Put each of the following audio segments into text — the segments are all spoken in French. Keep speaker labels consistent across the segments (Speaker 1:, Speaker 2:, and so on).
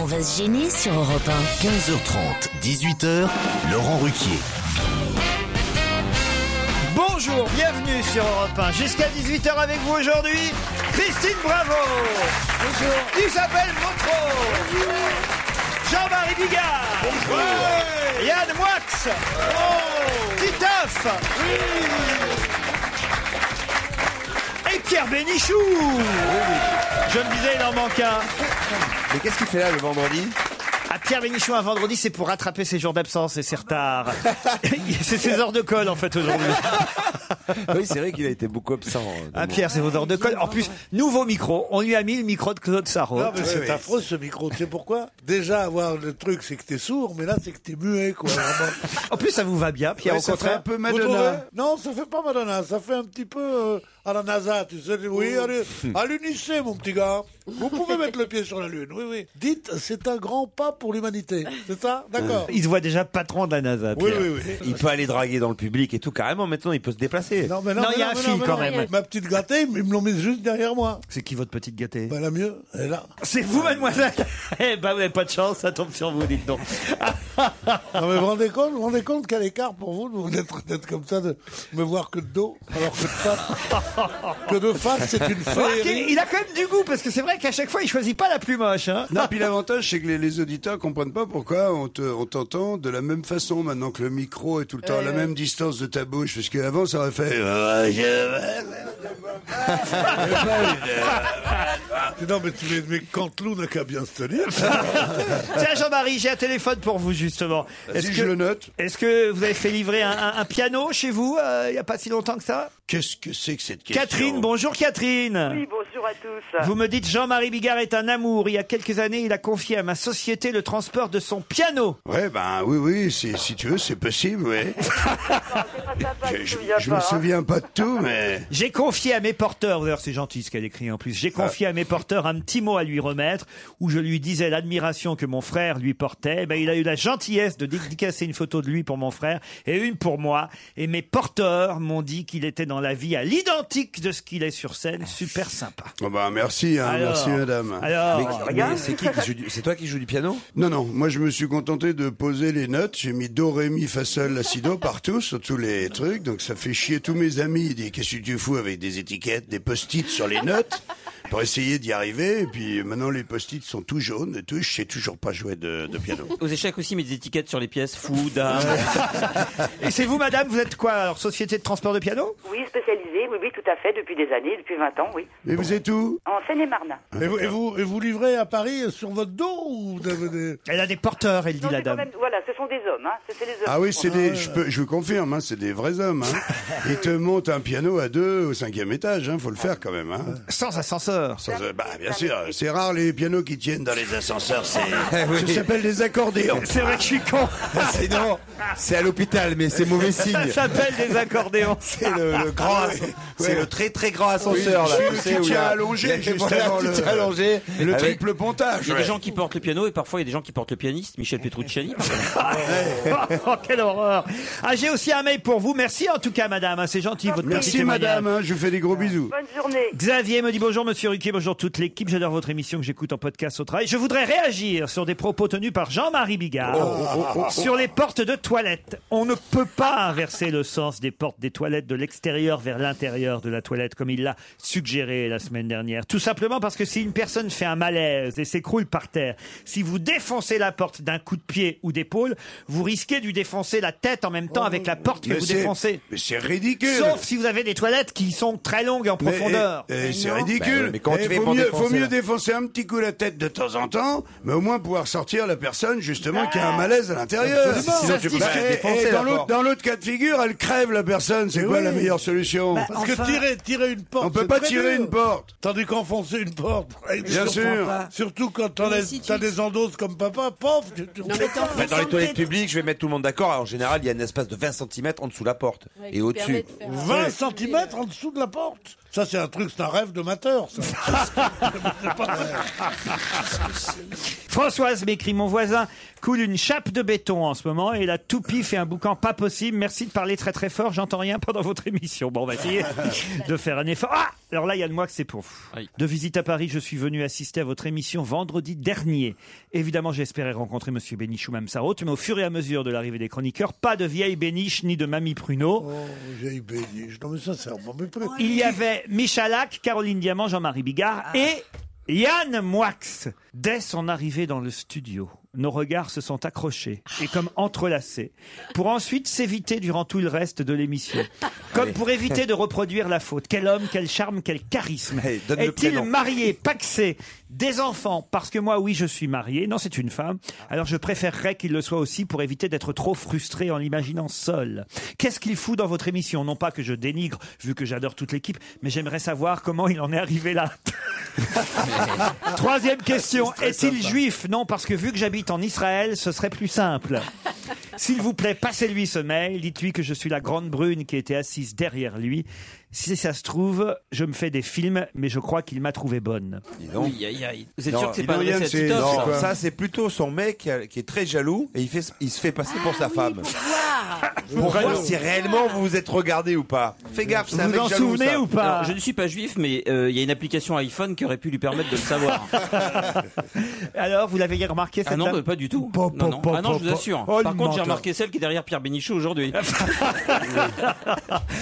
Speaker 1: On va se gêner sur Europe
Speaker 2: 15h30, 18h, Laurent Ruquier.
Speaker 3: Bonjour, bienvenue sur Europe 1. Jusqu'à 18h avec vous aujourd'hui, Christine Bravo. Bonjour. Isabelle Montreux. Jean-Marie Bigard. Bonjour. Oh. Yann Moix. Titoff. Et Pierre Bénichou. Je me disais, il en manque un.
Speaker 4: Mais qu'est-ce qu'il fait là le vendredi
Speaker 3: À Pierre Bénichou, un vendredi, c'est pour rattraper ses jours d'absence et ses retards. c'est ses heures de colle, en fait, aujourd'hui.
Speaker 4: Oui, c'est vrai qu'il a été beaucoup absent.
Speaker 3: Ah Pierre, c'est vos heures de colle. En plus, nouveau micro. On lui a mis le micro de Claude Sarraute.
Speaker 5: Non, mais c'est affreux ce micro. Tu sais pourquoi Déjà, avoir le truc, c'est que t'es sourd, mais là, c'est que t'es muet, quoi. vraiment.
Speaker 3: En plus, ça vous va bien, Pierre,
Speaker 4: Ouais,
Speaker 3: au
Speaker 4: ça fait
Speaker 3: contraire.
Speaker 4: un peu
Speaker 5: Vous
Speaker 4: Madonna.
Speaker 5: trouvez Non, ça fait pas Madonna. Ça fait un petit peu euh, à la NASA, tu sais. Oui,
Speaker 4: Oh.
Speaker 5: allez, à l'UNICEF, mon petit gars. Vous pouvez mettre le pied sur la Lune. Oui, oui. Dites, c'est un grand pas pour l'humanité. C'est ça D'accord.
Speaker 3: Euh, Il se voit déjà patron de la NASA,
Speaker 5: Oui,
Speaker 3: Pierre.
Speaker 5: oui, oui.
Speaker 4: Il peut aller draguer dans le public et tout, carrément. Maintenant, il peut se déplacer.
Speaker 5: mais
Speaker 3: Non, il y a un
Speaker 5: mais
Speaker 3: fil,
Speaker 5: mais
Speaker 3: quand
Speaker 5: non.
Speaker 3: même.
Speaker 5: Ma petite gâtée, ils me l'ont mise juste derrière moi.
Speaker 3: C'est qui votre petite gâtée
Speaker 5: Ben, la mieux, elle est là.
Speaker 3: C'est vous, mademoiselle Eh ben, vous n'avez pas de chance, ça tombe sur vous, dites donc.
Speaker 5: Non, mais vous vous rendez compte, vous vous rendez compte quel écart pour vous, de vous d'être, d'être comme ça, de me voir que de dos, alors que de face, que de face, c'est une
Speaker 3: Remarquez,
Speaker 5: féerie.
Speaker 3: il a quand même du goût, parce que c'est vrai qu'à chaque fois, il choisit pas la plus moche. Hein.
Speaker 6: Non, puis l'avantage, c'est que les, les auditeurs comprennent pas pourquoi on te- on t'entend de la même façon maintenant que le micro est tout le temps à
Speaker 3: Euh.
Speaker 6: la même distance de ta bouche, parce qu'avant, ça aurait fait... euh,
Speaker 5: Eh ben, Non, Ah, mais, tu, mais, mais Canteloup n'a qu'à bien se tenir.
Speaker 3: Tiens, Jean-Marie, j'ai un téléphone pour vous, justement. Est-ce
Speaker 6: Si
Speaker 3: que,
Speaker 6: je le note,
Speaker 3: est-ce que vous avez fait livrer un, un- un piano chez vous, euh, il y a pas si longtemps que ça
Speaker 6: qu'est-ce que c'est que cette question
Speaker 3: Catherine, bonjour Catherine
Speaker 7: Oui, bonjour à tous.
Speaker 3: Vous me dites Jean-Marie Bigard est un amour. Il y a quelques années, il a confié à ma société le transport de son piano.
Speaker 6: Ouais, ben oui, oui, c'est- si tu veux, c'est possible, ouais.
Speaker 7: C'est pas sympa,
Speaker 6: Je,
Speaker 7: je me souviens
Speaker 6: je- je
Speaker 7: pas,
Speaker 6: me
Speaker 7: hein.
Speaker 6: souviens pas de tout, mais...
Speaker 3: J'ai confié à mes porteurs, d'ailleurs c'est gentil ce qu'elle écrit en plus, j'ai confié à mes porteurs un petit mot à lui remettre, où je lui disais l'admiration que mon frère lui portait. Ben, il a eu la gentillesse de dédicacer une photo de lui pour mon frère et une pour moi. Et mes porteurs m'ont dit qu'il était dans la vie à l'identique de ce qu'il est sur scène. Super sympa.
Speaker 6: Oh ben, merci, hein,
Speaker 3: Alors,
Speaker 6: merci madame.
Speaker 3: Alors,
Speaker 4: Mais- mais c'est qui qui joue du- C'est toi qui joues du piano
Speaker 6: Non, non, moi je me suis contenté de poser les notes. J'ai mis do, ré, mi, fa, sol, la, si, do partout sur tous les trucs. Donc ça fait chier tous mes amis. Ils disent qu'est-ce que tu fous avec des étiquettes, des post-it sur les notes pour essayer d'y arriver. Et puis maintenant les post-it sont tout jaunes et tout. Je sais toujours pas jouer de, de piano.
Speaker 8: Aux échecs aussi, mais des étiquettes sur les pièces, fou, dame.
Speaker 3: et c'est vous madame, vous êtes quoi alors, société de transport de piano
Speaker 7: Oui, spécialisé, oui, oui, tout à fait, depuis des années, depuis 20 ans, oui.
Speaker 6: Mais vous êtes où
Speaker 7: En Seine-et-Marne.
Speaker 5: Et vous, et, vous, et vous livrez à Paris sur votre dos ou vous avez des...
Speaker 3: Elle a des porteurs, elle dit
Speaker 7: Non,
Speaker 3: la
Speaker 7: c'est quand
Speaker 3: dame.
Speaker 7: même- voilà, ce sont des hommes, hein. C'est c'est les hommes.
Speaker 6: Ah oui,
Speaker 7: qui
Speaker 6: c'est
Speaker 7: font ça.
Speaker 6: des. Je, peux, je vous confirme, hein, c'est des vrais hommes. Hein. Ils te montent un piano à deux au cinquième étage. Hein, faut le faire quand même. Hein.
Speaker 3: Sans ascenseur.
Speaker 6: Sans- euh, bah, bien sûr, c'est rare les pianos qui tiennent dans les ascenseurs. C'est.
Speaker 3: Eh
Speaker 6: Ça s'appelle des accordéons.
Speaker 3: C'est vrai que je suis con.
Speaker 9: Ah,
Speaker 4: C'est non, c'est à l'hôpital, mais c'est mauvais signe.
Speaker 3: Ça s'appelle des accordéons. Ah,
Speaker 4: C'est le, le grand, as- c'est le très très grand ascenseur
Speaker 6: Oui,
Speaker 4: là.
Speaker 6: celui
Speaker 4: tu
Speaker 6: qui
Speaker 4: où il y a-
Speaker 6: tient allongé,
Speaker 4: il y a-
Speaker 6: juste
Speaker 4: voilà,
Speaker 6: avant
Speaker 4: qui
Speaker 6: le-
Speaker 4: tient allongé,
Speaker 6: Le
Speaker 4: avec-
Speaker 6: triple pontage.
Speaker 8: Il y a
Speaker 6: ouais.
Speaker 8: des gens qui portent le piano et parfois il y a des gens qui portent le pianiste, Michel Petrucciani. par exemple.
Speaker 3: oh, quelle horreur. Ah, j'ai aussi un mail pour vous. Merci en tout cas, madame. C'est gentil, votre petit
Speaker 6: Merci
Speaker 3: témoignage.
Speaker 6: madame, hein, je vous fais des gros bisous.
Speaker 7: Bonne journée.
Speaker 3: Xavier me dit bonjour Monsieur Ruquier, bonjour toute l'équipe, j'adore votre émission que j'écoute en podcast au travail. Je voudrais réagir sur des propos tenus par Jean-Marie Bigard
Speaker 6: Oh,
Speaker 3: sur les portes de toilettes. On ne peut pas inverser le sens des portes des toilettes de l'extérieur vers l'intérieur de la toilette comme il l'a suggéré la semaine dernière. Tout simplement parce que si une personne fait un malaise et s'écroule par terre, si vous défoncez la porte d'un coup de pied ou d'épaule, vous risquez de lui défoncer la tête en même temps avec la porte que
Speaker 6: Mais
Speaker 3: vous
Speaker 6: c'est-
Speaker 3: défoncez.
Speaker 6: Mais c'est ridicule.
Speaker 3: Sauf si vous avez des toilettes qui sont très longues en
Speaker 6: Mais,
Speaker 3: profondeur.
Speaker 6: eh, eh, c'est
Speaker 4: Bah ouais,
Speaker 6: ridicule.
Speaker 4: mais
Speaker 9: Mais comment
Speaker 6: Eh,
Speaker 9: tu fais
Speaker 6: faut
Speaker 9: pour
Speaker 6: mieux,
Speaker 9: défoncer,
Speaker 6: Faut
Speaker 9: là
Speaker 6: mieux défoncer un petit coup la tête de temps en temps, mais au moins pouvoir sortir la personne justement qui a un malaise à l'intérieur.
Speaker 9: Absolument. Sinon, tu peux pas te
Speaker 6: et-
Speaker 9: défoncer,
Speaker 6: et dans
Speaker 9: d'abord.
Speaker 6: l'autre- Dans l'autre cas de figure, elle crève la personne. C'est quoi la meilleure solution
Speaker 5: Oh, Parce que tirer, tirer une porte.
Speaker 6: On peut
Speaker 5: c'est
Speaker 6: pas
Speaker 5: très
Speaker 6: tirer
Speaker 5: dur.
Speaker 6: une porte.
Speaker 5: Tandis qu'enfoncer une porte. et
Speaker 6: Bien
Speaker 5: surtout-
Speaker 6: sûr. pas.
Speaker 5: Surtout quand t'en
Speaker 10: Mais
Speaker 5: as-
Speaker 10: si tu-
Speaker 5: t'as des endoses comme papa, pof. tu- tu-
Speaker 9: Bah, dans les toilettes publiques, je vais mettre tout le monde d'accord. Alors, En général, il y a un espace de 20 cm en dessous de la porte
Speaker 10: Ouais, qui
Speaker 9: et au-dessus.
Speaker 10: permet de faire- euh.
Speaker 5: 20 cm en dessous de la porte. Ça, c'est un truc, c'est un rêve de mateur. ça. C'est pas vrai.
Speaker 3: Françoise m'écrit Mon voisin coule une chape de béton en ce moment et la toupie fait un boucan pas possible. Merci de parler très très fort, j'entends rien pendant votre émission. Bon, on va essayer de faire un effort. Ah Alors là, il y a de moi que c'est pour vous. De visite à Paris, je suis venu assister à votre émission vendredi dernier. Évidemment, j'espérais rencontrer monsieur Bénichou Mamsarot, mais au fur et à mesure de l'arrivée des chroniqueurs, pas de vieille Béniche ni de mamie Pruneau.
Speaker 5: Oh, j'ai béni. Non, mais ça, c'est un bon mépris.
Speaker 3: Il y avait Michalak, Caroline Diamant, Jean-Marie Bigard et Yann Moix. Dès son arrivée dans le studio, nos regards se sont accrochés et comme entrelacés, pour ensuite s'éviter durant tout le reste de l'émission. Comme pour éviter de reproduire la faute. Quel homme, quel charme, quel charisme.
Speaker 5: Eh
Speaker 9: Allez, donne le
Speaker 3: Est-il
Speaker 9: prénom.
Speaker 3: marié, paxé, des enfants Parce que moi, oui, je suis marié. Non, c'est une femme. Alors je préférerais qu'il le soit aussi pour éviter d'être trop frustré en l'imaginant seul. Qu'est-ce qu'il fout dans votre émission Non pas que je dénigre, vu que j'adore toute l'équipe, mais j'aimerais savoir comment il en est arrivé là. Troisième question. Est-il juif Non, parce que vu que j'habite en Israël, ce serait plus simple. S'il vous plaît, passez-lui ce mail. Dites-lui que je suis la grande brune qui était assise derrière lui. Si ça se trouve, je me fais des films, mais je crois qu'il m'a trouvée bonne.
Speaker 9: Dis donc.
Speaker 8: Oui, aïe, aïe. Vous êtes
Speaker 9: Non,
Speaker 8: sûr que c'est
Speaker 9: dis
Speaker 8: pas un
Speaker 9: donc, Yann,
Speaker 8: adresse à
Speaker 9: c'est-
Speaker 8: Titoff,
Speaker 9: non,
Speaker 8: ça
Speaker 9: ça c'est plutôt son mec qui, a- qui est très jaloux et il, fait, il se fait passer pour sa femme. Pour, voir si réellement vous vous êtes regardé ou pas. Fais gaffe, c'est un
Speaker 3: Vous
Speaker 9: mec
Speaker 3: en
Speaker 9: jaloux.
Speaker 3: souvenez
Speaker 9: ça.
Speaker 3: ou pas
Speaker 8: Alors, je ne suis pas juif, mais euh, il y a une application iPhone qui aurait pu lui permettre de le savoir.
Speaker 3: Alors, vous l'avez remarqué cette
Speaker 8: Ah non,
Speaker 3: dame
Speaker 8: bah, pas du tout.
Speaker 3: Po, po,
Speaker 8: Non, non.
Speaker 3: po,
Speaker 8: Ah non,
Speaker 3: po,
Speaker 8: je vous
Speaker 3: po.
Speaker 8: assure. Par
Speaker 3: Oh, le
Speaker 8: contre, j'ai
Speaker 3: menteur.
Speaker 8: remarqué celle qui est derrière Pierre Bénichou aujourd'hui.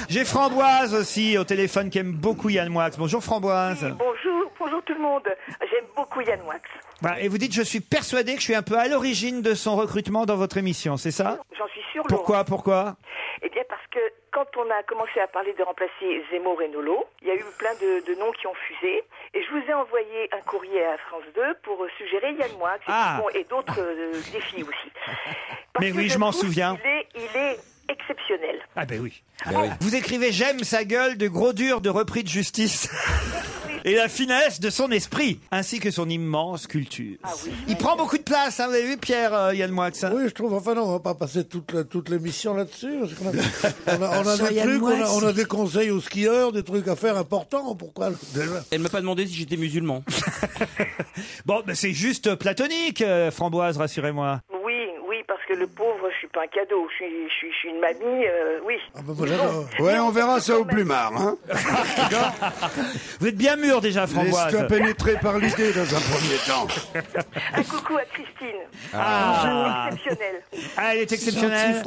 Speaker 3: J'ai Framboise aussi au téléphone qui aime beaucoup Yann Moix. Bonjour Framboise.
Speaker 7: Bonjour, bonjour tout le monde. J'aime beaucoup Yann Wax.
Speaker 3: Voilà, Et vous dites, je suis persuadé que je suis un peu à l'origine de son recrutement dans votre émission, c'est ça
Speaker 7: J'en suis sûre, Laurent.
Speaker 3: Pourquoi Pourquoi
Speaker 7: Eh bien, parce que quand on a commencé à parler de remplacer Zemmour et Nolo, il y a eu plein de, de noms qui ont fusé. Et je vous ai envoyé un courrier à France 2 pour euh, suggérer Yann Moix et,
Speaker 3: Ah.
Speaker 7: bon, et d'autres euh, défis aussi.
Speaker 3: Mais oui,
Speaker 7: que
Speaker 3: je m'en
Speaker 7: trouve
Speaker 3: souviens.
Speaker 7: qu'il est- il est exceptionnel.
Speaker 3: Ah ben oui.
Speaker 9: Ben oui.
Speaker 3: Vous écrivez J'aime sa gueule de gros dur de repris de justice. Et la finesse de son esprit, ainsi que son immense culture.
Speaker 9: Ah
Speaker 3: Il prend beaucoup de place, hein, vous avez vu Pierre euh, Yann Moix hein
Speaker 5: Oui, je trouve. Enfin, non, on va pas passer toute la- toute l'émission là-dessus. parce qu'on a- On a, on a
Speaker 10: Sur
Speaker 5: des
Speaker 10: Yann
Speaker 5: trucs, on a,
Speaker 10: Moix.
Speaker 5: on a des conseils aux skieurs, des trucs à faire importants. Pourquoi déjà
Speaker 8: Elle m'a pas demandé si j'étais musulman.
Speaker 3: Bon, ben c'est juste platonique, euh, Framboise, rassurez-moi.
Speaker 7: Oui, oui, parce que le pauvre, je suis pas un cadeau. Je suis, je suis, je suis une mamie, euh, oui.
Speaker 5: Ah, bah, voilà, euh,
Speaker 6: Ouais, on verra ça au plumard. Hein.
Speaker 3: Vous êtes bien mûr déjà, Framboise.
Speaker 6: Laisse-toi pénétrer par l'idée dans un premier temps.
Speaker 7: Un coucou à Christine.
Speaker 3: Ah.
Speaker 7: Exceptionnelle.
Speaker 3: Ah, elle est exceptionnelle.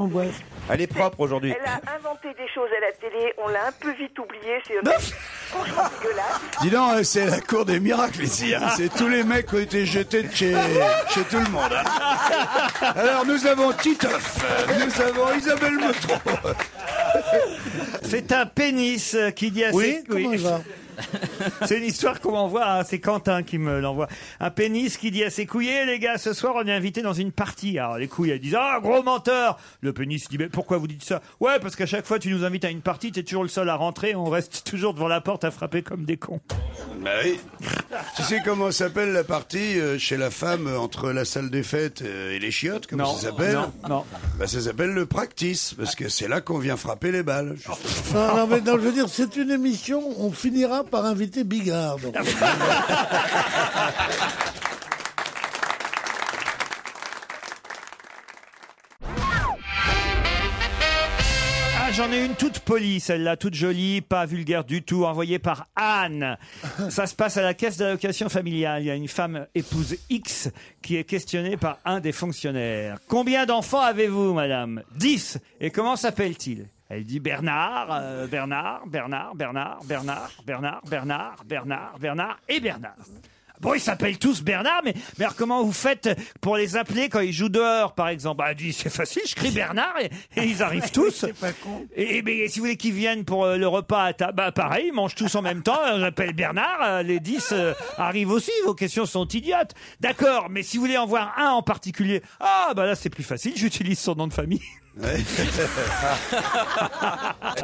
Speaker 9: Elle est propre aujourd'hui.
Speaker 7: Elle a inventé des choses à la télé, on l'a un peu vite oublié, c'est franchement dégueulasse.
Speaker 6: Dis donc, euh, c'est la cour des miracles ici. hein. C'est tous les mecs qui ont été jetés de chez, chez tout le monde. hein. Alors, nous avons Titoff, euh, nous avons Isabelle Motron.
Speaker 3: C'est un pénis euh, qui dit à
Speaker 5: Oui,
Speaker 3: ses...
Speaker 5: comment il va
Speaker 3: C'est une histoire qu'on m'envoie, hein, c'est Quentin qui me l'envoie. Un pénis qui dit à ses couillés, les gars, ce soir on est invité dans une partie. Alors les couilles, elles disent, ah, gros menteur Le pénis dit, mais pourquoi vous dites ça Ouais, parce qu'à chaque fois tu nous invites à une partie, t'es toujours le seul à rentrer, on reste toujours devant la porte à frapper comme des cons.
Speaker 6: Bah oui. Tu sais comment s'appelle la partie euh, chez la femme euh, entre la salle des fêtes euh, et les chiottes Comment
Speaker 3: non,
Speaker 6: ça s'appelle
Speaker 3: non, non.
Speaker 6: Bah, ça s'appelle le practice, parce que c'est là qu'on vient frapper les balles. justement.
Speaker 10: Ah,
Speaker 5: Non, non, mais non, je veux dire, c'est une émission, on finira par inviter Bigard. donc.
Speaker 3: Ah, j'en ai une toute polie, celle-là, toute jolie, pas vulgaire du tout, envoyée par Anne. Ça se passe à la caisse d'allocation familiale. Il y a une femme épouse X qui est questionnée par un des fonctionnaires. Combien d'enfants avez-vous, madame Dix. Et comment s'appelle-t-il elle dit Bernard, euh, Bernard, Bernard, Bernard, Bernard, Bernard, Bernard, Bernard, Bernard et Bernard. Bon, ils s'appellent tous Bernard, mais, mais alors comment vous faites pour les appeler quand ils jouent dehors, par exemple Ah, dis, c'est facile, je crie Bernard et, et ils arrivent tous. Et, et- mais si vous voulez qu'ils viennent pour euh, le repas à table, bah, pareil, ils mangent tous en même temps. euh, J'appelle Bernard, euh, les 10 euh, arrivent aussi, vos questions sont idiotes. D'accord, mais si vous voulez en voir un en particulier, ah, bah là, c'est plus facile, j'utilise son nom de famille.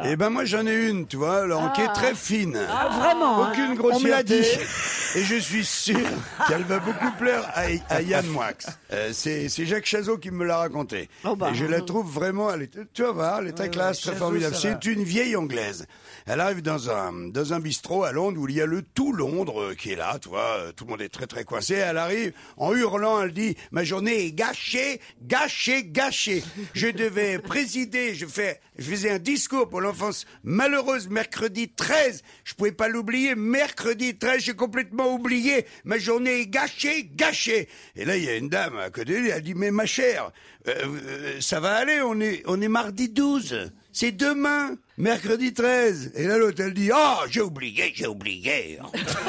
Speaker 6: Et ben moi j'en ai une, tu vois, Laurent, qui est très fine.
Speaker 10: Ah, vraiment, hein
Speaker 6: Aucune
Speaker 10: On me l'a
Speaker 6: grossièreté.
Speaker 10: dit.
Speaker 6: Et je suis sûr qu'elle va beaucoup plaire à, à Yann Moix. Euh, c'est c'est Jacques Chazot qui me l'a raconté.
Speaker 10: bah.
Speaker 6: Et je la trouve vraiment, elle est, tu vas voir, elle est très
Speaker 10: Ouais,
Speaker 6: classe,
Speaker 10: ouais,
Speaker 6: très
Speaker 10: Chazot,
Speaker 6: formidable.
Speaker 10: ça va.
Speaker 6: C'est une vieille anglaise. Elle arrive dans un, dans un bistrot à Londres où il y a le tout Londres euh, qui est là, tu vois, euh, tout le monde est très très coincé. Elle arrive en hurlant, elle dit Ma journée est gâchée, gâchée, gâchée. Je devais présider, je, fais, je faisais un discours pour l'enfance malheureuse mercredi 13. Je pouvais pas l'oublier, mercredi 13, j'ai complètement oublié. Ma journée est gâchée, gâchée. Et là, il y a une dame à côté de lui, elle dit Mais ma chère, euh, euh, ça va aller, on est, on est mardi 12. C'est demain, mercredi 13. Et là, l'autre, elle dit, ah, j'ai oublié, j'ai oublié.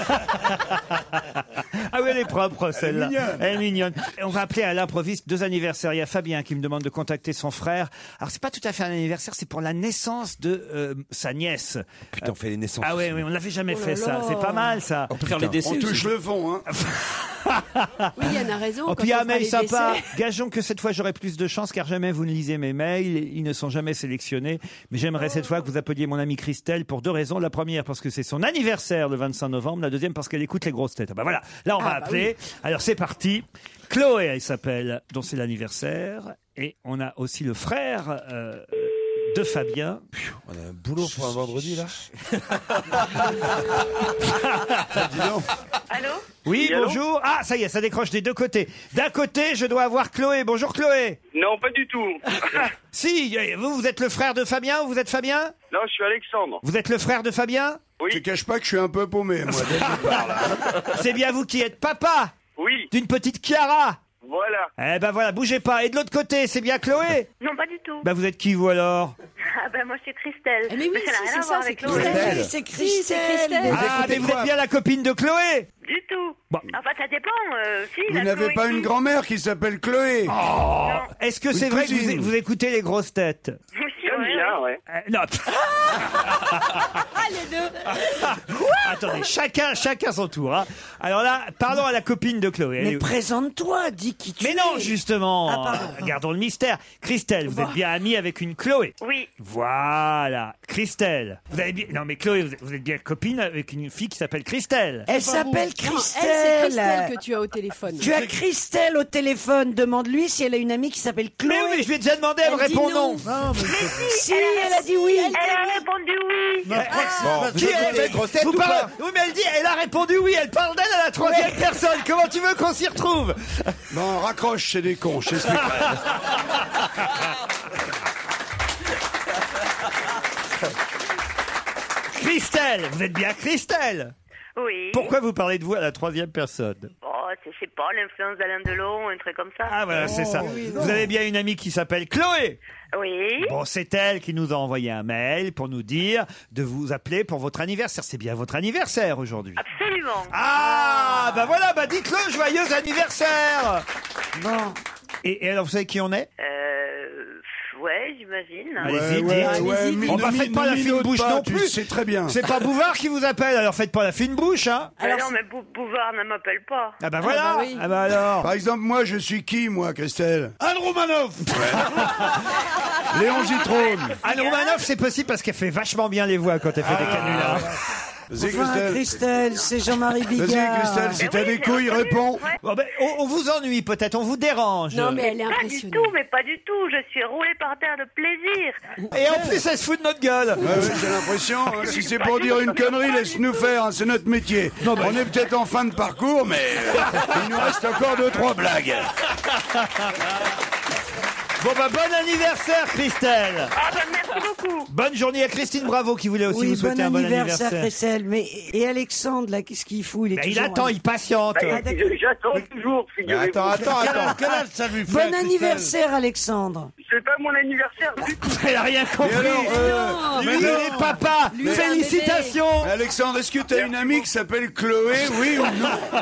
Speaker 3: Ah oui, elle est propre, celle-là.
Speaker 6: mignonne.
Speaker 3: Elle est mignonne. Et on va appeler à l'improviste deux anniversaires. Il y a Fabien qui me demande de contacter son frère. Alors, c'est pas tout à fait un anniversaire, c'est pour la naissance de euh, sa nièce. Putain, on fait les naissances. Ah oui, oui, on l'avait jamais
Speaker 10: Oh là
Speaker 3: fait, ça.
Speaker 10: là.
Speaker 3: C'est pas mal, ça.
Speaker 10: On peut faire les décès On touche aussi.
Speaker 6: le fond, hein.
Speaker 10: Oui, Yann a raison.
Speaker 3: Oh,
Speaker 10: quand
Speaker 3: puis il y a
Speaker 10: on
Speaker 3: un
Speaker 10: fera
Speaker 3: mail
Speaker 10: les
Speaker 3: sympa.
Speaker 10: décès-
Speaker 3: Gageons que cette fois j'aurai plus de chance car jamais vous ne lisez mes mails. Ils ne sont jamais sélectionnés. Mais j'aimerais cette fois que vous appeliez mon amie Christelle pour deux raisons. La première parce que c'est son anniversaire le 25 novembre. La deuxième parce qu'elle écoute les grosses têtes. Ah bah voilà. Là on
Speaker 10: Ah,
Speaker 3: va
Speaker 10: bah
Speaker 3: appeler. Alors c'est parti. Chloé, elle s'appelle, dont c'est l'anniversaire. Et on a aussi le frère euh, de Fabien. On a un boulot pour un vendredi là.
Speaker 7: Allô
Speaker 3: Oui, bonjour. Ah, ça y est, ça décroche des deux côtés. D'un côté, je dois avoir Chloé. Bonjour Chloé.
Speaker 11: Non, pas du tout.
Speaker 3: Si, euh, vous, vous êtes le frère de Fabien ou vous êtes Fabien
Speaker 11: non, je suis Alexandre.
Speaker 3: Vous êtes le frère de Fabien
Speaker 11: Oui.
Speaker 6: Je cache pas que je suis un peu paumé, moi, dès que je parle.
Speaker 3: C'est bien vous qui êtes papa
Speaker 11: Oui.
Speaker 3: D'une petite Chiara
Speaker 11: Voilà.
Speaker 3: Eh ben voilà, bougez pas. Et de l'autre côté, c'est bien Chloé
Speaker 12: Non, pas du tout.
Speaker 3: Bah vous êtes qui vous alors
Speaker 12: Ah ben moi c'est Christelle. Mais, ça n'a
Speaker 10: Eh, si,
Speaker 12: rien
Speaker 10: c'est
Speaker 12: à
Speaker 10: ça,
Speaker 12: voir
Speaker 10: c'est
Speaker 12: avec
Speaker 10: Christelle.
Speaker 12: l'autre.
Speaker 10: Oui, c'est Christelle. Oui, c'est Christelle.
Speaker 3: Ah,
Speaker 10: Vous écoutez
Speaker 3: mais vous
Speaker 10: quoi
Speaker 3: êtes bien la copine de Chloé
Speaker 12: Du tout.
Speaker 3: Bon.
Speaker 12: Enfin ça dépend. euh, si,
Speaker 6: Vous
Speaker 12: la
Speaker 6: n'avez
Speaker 12: Chloé-
Speaker 6: pas une grand-mère qui s'appelle
Speaker 10: Oh.
Speaker 6: Chloé
Speaker 3: Oh. Est-ce que c'est vrai que vous, vous écoutez les grosses têtes
Speaker 11: J'aime bien, ouais.
Speaker 3: Euh, Non.
Speaker 10: Ah, les deux.
Speaker 3: Attendez, chacun, chacun son tour. hein. Alors là, parlons à la copine de Chloé.
Speaker 10: Mais
Speaker 3: Allez.
Speaker 10: présente-toi, dis qui tu Ah,
Speaker 3: Mais non, justement, gardons le mystère. Christelle, vous êtes bien amie avec une Chloé.
Speaker 12: Oui.
Speaker 3: Voilà, Christelle. Vous avez bien... Non mais Chloé, vous êtes- vous êtes bien copine avec une fille qui s'appelle Christelle.
Speaker 13: Elle s'appelle Christelle.
Speaker 14: c'est Christelle que tu as au téléphone.
Speaker 13: Tu as Christelle au téléphone. Demande-lui si elle a une amie qui s'appelle Chloé.
Speaker 3: Mais oui, je lui ai déjà demandé, elle me
Speaker 13: dit
Speaker 3: répond non.
Speaker 13: Si, elle a dit oui.
Speaker 12: Elle a répondu oui.
Speaker 3: Bon,
Speaker 10: vous
Speaker 3: qui
Speaker 10: écoutez
Speaker 3: est-
Speaker 10: les grosses têtes
Speaker 3: vous
Speaker 10: ou
Speaker 3: parlez-
Speaker 10: pas
Speaker 3: Oui, mais elle dit, elle a répondu oui, elle parle d'elle à la troisième personne. Comment tu veux qu'on s'y retrouve
Speaker 6: Non, raccroche, c'est des cons, je t'expliquerai.
Speaker 3: Christelle, vous êtes bien Christelle.
Speaker 12: Oui.
Speaker 3: Pourquoi vous parlez de vous à la troisième personne
Speaker 12: Oh, c'est- je sais pas, l'influence d'Alain Delon, un truc comme ça.
Speaker 3: Ah voilà,
Speaker 6: Oh,
Speaker 3: c'est ça. vous avez bien une amie qui s'appelle Chloé.
Speaker 12: Oui.
Speaker 3: Bon, c'est elle qui nous a envoyé un mail pour nous dire de vous appeler pour votre anniversaire. C'est bien votre anniversaire aujourd'hui.
Speaker 12: Absolument.
Speaker 3: Ah, bah voilà, bah dites-le, joyeux anniversaire Non. Et, et alors, vous savez qui on est
Speaker 12: Euh, pff, ouais, j'imagine.
Speaker 3: Allez-y,
Speaker 6: ouais,
Speaker 3: dites.
Speaker 6: ouais, Allez-y, mine-
Speaker 3: on va
Speaker 6: mine-
Speaker 3: faites pas la
Speaker 6: mine-
Speaker 3: fine
Speaker 6: mine-
Speaker 3: bouche
Speaker 6: pas,
Speaker 3: non
Speaker 6: tu
Speaker 3: plus.
Speaker 6: sais très bien.
Speaker 3: C'est pas Bouvard qui vous appelle, alors faites pas la fine bouche, hein.
Speaker 12: Ah non, mais Bou- Bouvard ne m'appelle pas.
Speaker 3: Ah bah voilà. Ah bah, alors.
Speaker 6: Par exemple, moi, je suis qui, moi, Christelle
Speaker 3: Anne Romanoff
Speaker 6: Léon Zitrone
Speaker 3: Anne Romanoff, c'est possible parce qu'elle fait vachement bien les voix quand elle fait des
Speaker 11: Ah.
Speaker 3: canulars.
Speaker 6: Vas-y,
Speaker 13: Enfin, Christelle, c'est Jean-Marie Bigard.
Speaker 3: Bon, ben, on, on vous ennuie peut-être, on vous dérange.
Speaker 12: Pas du tout, mais pas du tout. Je suis roulée par terre de plaisir.
Speaker 3: Et en plus, elle se fout de notre gueule.
Speaker 6: j'ai l'impression, hein, si c'est pour dire une connerie, laisse-nous faire, hein, c'est notre métier. On est peut-être en fin de parcours, mais euh, il nous reste encore deux, trois blagues.
Speaker 3: ben, Bon bah bon anniversaire Christelle
Speaker 12: Ah bah merci beaucoup.
Speaker 3: Bonne journée à Christine Bravo qui voulait aussi
Speaker 13: oui,
Speaker 3: vous souhaiter un bon anniversaire.
Speaker 13: Christelle. Mais et Alexandre là, qu'est-ce qu'il fout Il, est
Speaker 3: Bah, il
Speaker 13: toujours-
Speaker 3: attend, il patiente.
Speaker 11: Ben,
Speaker 13: Ah, d'accord.
Speaker 11: J'attends toujours, figurez-vous.
Speaker 13: attends, attends, attends. Quel âge- quel âge
Speaker 11: ça lui
Speaker 13: Bon anniversaire Alexandre.
Speaker 11: C'est pas mon anniversaire du tout.
Speaker 3: Elle a rien compris.
Speaker 11: euh,
Speaker 3: Eh lui, il est papa.
Speaker 11: Lui, c'est un
Speaker 3: Félicitations.
Speaker 6: Alexandre, est-ce que t'as une amie qui s'appelle Chloé, oui ou non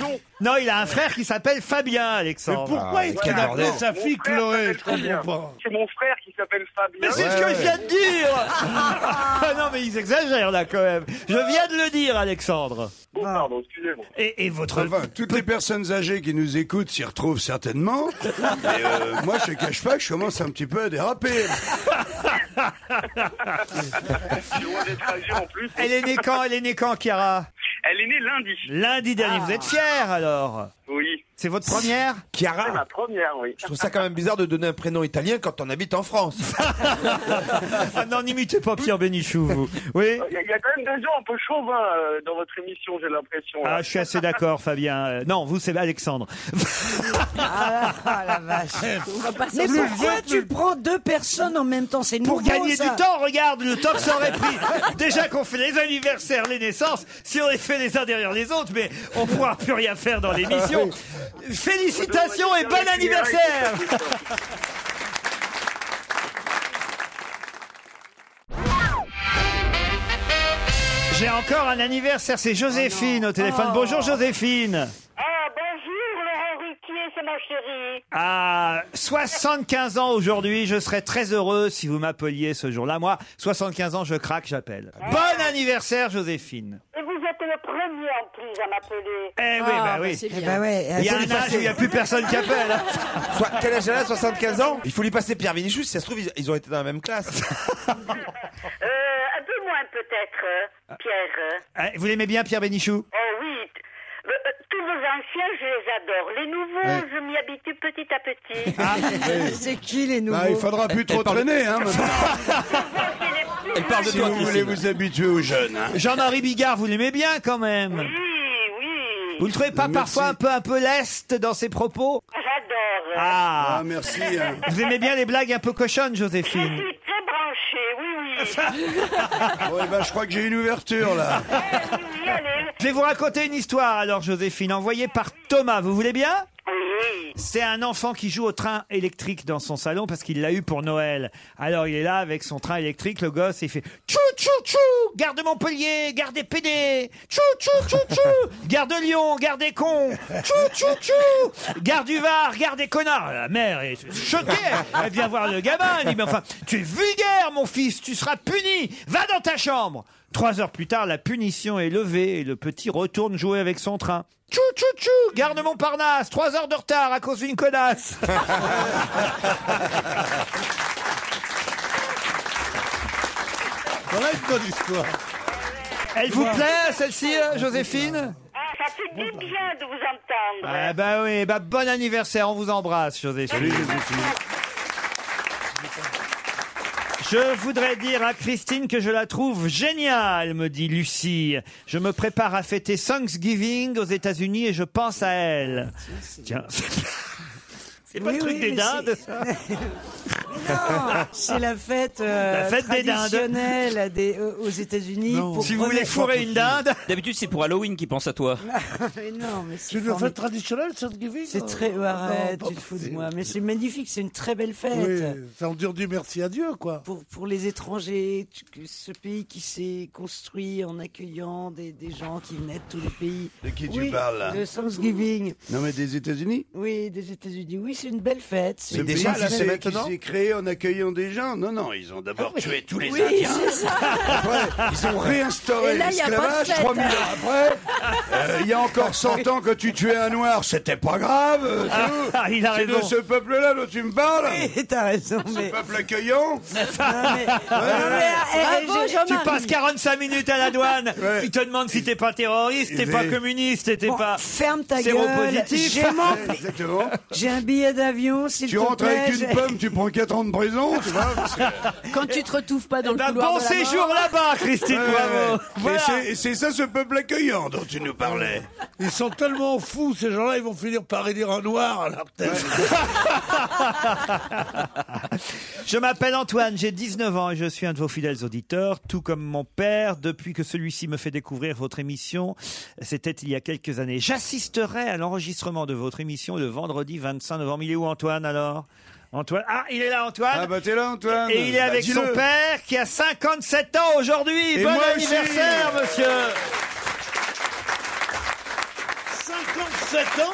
Speaker 3: Non. Non, il a un frère qui s'appelle Fabien, Alexandre.
Speaker 11: Mais pourquoi Ah, est-ce quel qu'il a appelé bordel. sa fille Mon frère Chloé s'appelle Je comprends Fabien. pas. C'est mon frère qui s'appelle Fabien.
Speaker 3: Mais c'est ce que je viens de dire Ah Non, mais ils exagèrent là quand même. Je viens de le dire, Alexandre.
Speaker 11: Oh, pardon, excusez-moi.
Speaker 3: Et, et votre...
Speaker 6: Enfin, toutes les personnes âgées qui nous écoutent s'y retrouvent certainement. Et euh, moi, je te cache pas que je commence un petit peu à déraper.
Speaker 11: Ah. Loin d'être âgé en plus.
Speaker 3: Elle est née quand Elle est née quand, Chiara
Speaker 11: Elle est née lundi.
Speaker 3: Lundi dernier. Vous êtes fiers alors
Speaker 11: Ah, Oui.
Speaker 3: C'est votre première
Speaker 11: C'est
Speaker 9: Chiara
Speaker 11: ma première, oui.
Speaker 9: Je trouve ça quand même bizarre de donner un prénom italien quand on habite en France.
Speaker 3: ah non, n'imitez pas Pierre Bénichou, vous. Oui
Speaker 11: Il y, a- il y a quand même des gens un peu chauves hein, euh, dans votre émission, j'ai l'impression. là.
Speaker 3: Ah, je suis assez d'accord, Fabien. Euh, Non, vous, c'est Alexandre.
Speaker 13: Ah la vache. Mais
Speaker 3: Plus
Speaker 13: pourquoi
Speaker 3: vite,
Speaker 13: tu prends deux personnes en même temps C'est nouveau
Speaker 3: Pour gagner
Speaker 13: ça.
Speaker 3: du temps, regarde, le temps que ça aurait pris. Déjà qu'on fait les anniversaires, les naissances, si on les fait les uns derrière les autres, mais on pourra plus rien faire
Speaker 13: Ah
Speaker 3: dans l'émission. Félicitations et bon anniversaire J'ai encore un anniversaire, c'est Joséphine au
Speaker 13: Oh.
Speaker 3: téléphone. Bonjour Joséphine
Speaker 15: Ah, bonjour Laurent Ruquier, c'est ma chérie.
Speaker 3: à 75 ans aujourd'hui, je serais très heureux si vous m'appeliez ce jour-là. Moi, 75 ans, je craque, j'appelle.
Speaker 15: Ah.
Speaker 3: Bon anniversaire, Joséphine.
Speaker 15: Et vous êtes le premier en plus à m'appeler.
Speaker 3: Eh
Speaker 13: Ah,
Speaker 3: oui, bah oui. il y a un âge où il n'y a plus personne qui appelle. hein.
Speaker 9: Soit- quel âge elle a 75 ans Il faut lui passer Pierre Vénichou, si ça se trouve, ils, ils ont été dans la même classe.
Speaker 15: Euh, un peu moins peut-être, euh, Pierre. euh.
Speaker 3: Ah, Vous l'aimez bien, Pierre Bénichou
Speaker 15: Oh oui. t- euh, euh, Tous vos anciens, je les adore. Les nouveaux,
Speaker 6: Ouais.
Speaker 15: je m'y habitue petit à petit.
Speaker 3: Ah,
Speaker 13: C'est qui les nouveaux
Speaker 6: Bah, il faudra plus trop traîner, hein, maintenant.
Speaker 3: Elle parle de
Speaker 6: si
Speaker 3: toi,
Speaker 6: vous
Speaker 3: Christine.
Speaker 6: voulez vous habituer aux jeunes. hein.
Speaker 3: Jean-Marie Bigard, vous l'aimez bien quand même Oui,
Speaker 15: oui.
Speaker 3: Vous ne trouvez pas
Speaker 6: Merci.
Speaker 3: parfois un peu, un peu leste dans ses propos
Speaker 15: J'adore.
Speaker 3: Ah.
Speaker 6: Ah, merci, hein.
Speaker 3: Vous aimez bien les blagues un peu cochonnes,
Speaker 15: Je
Speaker 3: Joséphine
Speaker 15: suis très branchée, oui, oui.
Speaker 6: Bon,
Speaker 3: bah,
Speaker 6: eh ben, je crois que j'ai une ouverture, là.
Speaker 3: Je vais vous raconter une histoire alors, Joséphine, envoyée par Thomas. Vous voulez bien C'est un enfant qui joue au train électrique dans son salon parce qu'il l'a eu pour Noël. Alors il est là avec son train électrique, le gosse, et il fait Tchou tchou tchou Gare de Montpellier, gare des PD Tchou tchou tchou tchou Gare de Lyon, gare des cons Tchou tchou tchou Gare du Var, gare des connards La mère est choquée, elle vient voir le gamin, elle dit Mais enfin, tu es vulgaire mon fils, tu seras puni Va dans ta chambre Trois heures plus tard, la punition est levée et le petit retourne jouer avec son train. Tchou tchou tchou, gare de Montparnasse, trois heures de retard à cause d'une connasse.
Speaker 5: Voilà une bonne histoire.
Speaker 3: Elle vous plaît celle-ci, euh, Joséphine
Speaker 15: Ah, ça fait du bien de vous entendre.
Speaker 3: Ah bah oui, bah bon anniversaire, on vous embrasse, Joséphine.
Speaker 6: Salut, Joséphine.
Speaker 3: Je voudrais dire à Christine que je la trouve géniale, me dit Lucie. Je me prépare à fêter Thanksgiving aux États-Unis et je pense à elle. Tiens, c'est pas le
Speaker 13: Oui,
Speaker 3: truc
Speaker 13: oui,
Speaker 3: des
Speaker 13: mais
Speaker 3: dindes,
Speaker 13: c'est-
Speaker 3: ça
Speaker 13: Non, Ah, c'est la fête, euh,
Speaker 3: La fête des dindes.
Speaker 13: traditionnelle des euh, aux États-Unis. pour première fois possible.
Speaker 8: D'habitude, c'est pour Halloween qu'ils pensent à toi.
Speaker 13: Mais non, mais c'est
Speaker 5: Tu le fais
Speaker 13: formidable.
Speaker 5: traditionnel, Thanksgiving
Speaker 13: C'est très. ouais, arrête, tu te fous de moi. Mais c'est magnifique, c'est une très belle fête.
Speaker 5: Oui, ça en dure du merci à Dieu, quoi.
Speaker 13: Pour, pour les étrangers, tu- que ce pays qui s'est construit en accueillant des, des gens qui venaient de tous les pays.
Speaker 6: De qui
Speaker 13: Oui,
Speaker 6: tu parles, là
Speaker 13: De Thanksgiving.
Speaker 6: Non, mais des États-Unis
Speaker 13: Oui, des États-Unis. Oui, c'est une belle fête.
Speaker 6: C'est
Speaker 13: une
Speaker 6: déjà
Speaker 13: belle
Speaker 6: la
Speaker 13: fête.
Speaker 6: fête qui s'est créée en accueillant des gens. Non, non, ils ont d'abord tué tous les
Speaker 13: Oui,
Speaker 6: Indiens.
Speaker 13: c'est ça.
Speaker 6: Après, ils ont réinstauré
Speaker 13: Et là, il y a pas de
Speaker 6: l'esclavage
Speaker 13: fête.
Speaker 6: 3000 ans après. Euh, Il y a encore 100 ans que tu tuais un noir, c'était pas grave. euh, tout.
Speaker 3: Ah, il a
Speaker 6: C'est
Speaker 3: raison.
Speaker 6: de ce peuple-là dont tu me parles.
Speaker 13: Oui, t'as raison.
Speaker 6: Ce
Speaker 13: Mais...
Speaker 6: peuple accueillant.
Speaker 3: euh,
Speaker 13: euh, Bravo, Jean-Marie.
Speaker 3: Tu passes 45 minutes à la douane, ils te demandent si t'es pas terroriste, t'es
Speaker 6: Il
Speaker 3: pas
Speaker 6: est-
Speaker 3: communiste, t'es
Speaker 13: Bon,
Speaker 3: pas
Speaker 13: ferme ta gueule.
Speaker 3: séropositif.
Speaker 13: J'ai mon-
Speaker 6: Exactement.
Speaker 13: J'ai un billet d'avion, s'il te
Speaker 6: Tu
Speaker 13: plaît.
Speaker 6: rentres avec
Speaker 13: j'ai-
Speaker 6: une pomme, tu prends 7 ans de prison, tu vois. parce que-
Speaker 14: Quand tu te retrouves pas dans
Speaker 5: Eh
Speaker 14: le
Speaker 6: ben,
Speaker 14: couloir.
Speaker 6: bon
Speaker 14: de la mort.
Speaker 6: séjour là-bas, Christine,
Speaker 5: Ouais,
Speaker 6: bravo.
Speaker 5: ouais.
Speaker 6: Voilà. Et c'est ça ce peuple accueillant dont tu nous parlais.
Speaker 5: Ils sont tellement fous, ces gens-là, ils vont finir par élire un noir à leur tête.
Speaker 3: Je m'appelle Antoine, j'ai 19 ans et je suis un de vos fidèles auditeurs, tout comme mon père, depuis que celui-ci me fait découvrir votre émission. C'était il y a quelques années. J'assisterai à l'enregistrement de votre émission le vendredi 25 novembre. Il est où Antoine alors Antoine Ah, il est là Antoine
Speaker 6: Ah bah t'es là, Antoine.
Speaker 3: Et il est
Speaker 6: Bah,
Speaker 3: avec
Speaker 6: dis-le.
Speaker 3: son père qui a 57 ans aujourd'hui.
Speaker 6: Et
Speaker 3: Bon
Speaker 6: moi aussi.
Speaker 3: anniversaire, monsieur
Speaker 5: 57 ans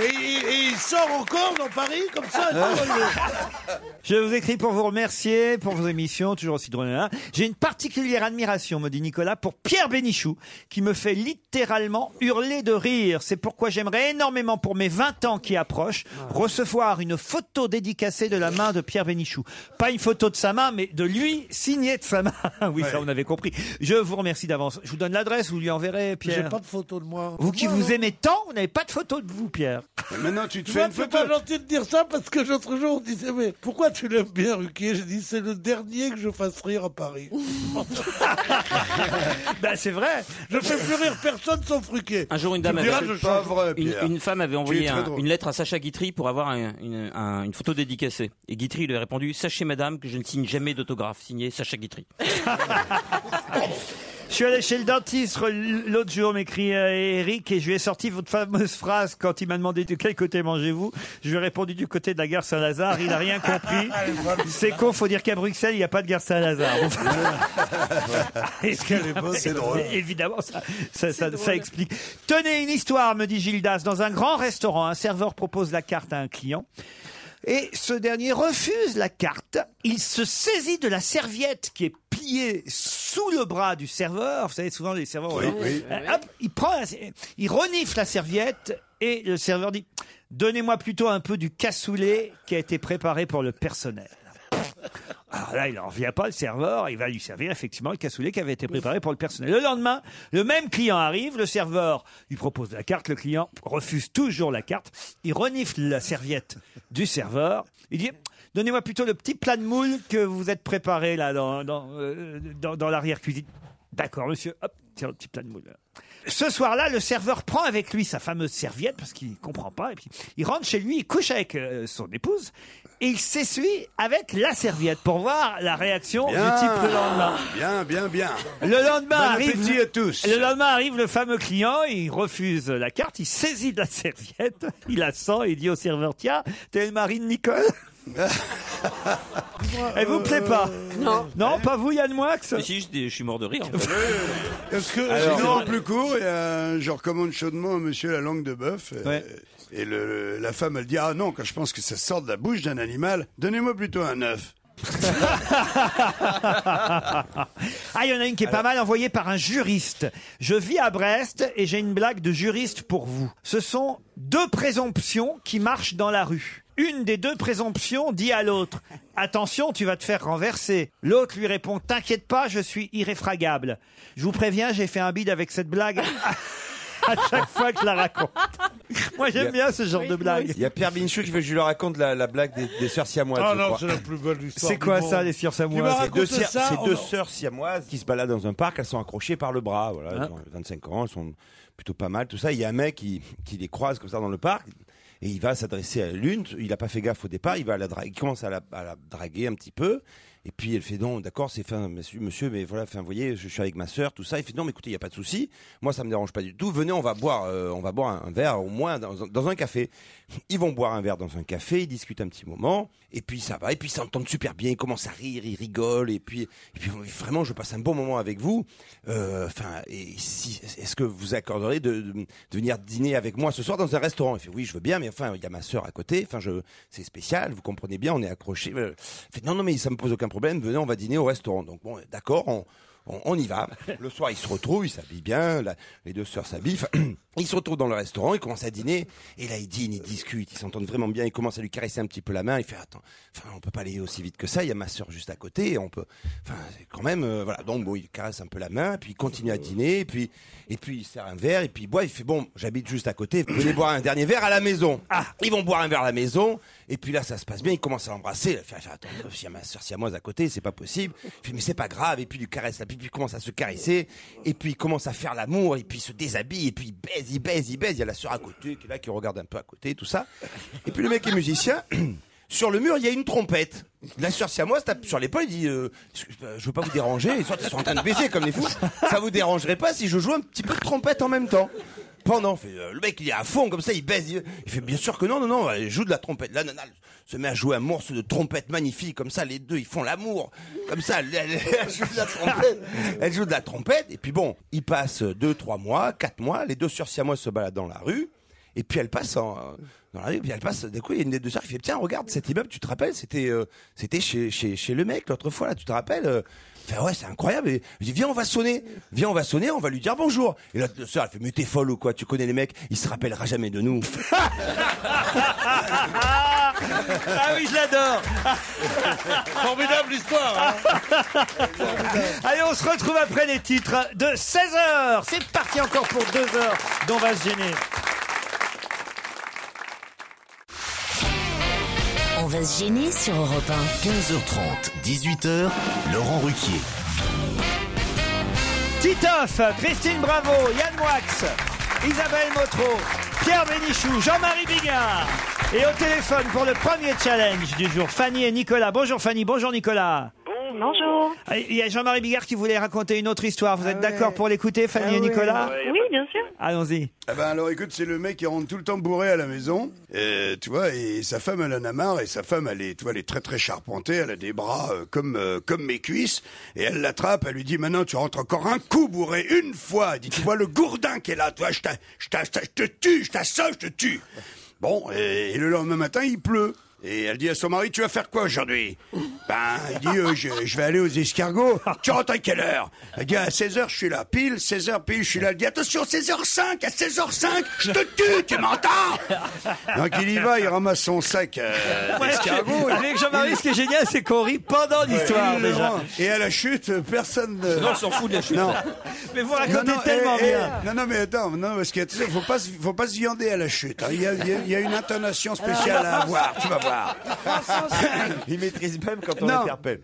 Speaker 3: Eh
Speaker 5: et, il- et il sort encore dans Paris comme
Speaker 3: Ah.
Speaker 5: ça.
Speaker 3: Je vous écris pour vous remercier pour vos émissions, toujours aussi drôles. hein. J'ai une particulière admiration, me dit Nicolas, pour Pierre Bénichou, qui me fait littéralement hurler de rire. C'est pourquoi j'aimerais énormément, pour mes 20 ans qui approchent, recevoir une photo dédicacée de la main de Pierre Bénichou. Pas une photo de sa main, mais de lui, signée de sa main. oui, ça, on avait compris. Je vous remercie d'avance. Je vous donne l'adresse, vous lui enverrez,
Speaker 5: J'ai
Speaker 3: Pierre.
Speaker 5: pas de photo de moi.
Speaker 3: Vous qui vous aimez tant, vous n'avez pas de photo de vous, Pierre.
Speaker 6: maintenant, tu
Speaker 5: Tu vois, c'est pas gentil de dire ça parce que l'autre jour on disait mais pourquoi tu l'aimes bien Ruquier J'ai dit c'est le dernier que je fasse rire à Paris.
Speaker 3: bah c'est vrai.
Speaker 5: Je fais plus rire personne sauf Ruquier.
Speaker 8: Un jour, une
Speaker 5: Tu
Speaker 8: dame
Speaker 5: me
Speaker 8: avait,
Speaker 5: diras, je change.
Speaker 8: une, une femme avait envoyé
Speaker 5: très
Speaker 8: un-
Speaker 5: drôle.
Speaker 8: une lettre à Sacha Guitry pour avoir un- une, un- une photo dédicacée. Et Guitry lui a répondu Sachez, madame, que je ne signe jamais d'autographe. Signé Sacha Guitry.
Speaker 3: Je suis allé chez le dentiste l'autre jour, m'écrit euh, Eric, et je lui ai sorti votre fameuse phrase quand il m'a demandé de quel côté mangez-vous. Je lui ai répondu du côté de la gare Saint-Lazare. Il n'a rien compris. C'est con, faut dire qu'à Bruxelles, il n'y a pas de gare Saint-Lazare.
Speaker 6: c'est drôle.
Speaker 3: bah Évidemment, ça, ça, ça- ça explique. Tenez une histoire, me dit Gildas. Dans un grand restaurant, un serveur propose la carte à un client. Et ce dernier refuse la carte. Il se saisit de la serviette qui est pliée sous le bras du serveur. Vous savez, souvent les serveurs.
Speaker 6: Oui, oui.
Speaker 3: Euh, hop, il prend, la- il renifle la serviette et le serveur dit Donnez-moi plutôt un peu du cassoulet qui a été préparé pour le personnel. Alors là, il n'en revient pas, le serveur, il va lui servir effectivement le cassoulet qui avait été préparé pour le personnel. Le lendemain, le même client arrive, le serveur lui propose la carte, le client refuse toujours la carte, il renifle la serviette du serveur, il dit Donnez-moi plutôt le petit plat de moule que vous êtes préparé là dans, dans, euh, dans- dans l'arrière-cuisine. D'accord, monsieur, hop, tiens, le petit plat de moule. Ce soir-là, le serveur prend avec lui sa fameuse serviette parce qu'il comprend pas. Et puis, il rentre chez lui, il couche avec euh, son épouse et il s'essuie avec la serviette pour voir la réaction
Speaker 6: Bien.
Speaker 3: du type le lendemain.
Speaker 6: Bien, bien, bien.
Speaker 3: Le lendemain
Speaker 6: Bon appétit
Speaker 3: arrive.
Speaker 6: à tous.
Speaker 3: Le lendemain arrive le fameux client, il refuse la carte, il saisit de la serviette, il la sent et il dit au serveur Tiens, t'es le mari de Nicole Elle vous plaît pas
Speaker 10: Non.
Speaker 3: Non, pas vous, Yann Moix
Speaker 8: Mais si, je, dis- je suis mort de rire. en fait.
Speaker 6: Est-ce que
Speaker 8: Alors-
Speaker 6: sinon, en plus court, et, euh, je recommande chaudement à monsieur la langue de bœuf. euh, Et le- le- la femme, elle dit Ah non, quand je pense que ça sort de la bouche d'un animal, donnez-moi plutôt un œuf.
Speaker 3: Ah, il y en a une qui est pas mal envoyée par un juriste. Je vis à Brest et j'ai une blague de juriste pour vous. Ce sont deux présomptions qui marchent dans la rue. Une des deux présomptions dit à l'autre Attention, tu vas te faire renverser. L'autre lui répond T'inquiète pas, je suis irréfragable. Je vous préviens, j'ai fait un bide avec cette blague à chaque fois que je la raconte. Moi, j'aime bien ce genre de blague.
Speaker 9: Il y a Pierre Binchou qui veut que je lui raconte la, la blague des, des sœurs siamoises.
Speaker 5: Ah
Speaker 9: je
Speaker 5: non,
Speaker 9: crois.
Speaker 5: c'est la plus belle histoire.
Speaker 3: C'est
Speaker 5: du
Speaker 3: quoi
Speaker 5: monde.
Speaker 3: ça, les sœurs
Speaker 9: C'est
Speaker 3: siamoises
Speaker 9: deux, sœurs-
Speaker 5: ça,
Speaker 9: c'est
Speaker 5: on
Speaker 9: deux
Speaker 5: en-
Speaker 9: sœurs siamoises qui se baladent dans un parc, elles sont accrochées par le bras, voilà, elles ont 25 ans, elles sont plutôt pas mal, tout ça. Il y a un mec qui, qui les croise comme ça dans le parc et il va s'adresser à l'une, il n'a pas fait gaffe au départ, il, va la dra- il commence à la, à la draguer un petit peu. Et puis elle fait non, d'accord, c'est fin, monsieur, monsieur, mais voilà, enfin, vous voyez, je suis avec ma sœur, tout ça. Il fait non, mais écoutez, il n'y a pas de souci. Moi, ça me dérange pas du tout. Venez, on va boire, euh, on va boire un, un verre au moins dans, un- dans un café. Ils vont boire un verre dans un café, ils discutent un petit moment, et puis ça va, et puis ils s'entendent super bien. Ils commencent à rire, ils rigolent, et puis, et puis vraiment, je passe un bon moment avec vous. Euh, Enfin, et si, est-ce que vous accorderez de, de- de venir dîner avec moi ce soir dans un restaurant Il fait oui, je veux bien, mais enfin, il y a ma sœur à côté. Enfin, je, c'est spécial, vous Euh, comprenez bien, on est accroché. Il fait non, non, mais ça me pose aucun problème. Venez, on va dîner au restaurant. Donc bon, d'accord, on on, on y va. Le soir, ils se retrouvent, ils s'habillent bien, la- les deux sœurs s'habillent. Enfin, Ils se retrouvent dans le restaurant, ils commencent à dîner. Et là, ils dînent, ils discutent, ils s'entendent vraiment bien. Ils commencent à lui caresser un petit peu la main. Il fait attends, enfin, on peut pas aller aussi vite que ça. Il y a ma sœur juste à côté. On peut, enfin, c'est quand même, euh, voilà. Donc bon, il caresse un peu la main, puis il continue à dîner, et puis et puis il sert un verre, et puis il boit. Il fait bon, j'habite juste à côté. Venez boire un dernier verre à la maison. Ah, ils vont boire un verre à la maison. Et puis là, ça se passe bien. Il commence à l'embrasser. Il fait, Attends, attends, s'il y a ma sœur siamoise à côté, c'est pas possible. Il fait, mais c'est pas grave. Et puis il lui caresse la pipe, puis il commence à se caresser. Et puis il commence à faire l'amour. Et puis il se déshabille. Et puis il baise, il baise, il baise. Il y a la sœur à côté qui est là, qui regarde un peu à côté, tout ça. Et puis le mec est musicien. Sur le mur, il y a une trompette. La sœur siamoise tape sur l'épaule, il dit euh, Je veux pas vous déranger, ils sont, ils sont en train de baiser comme les fous. Ça vous dérangerait pas si je joue un petit peu de trompette en même temps Pendant, fait, euh, le mec il est à fond comme ça, il baise. Il, il fait Bien sûr que non, non, non, il joue de la trompette. La nana se met à jouer un morceau de trompette magnifique, comme ça, les deux ils font l'amour. Comme ça, elle, elle- elle joue de la trompette. Elle joue de la trompette, et puis bon, il passe deux, trois mois, quatre mois, les deux sœurs siamoises se baladent dans la rue. Et puis elle passe en, dans la rue, puis elle passe, d'un coup, il y a une des deux sœurs qui fait, tiens, regarde, cet immeuble, tu te rappelles, c'était euh, c'était chez, chez, chez le mec l'autre fois, là, tu te rappelles euh, Enfin, ouais, c'est incroyable. Et je dis, viens, on va sonner. Viens, on va sonner, on va lui dire bonjour. Et l'autre sœur, elle fait, mais t'es folle ou quoi Tu connais les mecs, il se rappellera jamais de nous.
Speaker 3: Ah oui, je l'adore Formidable histoire Ah. Allez, on se retrouve après les titres de 16h C'est parti encore pour 2 heures d'On va se gêner
Speaker 1: On va se gêner sur Europe
Speaker 2: 15h30, 18h, Laurent Ruquier.
Speaker 3: Titoff, Christine Bravo, Yann Moix, Isabelle Motro, Pierre Bénichou, Jean-Marie Bigard. Et au téléphone pour le premier challenge du jour, Fanny et Nicolas. Bonjour Fanny, bonjour Nicolas.
Speaker 12: Bonjour.
Speaker 3: Ah, Il y a Jean-Marie Bigard qui voulait raconter une autre histoire. Vous êtes d'accord pour l'écouter, Fanny et Nicolas
Speaker 12: Oui, bien sûr.
Speaker 3: Allons-y.
Speaker 6: Ah ben alors écoute, c'est le mec qui rentre tout le temps bourré à la maison, euh, tu vois, et sa femme elle en a marre, et sa femme elle est, tu vois, elle est très très charpentée, elle a des bras euh, comme euh, comme mes cuisses, et elle l'attrape, elle lui dit maintenant tu rentres encore un coup bourré, une fois, elle dit tu vois le gourdin qui est là, toi je, t'a- je, t'a- je t'a- je te tue, je t'assomme, je te tue. Bon, et, et le lendemain matin il pleut. Et elle dit à son mari, tu vas faire quoi aujourd'hui Ben, il dit, euh, je, je vais aller aux escargots. Tu rentres à quelle heure Elle dit, à 16h, je suis là. Pile, 16h, pile, je suis là. Elle dit, attention, 16h05, à 16h05, je te tue, tu m'entends Donc il y va, il ramasse son sac euh,
Speaker 3: Ouais,
Speaker 6: d'escargots.
Speaker 3: je- mais Jean-Marie, ce qui est génial, c'est qu'on rit pendant l'histoire,
Speaker 6: Il le
Speaker 3: déjà.
Speaker 6: rend. Et à la chute, personne... ne-
Speaker 3: Non, on s'en fout de la chute.
Speaker 6: Non.
Speaker 3: Mais vous racontez
Speaker 6: Non, non,
Speaker 3: tellement
Speaker 6: eh, eh,
Speaker 3: bien.
Speaker 6: non, non, mais attends, non, parce qu'il faut pas, se- faut pas se viander à la chute. hein. Il y, a, il y a- il y a une intonation spéciale à avoir, tu vas voir.
Speaker 9: il maîtrise même quand on
Speaker 6: Non.
Speaker 9: l'interpelle.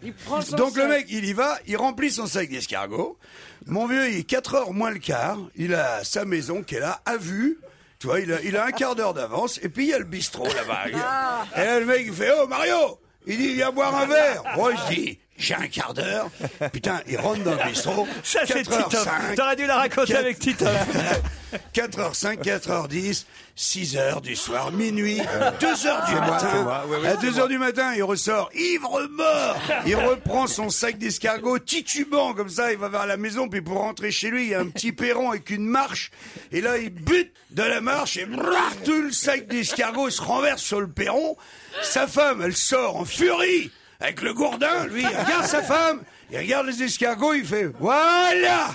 Speaker 6: Donc le mec, il y va, il remplit son sac d'escargot. Mon vieux, il est 4 heures moins le quart. Il a sa maison qui est là, à vue. Tu vois, il a, il a un quart d'heure d'avance. Et puis il y a le bistrot là-bas. Et là, le mec, il fait Oh Mario Il dit Viens boire un verre. Moi, je dis J'ai un quart d'heure. Putain, il rentre dans le bistrot.
Speaker 3: Ça, c'est
Speaker 6: 4 heures
Speaker 3: Titoff.
Speaker 6: cinq.
Speaker 3: T'aurais dû la raconter
Speaker 6: Quatre-
Speaker 3: avec Titoff.
Speaker 6: 4h05, 4h10, 6h du soir, minuit, 2h du
Speaker 9: Euh, C'est moi, c'est
Speaker 6: matin.
Speaker 9: moi, ouais, ouais,
Speaker 6: à
Speaker 9: c'est
Speaker 6: 2h du matin, il ressort ivre mort. Il reprend son sac d'escargot titubant comme ça, il va vers la maison puis pour rentrer chez lui, il y a un petit perron avec une marche et là il bute de la marche et brrr, tout le sac d'escargot se renverse sur le perron. Sa femme, elle sort en furie avec le gourdin, lui, il regarde sa femme, il regarde les escargots, il fait voilà,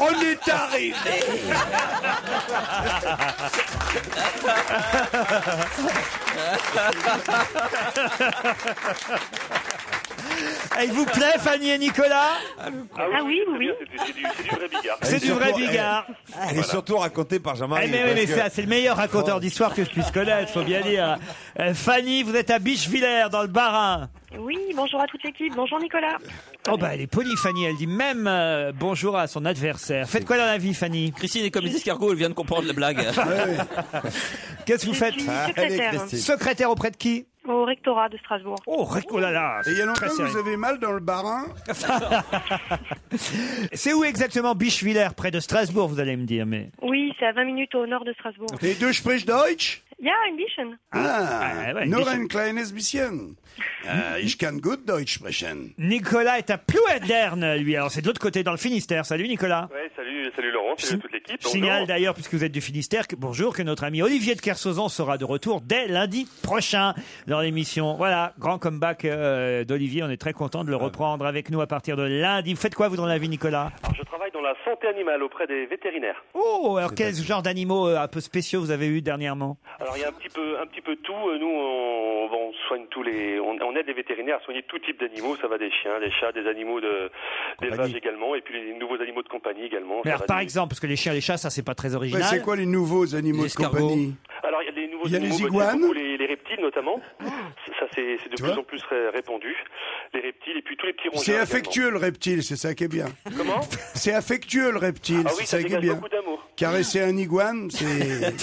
Speaker 6: on est arrivé.
Speaker 3: Et il vous plaît, Fanny et Nicolas
Speaker 12: Ah oui, oui, oui.
Speaker 3: C'est du vrai Bigard.
Speaker 9: Elle est surtout racontée par Jean-Marie.
Speaker 3: Eh mais oui, mais
Speaker 9: parce que-
Speaker 3: ça, c'est le meilleur raconteur d'histoire que je puisse connaître, faut bien dire. Euh, Fanny, vous êtes à Bichevillers, dans le Bas-Rhin.
Speaker 12: Oui, bonjour à toute l'équipe. Bonjour Nicolas.
Speaker 3: Oh bah elle est polie Fanny, elle dit même euh, bonjour à son adversaire. Faites quoi dans la vie Fanny
Speaker 8: Christine est comme les escargots, elle vient de comprendre la blague.
Speaker 3: Qu'est-ce que vous
Speaker 8: Je
Speaker 3: faites Ah,
Speaker 8: suis secrétaire. Allez, Christine.
Speaker 3: Secrétaire auprès de qui
Speaker 12: Au rectorat de Strasbourg.
Speaker 3: Oh, rec- oh là là,
Speaker 6: Et il y a longtemps
Speaker 3: très
Speaker 6: que
Speaker 3: serré. Eh
Speaker 6: vous avez mal dans le barin
Speaker 3: C'est où exactement Bichevillers près de Strasbourg vous allez me dire mais
Speaker 12: Oui, c'est à 20 minutes au nord de Strasbourg.
Speaker 6: Les deux spricht Deutsch
Speaker 12: Ja, ein bisschen.
Speaker 6: Ah,
Speaker 3: Ah, ouais,
Speaker 6: nur
Speaker 3: Bichon.
Speaker 6: ein kleines bisschen. Ah, ich kann gut Deutsch sprechen.
Speaker 3: Nicolas est à Plouaderne lui. Alors c'est de l'autre côté dans le Finistère. Salut Nicolas.
Speaker 11: Ouais, salut,
Speaker 16: salut Laurent, salut à toute l'équipe.
Speaker 3: Je signale
Speaker 16: Bonjour.
Speaker 3: d'ailleurs, puisque vous êtes du Finistère, que, bonjour, que notre ami Olivier de Kersauzon sera de retour dès lundi prochain dans l'émission. Voilà, grand comeback euh, d'Olivier. On est très content de le reprendre avec nous à partir de lundi. Vous faites quoi, vous, dans la vie, Nicolas
Speaker 16: Alors, je travaille dans la santé animale auprès des vétérinaires.
Speaker 3: Oh, alors quel genre d'animaux euh, un peu spéciaux vous avez eu dernièrement
Speaker 16: Alors il y a un petit peu, un petit peu tout. Euh, Nous, on, bon, on soigne tous les, on, on aide les vétérinaires à soigner tout type d'animaux. Ça va des chiens, des chats, des animaux de d'élevage également, et puis les nouveaux animaux de compagnie également.
Speaker 3: Mais
Speaker 16: Ça
Speaker 3: alors,
Speaker 16: va
Speaker 3: par
Speaker 16: des-
Speaker 3: exemple, parce que les chiens et les chats, ça c'est pas très
Speaker 6: Ouais,
Speaker 3: original.
Speaker 6: c'est quoi les nouveaux animaux de compagnie
Speaker 16: Alors il y a les nouveaux
Speaker 6: Il y a les
Speaker 16: animaux, bah, c'est
Speaker 6: iguanes.
Speaker 16: beaucoup les, les reptiles notamment.
Speaker 3: Ah.
Speaker 16: Ça c'est c'est de plus en plus ré- répandu. Les reptiles et puis tous les petits rongeurs.
Speaker 6: C'est
Speaker 16: également.
Speaker 6: affectueux le reptile, c'est ça qui est bien.
Speaker 16: Comment
Speaker 6: C'est affectueux le reptile,
Speaker 16: Ah oui,
Speaker 6: c'est
Speaker 16: ça
Speaker 6: ça, qui est
Speaker 16: dégage
Speaker 6: bien.
Speaker 16: beaucoup d'amour.
Speaker 6: Caresser un iguane, c'est,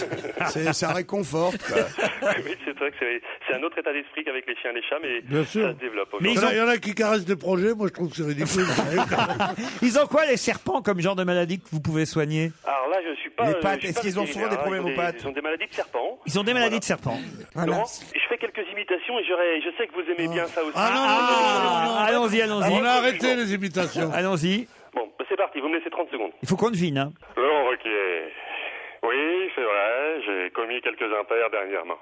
Speaker 6: c'est- ça réconforte. quoi.
Speaker 16: oui, c'est vrai que c'est c'est un autre état d'esprit qu'avec les chiens et les chats, mais
Speaker 5: Bien sûr.
Speaker 16: ça se développe.
Speaker 5: Il y, en a-
Speaker 16: aujourd'hui.
Speaker 5: il y en a qui caressent des projets, moi je trouve que c'est ridicule.
Speaker 3: Ils ont quoi les serpents comme genre de maladie que vous pouvez soigner
Speaker 16: Alors là, je suis pas.
Speaker 3: Les
Speaker 16: je suis
Speaker 3: pattes,
Speaker 16: pas
Speaker 3: est-ce qu'ils ont souvent des
Speaker 16: vétérinaire, hein,
Speaker 3: problèmes
Speaker 16: ils ont
Speaker 3: aux Ah, pattes
Speaker 16: Ils ont des maladies de serpents.
Speaker 3: Ils ont des maladies de serpents.
Speaker 16: Laurent, je fais quelques imitations et j'aurais- je sais que vous aimez bien ça aussi.
Speaker 3: Ah non, non, non, non, non. Allons-y, allons-y. On a arrêté
Speaker 16: les
Speaker 5: imitations.
Speaker 3: Allons-y.
Speaker 16: Bon, bah, c'est parti, vous me laissez 30 secondes.
Speaker 3: Il faut qu'on devine. Hein.
Speaker 16: Laurent Requier. Oui, c'est vrai, j'ai commis quelques impairs dernièrement.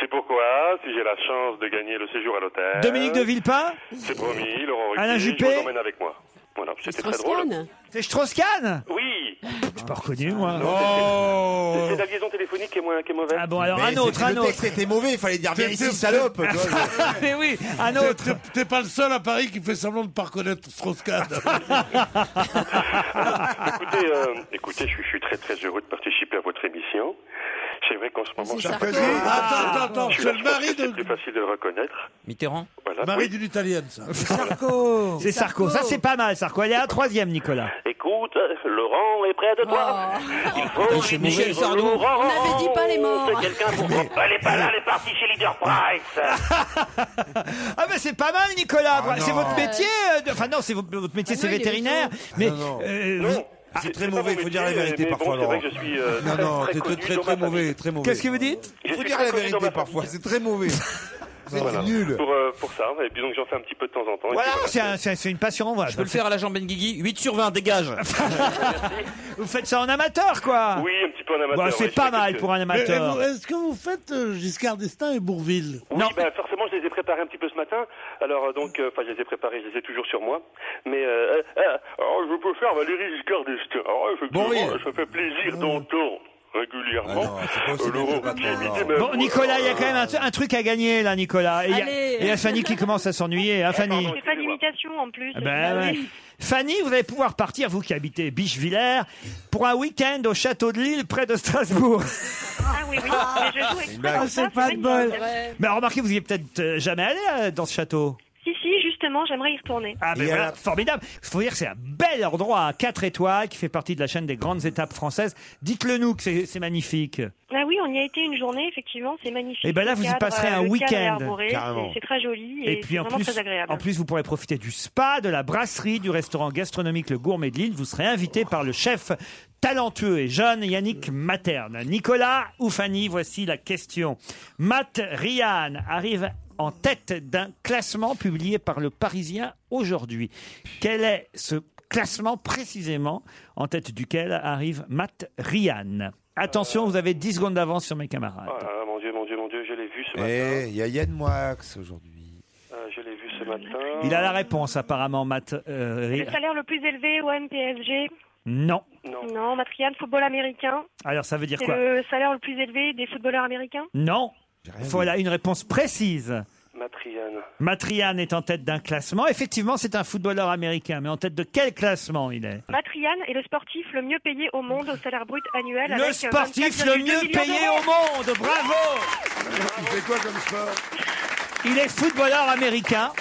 Speaker 16: C'est pourquoi, si j'ai la chance de gagner le séjour à l'hôtel.
Speaker 3: Dominique de Villepin
Speaker 16: C'est promis, Laurent Requier.
Speaker 3: Alain
Speaker 16: Je
Speaker 3: Juppé
Speaker 16: vous emmène avec moi. Voilà, c'était très drôle.
Speaker 3: C'est Strauss-Kahn
Speaker 16: Oui.
Speaker 3: J'ai pas reconnu, moi.
Speaker 16: C'est- C'est la liaison téléphonique qui est, moins, qui est mauvaise. Ah
Speaker 3: Oh. bon, alors un autre, un autre. mauvais, il fallait dire
Speaker 5: viens ici, salope, toi.
Speaker 3: Mais oui, un autre.
Speaker 5: T'es- T'es pas le seul à Paris qui fait semblant de pas reconnaître Strauss-Kahn.
Speaker 16: écoutez, euh, écoutez je, suis- je suis très très heureux de participer à votre émission. C'est vrai qu'en ce moment,
Speaker 5: C'est Sarkozy. Attends, attends, attends,
Speaker 16: Je suis
Speaker 5: c'est
Speaker 16: là,
Speaker 5: le
Speaker 16: je pense
Speaker 5: mari
Speaker 16: que C'est plus facile de le reconnaître.
Speaker 8: Mitterrand
Speaker 16: Voilà.
Speaker 5: Mari
Speaker 16: oui.
Speaker 5: d'une italienne, ça.
Speaker 3: Sarko. C'est Sarko. Ça, c'est pas mal, Sarko. Il y a un troisième, Nicolas.
Speaker 16: Écoute, euh, Laurent est près de toi. Il faut
Speaker 3: Oh. c'est
Speaker 16: réunir
Speaker 3: Michel Sardou.
Speaker 16: Laurent.
Speaker 3: On avait dit pas les morts.
Speaker 16: C'est quelqu'un pour. Elle est pas là, elle est partie chez Leader Price.
Speaker 3: Ah ben c'est pas mal Nicolas,
Speaker 16: Ah
Speaker 3: c'est
Speaker 16: non.
Speaker 3: votre métier. euh, de- Enfin non, c'est vo- votre métier,
Speaker 16: Ah
Speaker 3: c'est
Speaker 16: non, il est
Speaker 3: vétérinaire.
Speaker 16: méchant.
Speaker 3: Mais
Speaker 16: Ah non.
Speaker 3: euh, vous- Ah,
Speaker 16: C'est pas mon métier, mais bon, c'est vrai que je suis, euh, très, très connu dans ma famille.
Speaker 3: Qu'est-ce que vous dites
Speaker 16: Je suis très connu dans ma
Speaker 3: parfois. C'est très mauvais. Vous
Speaker 16: famille. Voilà. Pour, euh, pour ça, et puis donc j'en fais un petit peu de temps en temps. et
Speaker 3: Voilà,
Speaker 16: puis
Speaker 3: c'est un- c'est c'est une passion. Voilà.
Speaker 8: Je peux le faire à l'agent Benguigui, 8 sur 20, dégage
Speaker 6: Oh,
Speaker 3: Vous faites ça en amateur, quoi
Speaker 16: Oui, un petit peu en
Speaker 3: Bon, c'est pas mal pour un amateur.
Speaker 5: Mais, euh, vous- Est-ce que vous faites euh, Giscard d'Estaing et Bourville
Speaker 16: Oui, ben, forcément, je les ai préparés un petit peu ce matin. Alors, euh, donc, euh, enfin, je les ai préparés, je les ai toujours sur moi. Mais, euh, euh, euh, alors, je peux faire Valérie Giscard d'Estaing. Alors, effectivement,
Speaker 3: Bon,
Speaker 16: ça fait plaisir
Speaker 5: Ah
Speaker 16: d'entendre régulièrement. Euh, Laurent Ruquier imiter, mais-
Speaker 3: Bon, Nicolas, il y a quand même un, un truc à gagner, là, Nicolas. Et il y a-
Speaker 12: Allez.
Speaker 3: et il y, a Fanny qui commence à s'ennuyer, hein, Fanny
Speaker 12: C'est pas d'imitation en plus.
Speaker 3: Ah ben
Speaker 8: Bah
Speaker 3: ouais. Fanny, vous allez pouvoir partir, vous qui habitez Bichevillers, pour un week-end au château de Lille, près de Strasbourg.
Speaker 12: Ah oui, oui. Mais je joue exprès pour
Speaker 3: Ah,
Speaker 12: ça, Ah, c'est magnifique.
Speaker 3: Mais remarquez, vous y êtes peut-être euh, jamais allé euh, dans ce château.
Speaker 12: Si, si, justement, j'aimerais y retourner.
Speaker 3: Ah, ben voilà, formidable. Il faut dire que c'est un bel endroit à 4 étoiles qui fait partie de la chaîne des grandes étapes françaises. Dites-le nous que c'est c'est magnifique.
Speaker 12: Ah oui, on y a été une journée, effectivement, c'est magnifique.
Speaker 3: Et ben là,
Speaker 12: Le
Speaker 3: vous y
Speaker 12: cadre,
Speaker 3: passerez
Speaker 12: euh,
Speaker 3: un
Speaker 12: le cadre est
Speaker 3: week-end.
Speaker 12: arboré,
Speaker 3: Carrément.
Speaker 12: C'est c'est très joli et, c'est
Speaker 3: en
Speaker 12: vraiment
Speaker 3: plus,
Speaker 12: très agréable.
Speaker 3: en plus, vous pourrez profiter du spa, de la brasserie, du restaurant gastronomique Le Gourmet de Lille. Vous serez invité par le chef talentueux et jeune Yannick Materne. Nicolas ou Fanny, voici la question. Matt Ryan arrive en tête d'un classement publié par le Parisien aujourd'hui. Quel est ce classement précisément en tête duquel arrive Matt Ryan Attention, vous avez 10 secondes d'avance sur mes camarades.
Speaker 16: Ah, là, là, mon Dieu, mon Dieu, mon Dieu, je l'ai vu ce matin.
Speaker 9: Eh, il y a Yann Moix aujourd'hui.
Speaker 16: Euh, je l'ai vu ce matin.
Speaker 3: Il a la réponse apparemment, Matt euh,
Speaker 12: Le
Speaker 3: Ryan.
Speaker 12: salaire le plus élevé au MPSG
Speaker 3: Non.
Speaker 12: Non, Matriane, football américain.
Speaker 3: Alors ça veut dire
Speaker 12: C'est
Speaker 3: quoi
Speaker 12: le salaire le plus élevé des footballeurs américains
Speaker 3: Non. Il faut là une réponse précise.
Speaker 16: Matriane.
Speaker 3: Matrian est en tête d'un classement. Effectivement, c'est un footballeur américain, mais en tête de quel classement il est
Speaker 12: Matriane est le sportif le mieux payé au monde au salaire brut annuel.
Speaker 3: Le
Speaker 12: avec euh,
Speaker 3: sportif
Speaker 12: 24,2
Speaker 3: le mieux
Speaker 12: millions
Speaker 3: payé
Speaker 12: d'euros.
Speaker 3: au monde. Bravo
Speaker 6: Il fait quoi comme sport
Speaker 3: Il est footballeur américain.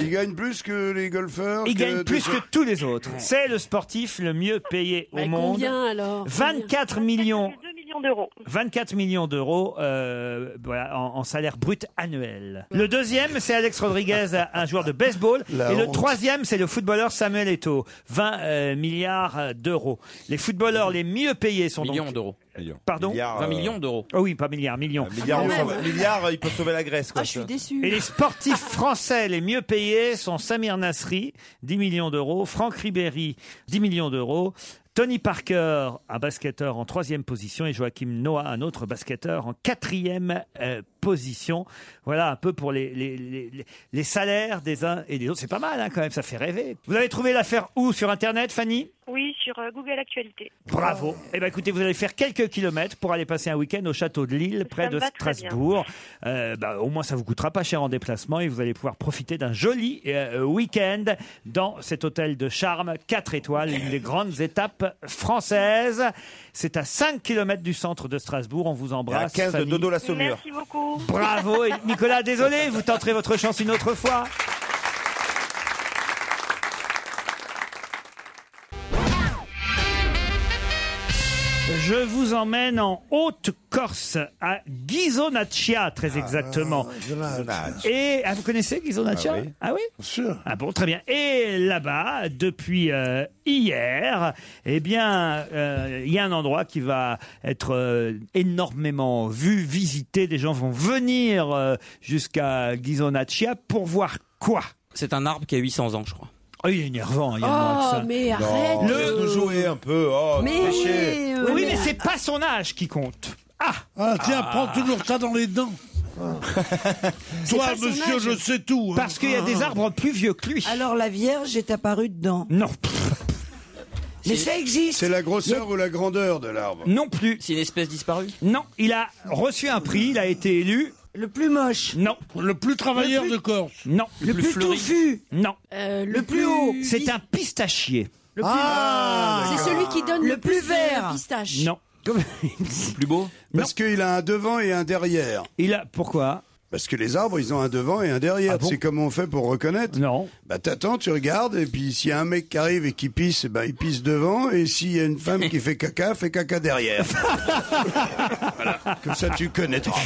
Speaker 6: Il gagne plus que les golfeurs.
Speaker 3: Il
Speaker 6: que
Speaker 3: gagne plus
Speaker 6: tout
Speaker 3: que
Speaker 6: ça.
Speaker 3: tous les autres. C'est le sportif le mieux payé au
Speaker 14: Mais
Speaker 3: monde.
Speaker 14: combien, alors Combien
Speaker 3: 24 millions
Speaker 12: millions d'euros.
Speaker 3: 24 millions d'euros euh, voilà, en, en salaire brut annuel. Le deuxième, c'est Alex Rodriguez, un joueur de baseball.
Speaker 6: La
Speaker 3: et le
Speaker 6: honte.
Speaker 3: troisième, c'est le footballeur Samuel Eto'o, 20 euh, milliards d'euros. Les footballeurs les mieux payés sont
Speaker 8: Millions
Speaker 3: donc...
Speaker 8: d'euros.
Speaker 3: Pardon
Speaker 8: Milliards, 20 euh, millions d'euros.
Speaker 3: Ah oui, pas milliards, millions.
Speaker 9: milliards, on sauve- milliards, il peut sauver la Grèce.
Speaker 3: Ah,
Speaker 9: Quoi, ça.
Speaker 13: déçu.
Speaker 3: Et les sportifs français les mieux payés sont Samir Nasri, 10 millions d'euros, Franck Ribéry, 10 millions d'euros, Tony Parker, un basketteur en troisième position, et Joachim Noah, un autre basketteur en quatrième euh, position. Voilà un peu pour les, les, les- les- les salaires des uns et des autres. C'est pas mal hein, quand même, ça fait rêver. Vous avez trouvé l'affaire où sur Internet, Fanny
Speaker 12: Oui, sur euh, Google Actualité.
Speaker 3: Bravo. Eh ben écoutez, vous allez faire quelques kilomètres pour aller passer un week-end au château de Lille, près
Speaker 12: me
Speaker 3: de
Speaker 12: va très
Speaker 3: Strasbourg. Euh, bah, au moins, ça vous coûtera pas cher en déplacement et vous allez pouvoir profiter d'un joli euh, week-end dans cet hôtel de charme 4 étoiles, une des grandes étapes françaises. C'est à 5 kilomètres du centre de Strasbourg. On vous embrasse.
Speaker 9: Et à 15 de
Speaker 3: Fanny.
Speaker 9: Dodo la
Speaker 12: Merci beaucoup.
Speaker 3: Bravo. Et Nicolas, désolé, vous tenterez votre chance une autre fois. Je vous emmène en Haute-Corse, à Ghisonaccia, très exactement. Et ah, vous connaissez Ghisonaccia
Speaker 6: Ah oui.
Speaker 3: Ah oui Ah bon, très bien. Et là-bas, depuis euh, hier, eh bien, euh, il y a un endroit qui va être euh, énormément vu, visité. Des gens vont venir euh, jusqu'à Ghisonaccia pour voir quoi
Speaker 8: C'est un arbre qui a 800 ans, je crois.
Speaker 3: Oh, il est énervant, il y a
Speaker 10: Oh,
Speaker 3: de ça.
Speaker 6: euh,
Speaker 10: mais
Speaker 3: Non.
Speaker 10: arrête
Speaker 3: Le-
Speaker 9: Laisse-nous jouer un peu. Oh,
Speaker 10: Mais
Speaker 9: péché.
Speaker 10: euh,
Speaker 3: Oui, mais c'est pas son âge qui compte. Ah,
Speaker 5: tiens,
Speaker 3: Ah.
Speaker 5: prends toujours ça dans les dents. Toi,
Speaker 13: pas son
Speaker 5: monsieur,
Speaker 13: âge.
Speaker 5: je sais tout. hein.
Speaker 3: Parce qu'il y a des arbres plus vieux que lui.
Speaker 13: Alors la Vierge est apparue dedans
Speaker 3: Non.
Speaker 13: Mais ça existe.
Speaker 6: C'est la grosseur ou la grandeur de l'arbre
Speaker 3: Non plus.
Speaker 8: C'est une espèce disparue
Speaker 3: Non, il a reçu un prix, il a été élu.
Speaker 13: Le plus moche.
Speaker 3: Non.
Speaker 5: Le plus travailleur
Speaker 3: Le plus-
Speaker 5: de Corse.
Speaker 3: Non.
Speaker 8: Le plus fleuri.
Speaker 13: touffu.
Speaker 3: Non.
Speaker 14: Euh,
Speaker 13: Le plus haut.
Speaker 3: C'est un pistachier.
Speaker 14: Le plus- Ah, c'est celui qui donne
Speaker 13: Le
Speaker 14: le,
Speaker 13: plus
Speaker 14: de
Speaker 13: vert.
Speaker 14: pistache.
Speaker 3: Non.
Speaker 8: Plus beau
Speaker 6: Parce qu'il a un devant et un derrière.
Speaker 3: Il a pourquoi
Speaker 6: Parce que les arbres, ils ont un devant et un derrière.
Speaker 3: Ah bon
Speaker 6: C'est comment on fait pour reconnaître
Speaker 3: Non.
Speaker 6: Bah t'attends, tu regardes, et puis s'il y a un mec qui arrive et qui pisse, eh ben il pisse devant, et s'il y a une femme qui fait caca, fait caca derrière. voilà. Comme ça, tu connaîtras.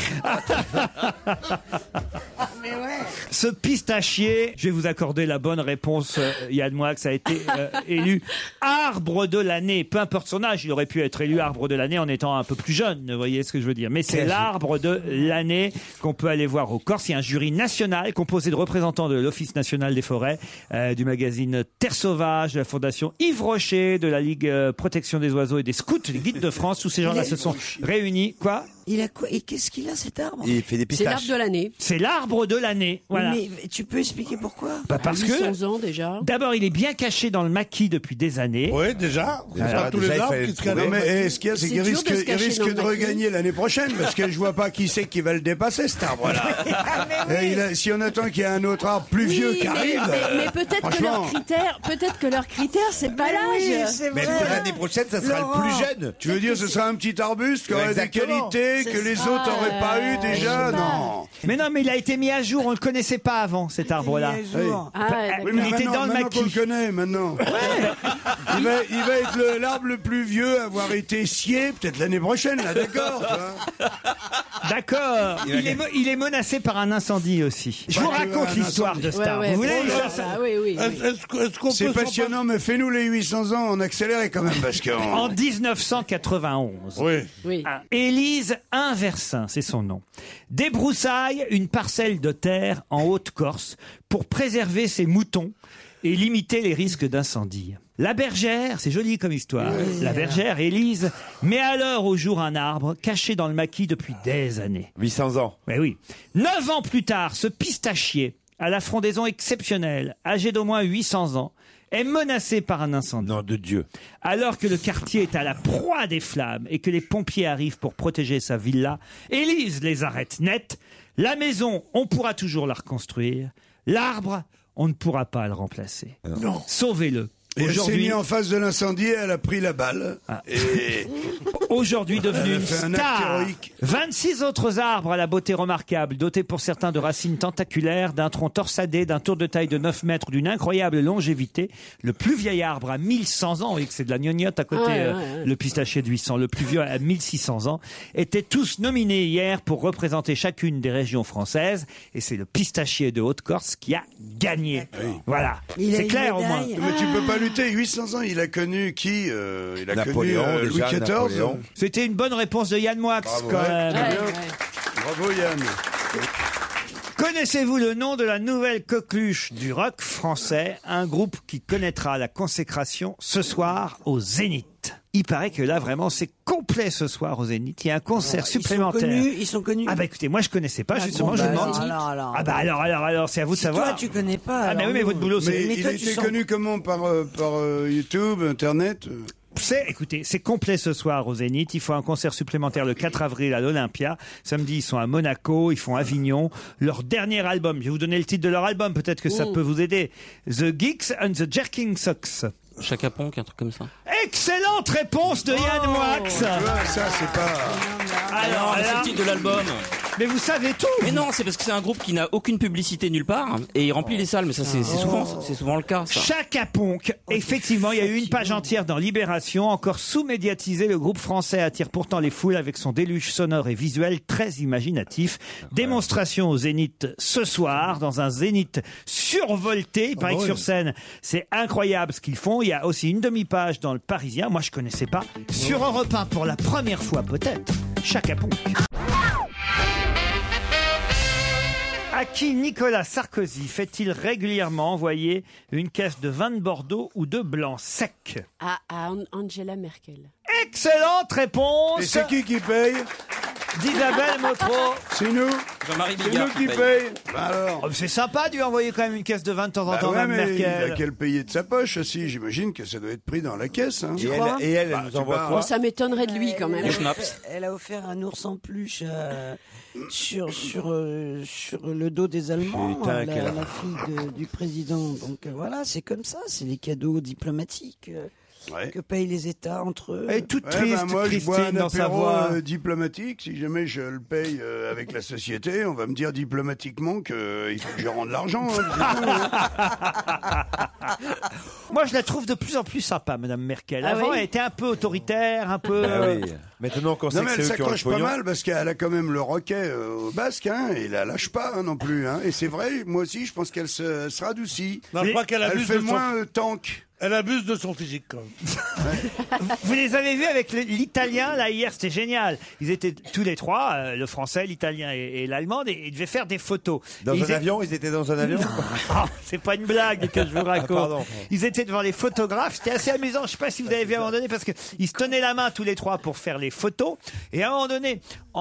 Speaker 3: Ce pistachier, je vais vous accorder la bonne réponse. euh, Il y a de moi que ça a été euh, élu arbre de l'année. Peu importe son âge, il aurait pu être élu arbre de l'année en étant un peu plus jeune. Vous voyez ce que je veux dire Mais c'est
Speaker 8: Quel-
Speaker 3: l'arbre de l'année qu'on peut aller voir au Corse. Il y a un jury national composé de représentants de l'Office national des forêts, euh, du magazine Terre sauvage, de la Fondation Yves Rocher, de la Ligue euh, protection des oiseaux et des scouts, les guides de France. Tous ces gens-là se sont réunis. Quoi
Speaker 13: Il a quoi Et qu'est-ce qu'il a cet arbre
Speaker 9: Il fait des
Speaker 14: C'est l'arbre
Speaker 9: pistaches.
Speaker 14: de l'année.
Speaker 3: C'est l'arbre de l'année. Voilà.
Speaker 13: Mais tu peux expliquer pourquoi
Speaker 3: Bah, parce que
Speaker 14: 800 Ah, ans déjà.
Speaker 3: D'abord, il est bien caché dans le maquis depuis des années.
Speaker 5: Oui, déjà. C'est
Speaker 9: Déjà,
Speaker 5: pas tous
Speaker 9: déjà,
Speaker 5: les
Speaker 9: il
Speaker 5: arbres
Speaker 9: fallait
Speaker 5: qui
Speaker 9: le
Speaker 5: se
Speaker 9: trouver.
Speaker 5: calent.
Speaker 6: Non mais eh, ce qu'il y a, c'est
Speaker 14: C'est
Speaker 6: qu'il
Speaker 14: dur
Speaker 6: risque,
Speaker 14: de se
Speaker 6: il
Speaker 14: cacher
Speaker 6: risque
Speaker 14: dans le
Speaker 6: de
Speaker 14: maquis.
Speaker 6: regagner l'année prochaine, parce que je vois pas qui c'est qui va le dépasser cet arbre-là. Eh, il a- si on attend qu'il y ait un autre arbre plus
Speaker 14: Ah, Oui,
Speaker 6: vieux qui
Speaker 14: mais,
Speaker 6: arrive, euh,
Speaker 14: mais- mais peut-être que
Speaker 6: franchement.
Speaker 14: leur critère, euh, peut-être que leur critère, c'est pas l'âge.
Speaker 9: Mais pour l'année prochaine, ça sera
Speaker 13: Laurent.
Speaker 9: le plus jeune.
Speaker 6: tu veux dire ce sera un petit arbuste qui aurait des
Speaker 9: Exactement.
Speaker 6: qualités
Speaker 13: C'est
Speaker 6: que les
Speaker 13: ça.
Speaker 6: autres n'auraient pas eu déjà,
Speaker 14: Euh, je sais pas.
Speaker 6: non.
Speaker 3: Mais non, mais il a été mis à jour. On le connaissait pas avant cet arbre-là.
Speaker 13: Il y a un jour.
Speaker 14: Ah, d'accord.
Speaker 6: Bah, Oui,
Speaker 3: Il était
Speaker 6: maintenant-
Speaker 3: dans le
Speaker 6: maintenant qu'on
Speaker 3: maquis.
Speaker 6: le connaît maintenant. Il, va, il va être le- l'arbre le plus vieux à avoir été scié, peut-être l'année prochaine, là, d'accord tu vois.
Speaker 3: D'accord. Il est, mo- il est menacé par un incendie aussi. Je vous
Speaker 6: que
Speaker 3: raconte
Speaker 6: un
Speaker 3: l'histoire
Speaker 6: incendie.
Speaker 3: de
Speaker 14: Ouais,
Speaker 3: Star.
Speaker 14: ouais,
Speaker 3: Vous voulez
Speaker 14: bon,
Speaker 3: ça,
Speaker 14: bah,
Speaker 3: ça-
Speaker 14: oui, oui, oui.
Speaker 5: Est-ce est-ce que- est-ce qu'on peut
Speaker 6: C'est
Speaker 5: s'en
Speaker 6: passionnant, mais fais-nous les 800 ans en accéléré quand même, parce que...
Speaker 3: En 1991,
Speaker 5: passer Oui.
Speaker 14: Oui.
Speaker 3: Ah. Élise Inversin, c'est son nom, débroussaille une parcelle de terre en Haute-Corse pour préserver ses moutons et limiter les risques d'incendie. La bergère, c'est joli comme histoire, la bergère Élise met alors au jour un arbre caché dans le maquis depuis des années.
Speaker 9: 800 ans.
Speaker 3: Eh oui. Neuf ans plus tard, ce pistachier, à la frondaison exceptionnelle, âgé d'au moins 800 ans, est menacé par un incendie.
Speaker 9: Nom de Dieu.
Speaker 3: Alors que le quartier est à la proie des flammes et que les pompiers arrivent pour protéger sa villa, Élise les arrête net. La maison, on pourra toujours la reconstruire. L'arbre, on ne pourra pas le remplacer. Sauvez-le.
Speaker 6: Et elle s'est
Speaker 3: Aujourd'hui- Ah.
Speaker 6: mise en face de l'incendie, elle a pris la balle. Et
Speaker 3: Aujourd'hui
Speaker 6: Elle a
Speaker 3: devenue une
Speaker 6: fait un acte
Speaker 3: star.
Speaker 6: héroïque.
Speaker 3: 26 autres arbres à la beauté remarquable, dotés pour certains de racines tentaculaires, d'un tronc torsadé, d'un tour de taille de 9 mètres, d'une incroyable longévité. Le plus vieil arbre à 1100 ans, et que c'est de la gnognotte à côté,
Speaker 17: Ouais, ouais,
Speaker 3: euh,
Speaker 17: ouais.
Speaker 3: le pistachier de 800, le plus vieux à 1600 ans, étaient tous nominés hier pour représenter chacune des régions françaises. Et c'est le pistachier de Haute-Corse qui a gagné. Voilà.
Speaker 6: Il a
Speaker 3: C'est
Speaker 6: une
Speaker 3: clair au moins.
Speaker 6: médaille. Mais tu peux pas lutter. 800 ans, il a connu qui euh, Il a
Speaker 3: Napoléon,
Speaker 6: connu euh,
Speaker 3: déjà,
Speaker 6: Louis XIV.
Speaker 3: Napoléon. C'était une bonne réponse de Yann Moix
Speaker 6: Bravo.
Speaker 3: quand
Speaker 6: Ouais,
Speaker 3: même.
Speaker 6: très bien. Bravo Yann.
Speaker 3: Connaissez-vous le nom de la nouvelle coqueluche du rock français, un groupe qui connaîtra la consécration ce soir au Zénith Il paraît que là vraiment c'est complet ce soir au Zénith. Il y a un concert supplémentaire.
Speaker 13: connus, ils sont connus.
Speaker 3: Ah bah écoutez, moi je connaissais pas
Speaker 13: Ah,
Speaker 3: justement.
Speaker 13: bon,
Speaker 3: je
Speaker 13: bah,
Speaker 3: vous demande.
Speaker 13: alors, alors, alors.
Speaker 3: ah bah alors alors alors c'est à vous de
Speaker 13: Si
Speaker 3: savoir.
Speaker 13: toi, tu connais pas,
Speaker 3: Ah bah
Speaker 13: alors
Speaker 3: oui mais
Speaker 13: nous.
Speaker 3: votre boulot c'est.
Speaker 6: Mais il a été connu comment par, euh, par euh, YouTube, Internet euh
Speaker 3: C'est, écoutez, c'est complet ce soir au Zénith. Il faut un concert supplémentaire le 4 avril à l'Olympia. Samedi, ils sont à Monaco, ils font Avignon. Leur dernier album, je vais vous donner le titre de leur album, peut-être que ça
Speaker 8: Mm.
Speaker 3: peut vous aider. The Geeks and the Jerking Socks.
Speaker 8: Chaka Ponk, un truc comme ça.
Speaker 3: Excellente réponse de Yann Moix.
Speaker 6: Oh, ça, c'est
Speaker 8: pas.
Speaker 3: Alors
Speaker 8: Alors, Ah,
Speaker 3: là-
Speaker 8: c'est le titre de l'album.
Speaker 3: Mais vous savez tout
Speaker 8: Mais non, c'est parce que c'est un groupe qui n'a aucune publicité nulle part et il
Speaker 3: Oh.
Speaker 8: remplit les salles, mais ça c'est c'est souvent, c'est souvent le cas. Ça.
Speaker 3: Chaka Ponk, effectivement, il y a eu une page entière dans Libération, encore sous-médiatisé, le groupe français attire pourtant les foules avec son déluge sonore et visuel très imaginatif. Démonstration au Zénith ce soir, dans un Zénith survolté, il paraît
Speaker 17: bah
Speaker 3: que
Speaker 17: oui.
Speaker 3: sur scène, c'est incroyable ce qu'ils font. Il y a aussi une demi-page dans Le Parisien, moi je connaissais pas, sur Europe 1 pour la première fois peut-être, Chaka Ponk. À qui Nicolas Sarkozy fait-il régulièrement envoyer une caisse de vin de Bordeaux ou de blanc sec
Speaker 14: À, Ah, à An- Angela Merkel.
Speaker 3: Excellente réponse
Speaker 6: Et c'est qui qui paye
Speaker 3: D'Isabelle Motro.
Speaker 6: C'est nous.
Speaker 8: Jean-Marie
Speaker 6: C'est nous
Speaker 8: Bigard
Speaker 6: qui
Speaker 8: qui
Speaker 6: paye.
Speaker 8: paye.
Speaker 6: Bah alors.
Speaker 3: Oh, mais C'est sympa de lui envoyer quand même une caisse de vin de temps en
Speaker 6: Bah
Speaker 3: temps,
Speaker 6: ouais,
Speaker 3: Mme
Speaker 6: mais il a
Speaker 3: Merkel.
Speaker 6: qu'à le payer de sa poche aussi. J'imagine que ça doit être pris dans la caisse. hein.
Speaker 3: Bah, Tu Et elle- crois Oh, et elle, elle nous
Speaker 6: tu
Speaker 3: envoie
Speaker 6: parles.
Speaker 14: Bon, Oh, ça m'étonnerait de lui quand même.
Speaker 6: Le schnapps.
Speaker 13: Elle a offert un ours en peluche euh, sur, sur, euh, sur le dos des Allemands,
Speaker 9: Putain,
Speaker 13: euh,
Speaker 9: quelle
Speaker 13: la, la fille de- du président. Donc euh, voilà, c'est comme ça, c'est les cadeaux diplomatiques euh, que payent les États entre eux.
Speaker 3: Et toute
Speaker 6: Ouais, bah, moi, je bois un apéro, euh, diplomatique. Si jamais je le paye euh, avec la société, on va me dire diplomatiquement que euh, il faut que je rende l'argent. hein, parce que sinon, hein.
Speaker 3: Moi, je la trouve de plus en plus sympa, Mme Merkel.
Speaker 6: Ah
Speaker 3: Avant,
Speaker 6: oui
Speaker 3: elle était un peu autoritaire, un peu...
Speaker 9: Ah
Speaker 3: euh,
Speaker 9: oui. Maintenant qu'on sait
Speaker 6: Non,
Speaker 9: que
Speaker 6: mais
Speaker 9: c'est
Speaker 6: elle
Speaker 9: eux qui ont
Speaker 6: s'accroche
Speaker 9: le
Speaker 6: pas
Speaker 9: pognon.
Speaker 6: mal parce qu'elle a quand même le roquet euh, au basque hein, et la lâche pas hein, non plus. Hein. Et c'est vrai, moi aussi, je pense qu'elle se, elle se radoucit.
Speaker 5: Non, je crois qu'elle
Speaker 6: elle
Speaker 5: abuse
Speaker 6: fait
Speaker 5: de son-
Speaker 6: moins euh, tank.
Speaker 5: Elle abuse de son physique quand même.
Speaker 3: Vous les avez vus avec le- l'Italien, là, hier, c'était génial. Ils étaient tous les trois, euh, le Français, l'Italien et, et l'Allemand, et ils devaient faire des photos.
Speaker 9: Dans
Speaker 3: Ils
Speaker 9: un
Speaker 3: é-
Speaker 9: avion, ils étaient dans un avion.
Speaker 3: Ah, c'est pas une blague que je vous raconte.
Speaker 9: Ah, Pardon. Ah,
Speaker 3: Ils étaient devant les photographes. C'était assez amusant. Je sais pas si vous avez vu à un moment donné parce que ils se tenaient la main tous les trois pour faire les photos. Et à un moment donné, en,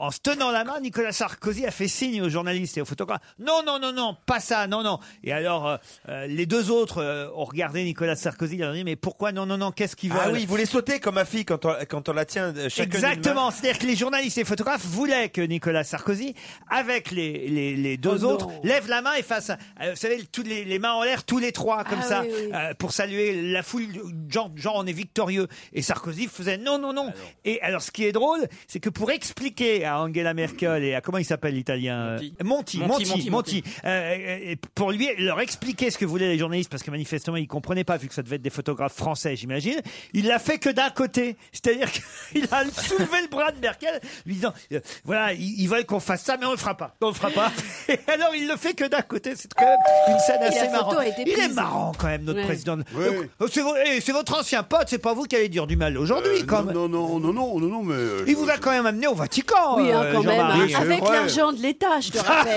Speaker 3: en- en se tenant la main, Nicolas Sarkozy a fait signe aux journalistes et aux photographes. Non, non, non, non, pas ça, non, non. Et alors, euh, euh, les deux autres euh, ont regardé Nicolas Sarkozy. Ils leur ont dit, mais pourquoi non, non, non, qu'est-ce qu'ils veulent
Speaker 9: Ah oui, ils voulaient sauter comme ma fille quand on, quand on la tient. euh, chacune d'une main.
Speaker 3: Exactement, c'est-à-dire que les journalistes et photographes voulaient que Nicolas Sarkozy, avec les, les, les deux
Speaker 17: Oh non.
Speaker 3: autres, lève la main et fasse, euh, vous savez, toutes les, les mains en l'air, tous les trois, comme
Speaker 17: Ah
Speaker 3: ça,
Speaker 17: oui, oui.
Speaker 3: euh, pour saluer la foule, genre, genre on est victorieux. Et Sarkozy faisait non, non, non.
Speaker 17: Ah
Speaker 3: Et alors ce qui est drôle, c'est que pour expliquer à Angela Merkel et à comment il s'appelle l'italien euh, Monti,
Speaker 8: Monti,
Speaker 3: Monti, Monti,
Speaker 8: Monti, Monti.
Speaker 3: Euh, et pour lui leur expliquer ce que voulaient les journalistes, parce que manifestement ils comprenaient pas, vu que ça devait être des photographes français, j'imagine. Il l'a fait que d'un côté, c'est-à-dire qu'il a soulevé le bras de Merkel, lui disant euh, voilà, ils, ils veulent qu'on fasse ça, mais on le fera pas, on le fera pas. Et alors il le fait que d'un côté, c'est quand même une scène
Speaker 17: Et la
Speaker 3: assez
Speaker 17: photo
Speaker 3: marrante.
Speaker 17: a été
Speaker 3: Il est
Speaker 17: prise.
Speaker 3: marrant quand même notre
Speaker 17: Ouais.
Speaker 3: président.
Speaker 6: Ouais,
Speaker 3: Donc, C'est vo- eh, c'est votre ancien pote, c'est pas vous qui allez dire du mal aujourd'hui, quand même.
Speaker 6: Non, non, non, non, non, non, mais. euh,
Speaker 3: Il vous a quand même amené au Vatican.
Speaker 14: Oui, hein,
Speaker 3: euh,
Speaker 14: quand même.
Speaker 3: Jean-Marie.
Speaker 14: hein. Avec l'argent de l'État, je te rappelle.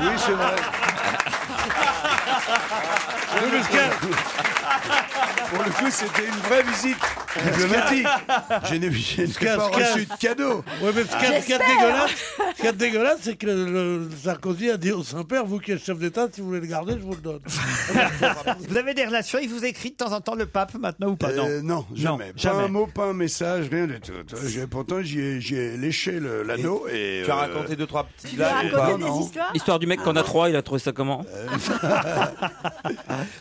Speaker 6: Oui, c'est vrai.
Speaker 5: Pour
Speaker 6: le coup, c'était une vraie visite. Diplomatique. Je n'ai je n'ai pas reçu de cadeau.
Speaker 5: Ouais, mais ce qu'il y a- ce qu'il y a de
Speaker 6: J'espère.
Speaker 5: dégueulasse, ce qu'il y a de dégueulasse, c'est que le- le Sarkozy a dit au Saint-Père, vous qui êtes chef d'État, si vous voulez le garder, je vous le donne.
Speaker 3: Vous avez des relations, il vous écrit de temps en temps le pape maintenant ou pas
Speaker 6: Euh, non, jamais. pas
Speaker 3: jamais.
Speaker 6: un mot, pas un message, rien du tout. J'ai- Pourtant, j'y ai, j'y ai léché le- l'anneau et.
Speaker 9: Tu as
Speaker 6: euh,
Speaker 9: raconté deux, trois petits
Speaker 6: Tu
Speaker 9: blagues
Speaker 6: lui as
Speaker 9: ou pas
Speaker 6: raconté des histoires Ah.
Speaker 8: L'histoire du mec qu'on a trois, il a trouvé ça comment
Speaker 3: Euh.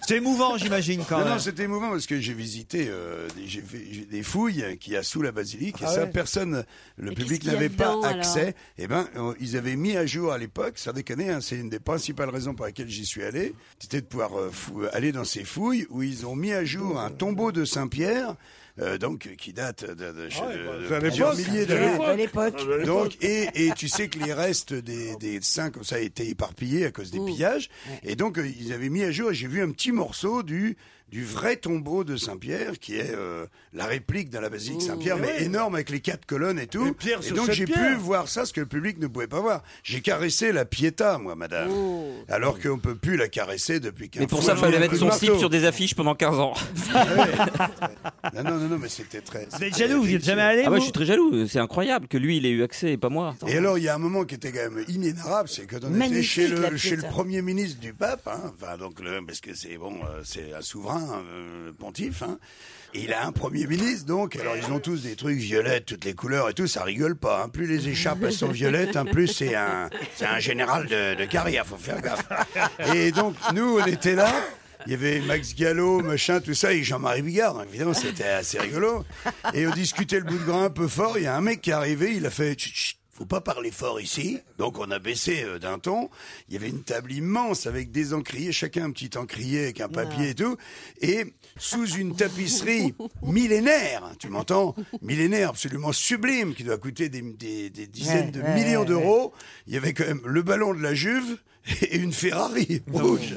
Speaker 3: C'est émouvant, j'imagine, quand
Speaker 6: non,
Speaker 3: même.
Speaker 6: Non, c'était émouvant parce que j'ai visité, euh, des- j'ai fait j'ai des fouilles euh, qu'il y a sous la basilique
Speaker 3: Ah
Speaker 6: et ça,
Speaker 3: ouais.
Speaker 6: personne, le
Speaker 3: Et qu'est-ce
Speaker 6: public
Speaker 3: qu'il y a
Speaker 6: n'avait pas
Speaker 3: dedans, alors
Speaker 6: accès. Eh ben, on- ils avaient mis à jour à l'époque, ça déconner, hein, c'est une des principales raisons pour laquelle j'y suis allé, c'était de pouvoir euh, fou- aller dans ces fouilles où ils ont mis à jour un tombeau de Saint-Pierre. euh, donc, euh, qui date de,
Speaker 3: Ah
Speaker 6: de- de-
Speaker 3: bah,
Speaker 6: de
Speaker 5: c'est à
Speaker 6: plusieurs
Speaker 5: l'époque.
Speaker 6: milliers
Speaker 5: C'est à
Speaker 6: d'années.
Speaker 5: l'époque. Ah, de l'époque.
Speaker 6: Donc, et, et tu sais que les restes des, des saints comme ça étaient éparpillés à cause des pillages. Et donc, euh, ils avaient mis à jour, et j'ai vu un petit morceau du, du vrai tombeau de Saint-Pierre, qui est euh, la réplique de la basilique Saint-Pierre, mais énorme avec les quatre colonnes et tout.
Speaker 5: pierre
Speaker 6: et
Speaker 5: sur
Speaker 6: donc,
Speaker 5: sept
Speaker 6: j'ai pu
Speaker 5: pierres.
Speaker 6: voir ça, ce que le public ne pouvait pas voir. J'ai caressé la Pietà, moi, madame. Alors qu'on peut plus la caresser depuis 15
Speaker 8: Mais pour ça,
Speaker 6: il
Speaker 8: fallait mettre son slip sur des affiches pendant 15 ans.
Speaker 6: Non, non, non, non, mais c'était très.
Speaker 3: Vous êtes jaloux, vous n'y êtes jamais allé
Speaker 8: Ah ouais,
Speaker 3: vous
Speaker 8: je suis très jaloux. C'est incroyable que lui, il ait eu accès et pas moi.
Speaker 6: Et alors, il y a un moment qui était quand même inénarrable, c'est que on était
Speaker 8: Magnifique,
Speaker 6: chez
Speaker 8: la
Speaker 6: le,
Speaker 8: Pietà.
Speaker 6: chez le premier ministre du pape, hein, enfin, donc le, parce que c'est bon, euh, c'est un souverain, euh, le pontife, hein, et il a un premier ministre, donc, alors ils ont tous des trucs violettes, toutes les couleurs et tout, ça rigole pas, hein. plus les écharpes elles sont violettes, hein, plus c'est un, c'est un général de, de carrière, faut faire gaffe. Et donc, nous, on était là, il y avait Max Gallo, machin, tout ça, et Jean-Marie Bigard. hein, Évidemment, c'était assez rigolo. Et on discutait le bout de grain un peu fort. Il y a un mec qui est arrivé, il a fait Chut, chut, faut pas parler fort ici. Donc on a baissé euh, d'un ton. Il y avait une table immense avec des encriers, chacun un petit encrier avec un papier
Speaker 5: Ah.
Speaker 6: et tout. Et sous une tapisserie millénaire, tu m'entends Millénaire, absolument sublime, qui doit coûter des, des- des dizaines de
Speaker 5: ouais,
Speaker 6: millions
Speaker 5: ouais,
Speaker 6: d'euros. Oh, Il y avait quand même le ballon de la Juve et une Ferrari rouge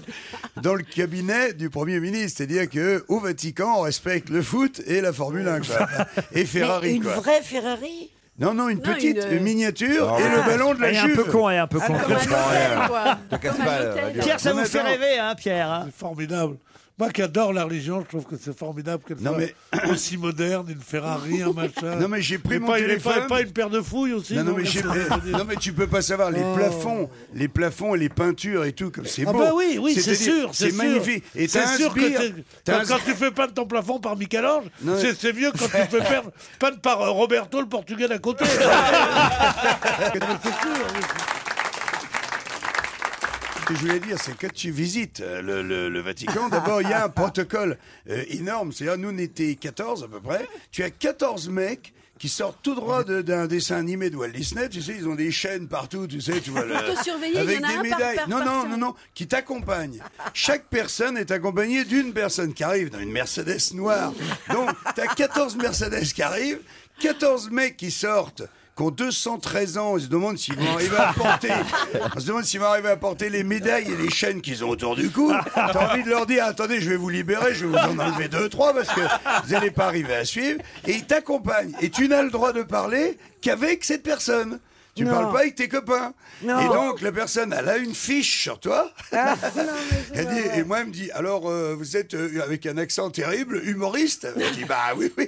Speaker 6: dans le cabinet du Premier ministre. C'est-à-dire que au Vatican, on respecte le foot et la Formule 1. quoi. Et Ferrari.
Speaker 10: Mais une
Speaker 6: quoi.
Speaker 10: vraie Ferrari
Speaker 6: Non, non, une
Speaker 10: Non,
Speaker 6: petite
Speaker 10: une-
Speaker 6: une miniature
Speaker 3: Ah
Speaker 6: et
Speaker 3: ouais.
Speaker 6: le ballon de la
Speaker 3: Elle est un
Speaker 6: Juve.
Speaker 3: peu con, elle est un peu Ah, con. comme un hôtel, quoi.
Speaker 6: Te casse
Speaker 3: Comme un
Speaker 6: pas,
Speaker 3: hôtel.
Speaker 6: euh,
Speaker 3: Pierre, ça
Speaker 6: Non,
Speaker 3: vous
Speaker 6: mais
Speaker 3: fait
Speaker 6: attends.
Speaker 3: rêver, hein, Pierre
Speaker 5: C'est formidable. Moi qui adore la religion, je trouve que c'est formidable qu'elle
Speaker 6: Non,
Speaker 5: soit aussi moderne, une Ferrari, un machin.
Speaker 6: Non, mais j'ai pris
Speaker 5: Et
Speaker 6: mon
Speaker 5: pas, il est
Speaker 6: téléphone.
Speaker 5: Pas, pas une paire de fouilles aussi
Speaker 6: Non, non, mais
Speaker 5: qu'est-ce
Speaker 6: j'ai-
Speaker 5: que je veux dire
Speaker 6: non, mais tu peux pas savoir les
Speaker 5: Oh.
Speaker 6: plafonds, les plafonds et les peintures et tout comme c'est
Speaker 5: ah
Speaker 6: beau.
Speaker 5: bah oui, oui, c'est
Speaker 6: C'est-à-dire,
Speaker 5: sûr, c'est
Speaker 6: c'est
Speaker 5: sûr.
Speaker 6: magnifique. Et
Speaker 5: c'est
Speaker 6: t'as un
Speaker 5: sûr que
Speaker 6: sbire,
Speaker 5: t'es-
Speaker 6: t'as un
Speaker 5: quand, quand tu fais peindre ton plafond par Michel-Ange,
Speaker 6: Non,
Speaker 5: c'est c'est mieux quand tu fais peindre, peindre par euh, Roberto, le Portugais d'à côté.
Speaker 6: Ce que je voulais dire, c'est que tu visites euh, le, le- le Vatican. D'abord, il y a un protocole euh, énorme. C'est-à-dire, nous, on était 14 à peu près. Tu as 14 mecs qui sortent tout droit de- d'un dessin animé de Walt Disney. Tu sais, ils ont des chaînes partout, tu sais. Tu vois, le-
Speaker 10: Pour te surveiller, il y
Speaker 6: avec
Speaker 10: en a
Speaker 6: des
Speaker 10: un par-
Speaker 6: médailles.
Speaker 10: par
Speaker 6: non, non,
Speaker 10: personne.
Speaker 6: non, non, qui t'accompagnent. Chaque personne est accompagnée d'une personne qui arrive dans une Mercedes noire. Donc, tu as 14 Mercedes qui arrivent, 14 mecs qui sortent qui ont 213 ans, ils se demandent s'ils vont arriver à porter. On se demande s'ils vont arriver à porter les médailles et les chaînes qu'ils ont autour du cou. T'as envie de leur dire, attendez, je vais vous libérer, je vais vous en enlever deux, trois, parce que vous n'allez pas arriver à suivre. Et ils t'accompagnent. Et tu n'as le droit de parler qu'avec cette personne. Tu
Speaker 10: Non.
Speaker 6: parles pas avec tes copains.
Speaker 10: Non. Ah.
Speaker 6: Et donc, la personne, elle a une fiche sur toi.
Speaker 13: Ah,
Speaker 6: Elle dit- et moi, elle me dit, alors, euh, vous êtes, euh, avec un accent terrible, humoriste Je dis, bah oui, oui.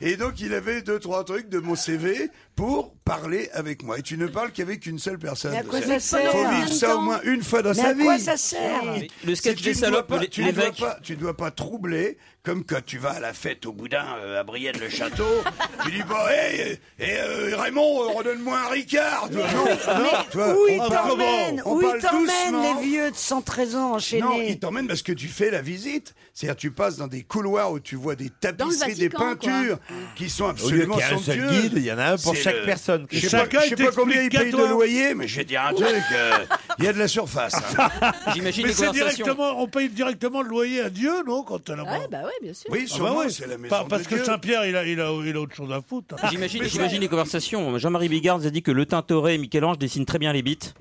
Speaker 6: et, et donc, il avait deux, trois trucs de mon CV pour parler avec moi. Et tu ne parles qu'avec une seule personne.
Speaker 10: Mais à quoi
Speaker 6: C'est-
Speaker 10: ça sert
Speaker 6: faut vivre ça au moins une fois dans
Speaker 10: Mais
Speaker 6: sa
Speaker 10: à
Speaker 6: vie.
Speaker 10: quoi ça sert Mais
Speaker 8: Ah le sketch
Speaker 6: C'est-
Speaker 8: des
Speaker 6: tu ne
Speaker 8: salopes,
Speaker 6: dois pas-
Speaker 8: les-
Speaker 6: tu ne dois
Speaker 8: l'évêque.
Speaker 6: pas- Tu ne dois pas troubler, comme quand tu vas à la fête au boudin euh, à Brienne-le-Château. tu dis, bon, hey, euh, hey, euh, Raymond, euh, redonne-moi un Ricard. toi. Non, non, toi,
Speaker 13: où ils
Speaker 6: on parle-
Speaker 13: t'emmènent
Speaker 6: on
Speaker 13: Où ils
Speaker 6: parle doucement.
Speaker 13: t'emmènent les vieux de 113 ans
Speaker 6: Non,
Speaker 13: enchaînés
Speaker 6: il t'emmène parce que tu fais la visite. C'est-à-dire, tu passes dans des couloirs où tu vois des tapisseries, des
Speaker 13: Vatican,
Speaker 6: peintures
Speaker 13: quoi.
Speaker 6: qui sont
Speaker 9: Au lieu
Speaker 6: absolument
Speaker 9: qu'il y ait un seul
Speaker 6: somptueuses.
Speaker 9: guide, il y en a un pour
Speaker 6: C'est
Speaker 9: chaque personne.
Speaker 6: Je sais pas,
Speaker 9: Chacun,
Speaker 6: je sais
Speaker 9: il
Speaker 6: pas combien ils
Speaker 9: t'explique à
Speaker 6: payent de
Speaker 9: toi.
Speaker 6: loyer, mais je vais te dire un truc. euh, Il y a de la surface. hein.
Speaker 8: J'imagine
Speaker 5: Mais
Speaker 8: les
Speaker 5: c'est
Speaker 8: conversations.
Speaker 5: directement, on paye directement le loyer à Dieu, non, quand t'es là-bas
Speaker 14: Ouais, bah ouais, bien sûr.
Speaker 6: Oui,
Speaker 5: Ah
Speaker 6: sûrement,
Speaker 5: bah ouais.
Speaker 6: c'est la maison
Speaker 5: Pas-
Speaker 6: de
Speaker 5: Parce que
Speaker 6: Dieu.
Speaker 5: Saint-Pierre, il a, il, a, il a autre chose à foutre. hein.
Speaker 8: J'imagine,
Speaker 5: Mais
Speaker 8: j'imagine les conversations. Jean-Marie Bigard nous a dit que le Tintoret et Michel-Ange dessinent très bien les bites.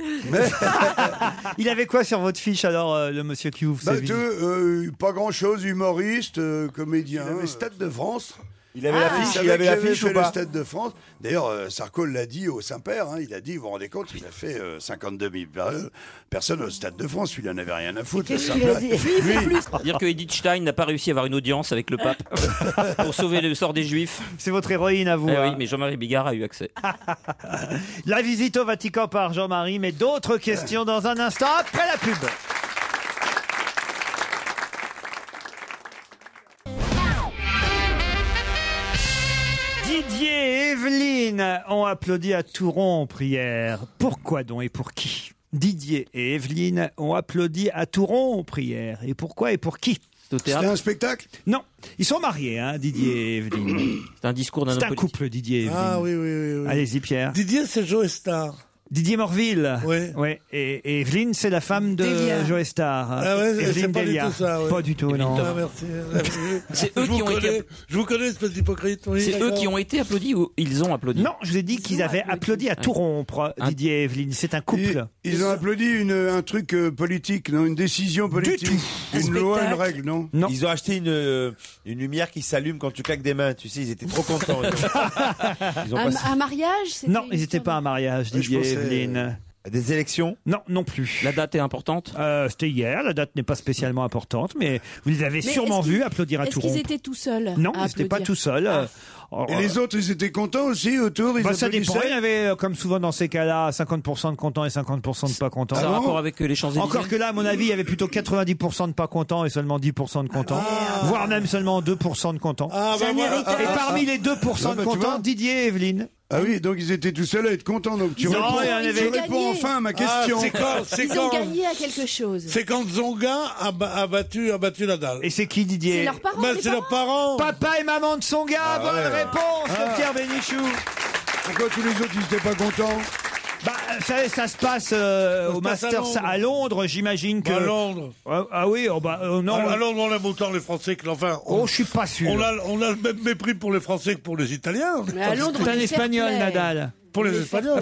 Speaker 3: Il avait quoi sur votre fiche alors, euh, le monsieur qui ouvre
Speaker 6: Bah,
Speaker 3: ses
Speaker 6: deux,
Speaker 3: visites
Speaker 6: euh, pas grand-chose, humoriste, euh, comédien. Il avait Stade de France.
Speaker 9: Il avait l'affiche, il avait l'affiche ou
Speaker 6: fait
Speaker 9: pas
Speaker 6: le Stade de France. D'ailleurs, euh, Sarko l'a dit au Saint-Père. hein, il a dit, vous vous rendez compte, il a fait euh, 52 000 par- euh, personnes au Stade de France. Lui, il en avait rien à foutre. le
Speaker 8: Qu'est-ce qu'il a
Speaker 6: Saint-Père.
Speaker 8: dit
Speaker 6: Lui,
Speaker 8: Dire que Edith Stein n'a pas réussi à avoir une audience avec le pape pour sauver le sort des Juifs. Eh
Speaker 3: C'est votre héroïne à vous.
Speaker 8: oui, mais Jean-Marie Bigard a eu accès.
Speaker 3: La visite au Vatican par Jean-Marie, mais d'autres questions dans un instant après la pub. Didier et Evelyne ont applaudi à tout rompre hier. Pourquoi donc et pour qui Didier et Evelyne ont applaudi à tout rompre hier. Et pourquoi et pour qui C'était
Speaker 6: théâtre un spectacle
Speaker 3: Non. Ils sont mariés, hein, Didier et Evelyne.
Speaker 8: C'est un discours
Speaker 3: d'un C'est un couple, Didier et Evelyne.
Speaker 5: Ah oui, oui, oui. oui.
Speaker 3: Allez-y, Pierre.
Speaker 5: Didier, c'est Joe Star.
Speaker 3: Didier Morville. Oui. Ouais. Et, et Evelyne, c'est la femme de
Speaker 5: Delia.
Speaker 3: Joe Star.
Speaker 5: Ah ouais, c'est- c'est
Speaker 3: Evelyne
Speaker 5: pas du
Speaker 3: Delia.
Speaker 5: tout ça. ouais.
Speaker 3: Pas du tout, non.
Speaker 5: Ah, merci.
Speaker 8: C'est
Speaker 5: Je
Speaker 8: eux
Speaker 5: vous
Speaker 8: qui ont été-
Speaker 5: connais, Je vous connais, espèce d'hypocrite. oui,
Speaker 8: C'est eux
Speaker 5: d'accord.
Speaker 8: qui ont été applaudis ou ils ont applaudi
Speaker 3: Non, je vous ai dit qu'ils avaient applaudi à tout rompre, Didier et Evelyne. C'est un couple.
Speaker 6: Ils ont applaudi une, un truc euh, politique, non Une décision politique. Une loi, une règle, non
Speaker 9: Ils ont acheté une, euh, une lumière qui s'allume quand tu claques des mains. Tu sais, ils étaient trop contents. Ils ont
Speaker 14: Un,
Speaker 9: passé-
Speaker 14: un mariage c'était
Speaker 3: Non,
Speaker 14: une
Speaker 3: ils n'étaient
Speaker 14: histoire
Speaker 3: pas à un mariage,
Speaker 9: Ouais, je
Speaker 3: Didier et
Speaker 9: pensais,
Speaker 3: Evelyne.
Speaker 9: Des élections
Speaker 3: Non, non plus. Euh,
Speaker 8: La date est importante
Speaker 3: C'était hier, la date n'est pas spécialement importante, mais vous les avez
Speaker 14: Mais
Speaker 3: sûrement
Speaker 14: est-ce
Speaker 3: vus
Speaker 14: qu'ils-
Speaker 3: applaudir à
Speaker 14: Est-ce
Speaker 3: tout
Speaker 14: qu'ils
Speaker 3: rompre.
Speaker 14: étaient tout seuls
Speaker 3: Non,
Speaker 14: à
Speaker 3: ils n'étaient
Speaker 14: applaudir
Speaker 3: pas
Speaker 14: Ah,
Speaker 3: tout seuls. euh,
Speaker 6: Et
Speaker 3: euh,
Speaker 6: les autres, ils étaient contents aussi autour ils
Speaker 3: bah, ça dépend.
Speaker 6: applaudissaient
Speaker 3: Il y avait, euh, comme souvent dans ces cas-là, 50% de contents et 50% de pas contents.
Speaker 8: Ça a rapport avec euh, les Champs-Élysées
Speaker 3: Encore que là, à mon avis, il y avait plutôt 90% de pas contents et seulement 10% de contents, voire même seulement 2% de contents.
Speaker 6: Ah, bah, C'est un voilà. héritage.
Speaker 3: et parmi les 2%
Speaker 6: Ah, bah,
Speaker 3: de
Speaker 6: tu
Speaker 3: contents,
Speaker 6: vois.
Speaker 3: Didier et Evelyne.
Speaker 6: Ah oui, donc ils étaient tout seuls à être contents. Donc tu
Speaker 3: Non,
Speaker 6: réponds,
Speaker 3: il y en
Speaker 6: tu
Speaker 3: avait-
Speaker 6: réponds enfin à ma question.
Speaker 5: Ah, c'est quand, c'est
Speaker 14: Ils ont
Speaker 5: quand,
Speaker 14: gagné à quelque chose.
Speaker 5: c'est quand Zonga a, ba- a battu, a battu Nadal.
Speaker 3: Et c'est qui Didier
Speaker 14: C'est leurs parents,
Speaker 5: Bah,
Speaker 14: les
Speaker 5: c'est leurs parents.
Speaker 3: Papa et maman de son gars, bonne réponse de Pierre Bénichou.
Speaker 6: Ah, Pourquoi tous les autres ils étaient pas contents
Speaker 3: Bah, vous savez, ça se passe euh, au
Speaker 5: passe à
Speaker 3: Masters
Speaker 5: Londres.
Speaker 3: à Londres, j'imagine que.
Speaker 5: Bah, à Londres.
Speaker 3: Ah, ah oui, oh, bah, euh, non.
Speaker 5: Ah, Alors, on aime autant les Français que l'enfin.
Speaker 3: Oh, je suis pas sûr.
Speaker 5: On a, on a le même mépris pour les Français que pour les Italiens.
Speaker 14: Mais à Londres,
Speaker 3: C'est un
Speaker 14: on dit
Speaker 3: Espagnol,
Speaker 14: fair play.
Speaker 3: Nadal.
Speaker 5: Pour les Espagnols.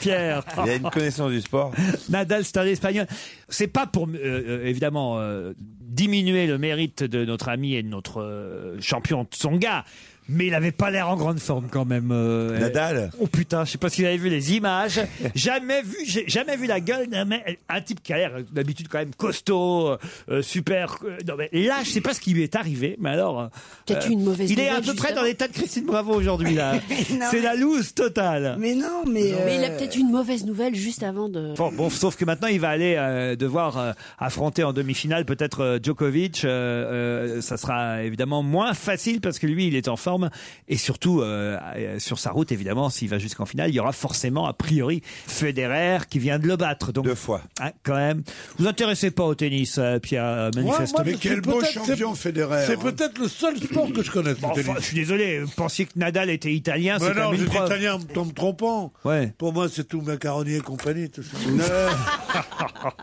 Speaker 3: Pierre.
Speaker 9: Il a une connaissance du sport.
Speaker 3: Nadal, c'est un Espagnol. C'est pas pour, euh, euh, évidemment, euh, diminuer le mérite de notre ami et de notre euh, champion de son gars. Mais il avait pas l'air en grande forme quand même. euh,
Speaker 9: Nadal.
Speaker 3: Oh putain, je sais pas si vous avez vu les images. jamais vu, j'ai jamais vu la gueule d'un mec- un type qui a l'air euh, d'habitude quand même costaud, euh, super. euh, non mais là, je sais pas ce qui lui est arrivé, mais alors. euh,
Speaker 14: Peut-être une mauvaise
Speaker 3: Il est à
Speaker 14: nouvelle,
Speaker 3: peu près
Speaker 14: justement.
Speaker 3: dans l'état de Christine Bravo aujourd'hui là.
Speaker 13: Non,
Speaker 3: C'est
Speaker 13: mais-
Speaker 3: la loose totale.
Speaker 13: Mais non, mais.
Speaker 14: Mais il a
Speaker 13: euh,
Speaker 14: peut-être une mauvaise nouvelle juste avant de.
Speaker 3: Bon, bon, sauf que maintenant, il va aller euh, devoir euh, affronter en demi-finale peut-être euh, Djokovic. Euh, euh, ça sera évidemment moins facile parce que lui, il est en forme. Et surtout, euh, euh, sur sa route, évidemment, s'il va jusqu'en finale, il y aura forcément, a priori, Federer qui vient de le battre. Donc, Deux
Speaker 9: fois.
Speaker 3: quand même. Vous intéressez pas au tennis, euh, Pierre, euh, manifestement.
Speaker 6: mais quel beau champion Federer.
Speaker 5: C'est
Speaker 6: hein.
Speaker 5: peut-être le seul sport que je connais. le
Speaker 3: Bon, enfin,
Speaker 5: tennis.
Speaker 3: je suis désolé, vous pensiez que Nadal était italien, c'est
Speaker 5: Mais
Speaker 3: quand
Speaker 5: non,
Speaker 3: même une
Speaker 5: j'étais
Speaker 3: preuve.
Speaker 5: italien tout en me trompant.
Speaker 3: Ouais.
Speaker 5: Pour moi, c'est tout macaroni et compagnie. Tout ça.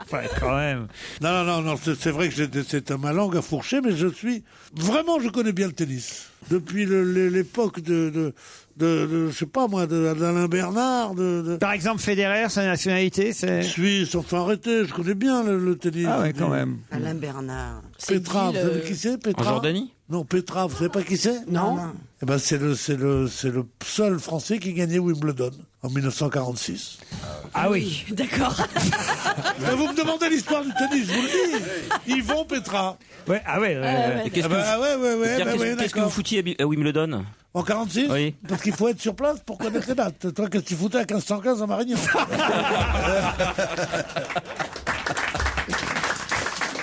Speaker 3: Enfin, quand même.
Speaker 5: Non, non, non, non, c'est c'est vrai que j'étais- c'était ma langue à fourcher, mais je suis. Vraiment, je connais bien le tennis. Depuis le- le- l'époque de, de, de, de- Je sais pas moi, de- d'Alain Bernard, de. de-
Speaker 3: Par exemple, Federer, sa nationalité, c'est...
Speaker 5: Suisse, enfin arrêtez, je connais bien le, le tennis.
Speaker 3: Ah ouais, quand même.
Speaker 13: Alain Bernard.
Speaker 5: Petra, vous
Speaker 13: dit
Speaker 5: savez
Speaker 13: le-
Speaker 5: qui c'est Petra
Speaker 8: En Jordanie
Speaker 5: Non, Petra, vous savez pas qui c'est
Speaker 13: Non.
Speaker 5: Eh ben c'est le, c'est le, c'est le seul Français qui gagnait Wimbledon en 1946.
Speaker 3: Ah oui.
Speaker 14: D'accord.
Speaker 5: Ben, vous me demandez l'histoire du tennis, je vous le dis. Yvon Petra.
Speaker 3: Ouais, ah ouais, ouais, ouais.
Speaker 8: Et qu'est-ce
Speaker 5: Ah
Speaker 8: que
Speaker 5: bah
Speaker 8: vous-
Speaker 5: ouais, ouais, ouais,
Speaker 8: Pierre,
Speaker 5: bah
Speaker 8: qu'est-ce-
Speaker 5: ouais,
Speaker 8: Qu'est-ce que vous
Speaker 5: d'accord.
Speaker 8: foutiez eh à Bi- à Wimbledon
Speaker 5: En 46
Speaker 8: Oui.
Speaker 5: Parce qu'il faut être sur place pour connaître les dates. Toi, qu'est-ce que tu foutais à 1515 à Marignan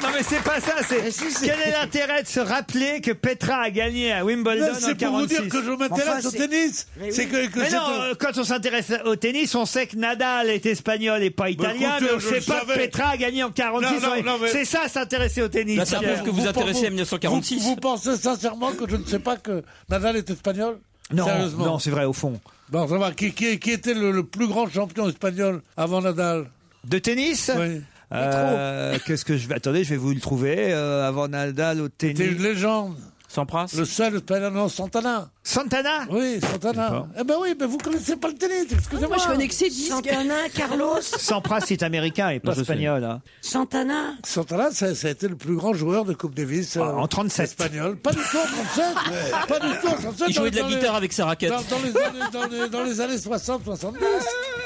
Speaker 3: Non mais c'est pas ça, c'est
Speaker 5: Ah,
Speaker 3: quel est l'intérêt de se rappeler que Petra a gagné à
Speaker 5: Non,
Speaker 3: Wimbledon
Speaker 5: C'est
Speaker 3: en
Speaker 5: pour vous
Speaker 3: 46
Speaker 5: dire que je
Speaker 13: Enfin,
Speaker 5: m'intéresse au
Speaker 13: c'est-
Speaker 5: tennis.
Speaker 13: Mais oui.
Speaker 5: C'est que, que
Speaker 3: mais
Speaker 5: c'est
Speaker 3: non,
Speaker 5: un-
Speaker 3: euh, quand on s'intéresse au tennis, on sait que Nadal est espagnol et pas italien,
Speaker 5: écoutez,
Speaker 3: mais on
Speaker 5: je
Speaker 3: sait
Speaker 5: le
Speaker 3: pas que
Speaker 5: savais.
Speaker 3: Petra a gagné en 46.
Speaker 5: Non, non, non, mais-
Speaker 3: C'est ça s'intéresser au tennis.
Speaker 8: Là, ça
Speaker 3: Pierre.
Speaker 8: prouve que vous intéressez à 1946.
Speaker 5: Vous, vous pensez sincèrement que je ne sais pas que Nadal est espagnol
Speaker 3: Non,
Speaker 5: Sérieusement.
Speaker 3: non, c'est vrai au fond.
Speaker 5: Bon, ça va. Qui, qui, qui était le, le plus grand champion espagnol avant Nadal
Speaker 3: De tennis
Speaker 5: Oui.
Speaker 3: Euh, Qu'est-ce que je vais attendez, je vais vous le trouver euh, avant Nadal au
Speaker 5: C'était une
Speaker 3: tennis.
Speaker 5: légende.
Speaker 8: Sampras
Speaker 5: Le seul espagnol, non, Santana.
Speaker 3: Santana
Speaker 5: Oui, Santana. Eh ben oui, ben vous connaissez pas le tennis, excusez-moi.
Speaker 13: Moi, Ah, je connais que ces disques. Santana, Carlos.
Speaker 3: Sampras est américain et pas
Speaker 5: Non, je sais.
Speaker 3: espagnol. hein.
Speaker 13: Santana.
Speaker 5: Santana, ça, ça a été le plus grand joueur de Coupe Davis. euh,
Speaker 3: en 37.
Speaker 5: Espagnol. Pas du tout en 37. pas du tout en 37.
Speaker 8: Il jouait de la
Speaker 5: dans les-
Speaker 8: guitare avec sa raquette.
Speaker 5: Dans, dans les années, dans les- dans les années 60, 70.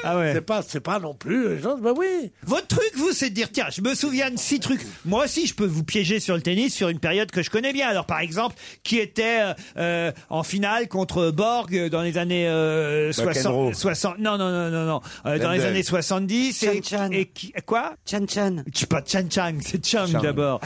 Speaker 3: Ah ouais.
Speaker 5: C'est pas, c'est pas non plus. les gens- ben oui.
Speaker 3: Votre truc, vous, c'est de dire, tiens, je me souviens de six trucs. Moi aussi, je peux vous piéger sur le tennis sur une période que je connais bien. Alors, par exemple, qui était euh, euh, en finale contre Borg euh, dans les années euh,
Speaker 9: McEnroe.
Speaker 3: 60, 60 Non, non, non, non, non. Euh, dans les
Speaker 9: Mendel.
Speaker 3: années 70. Et, et qui- quoi
Speaker 13: Chan Chan.
Speaker 3: C'est pas Chan Chan, c'est Chung
Speaker 9: Chung.
Speaker 3: d'abord.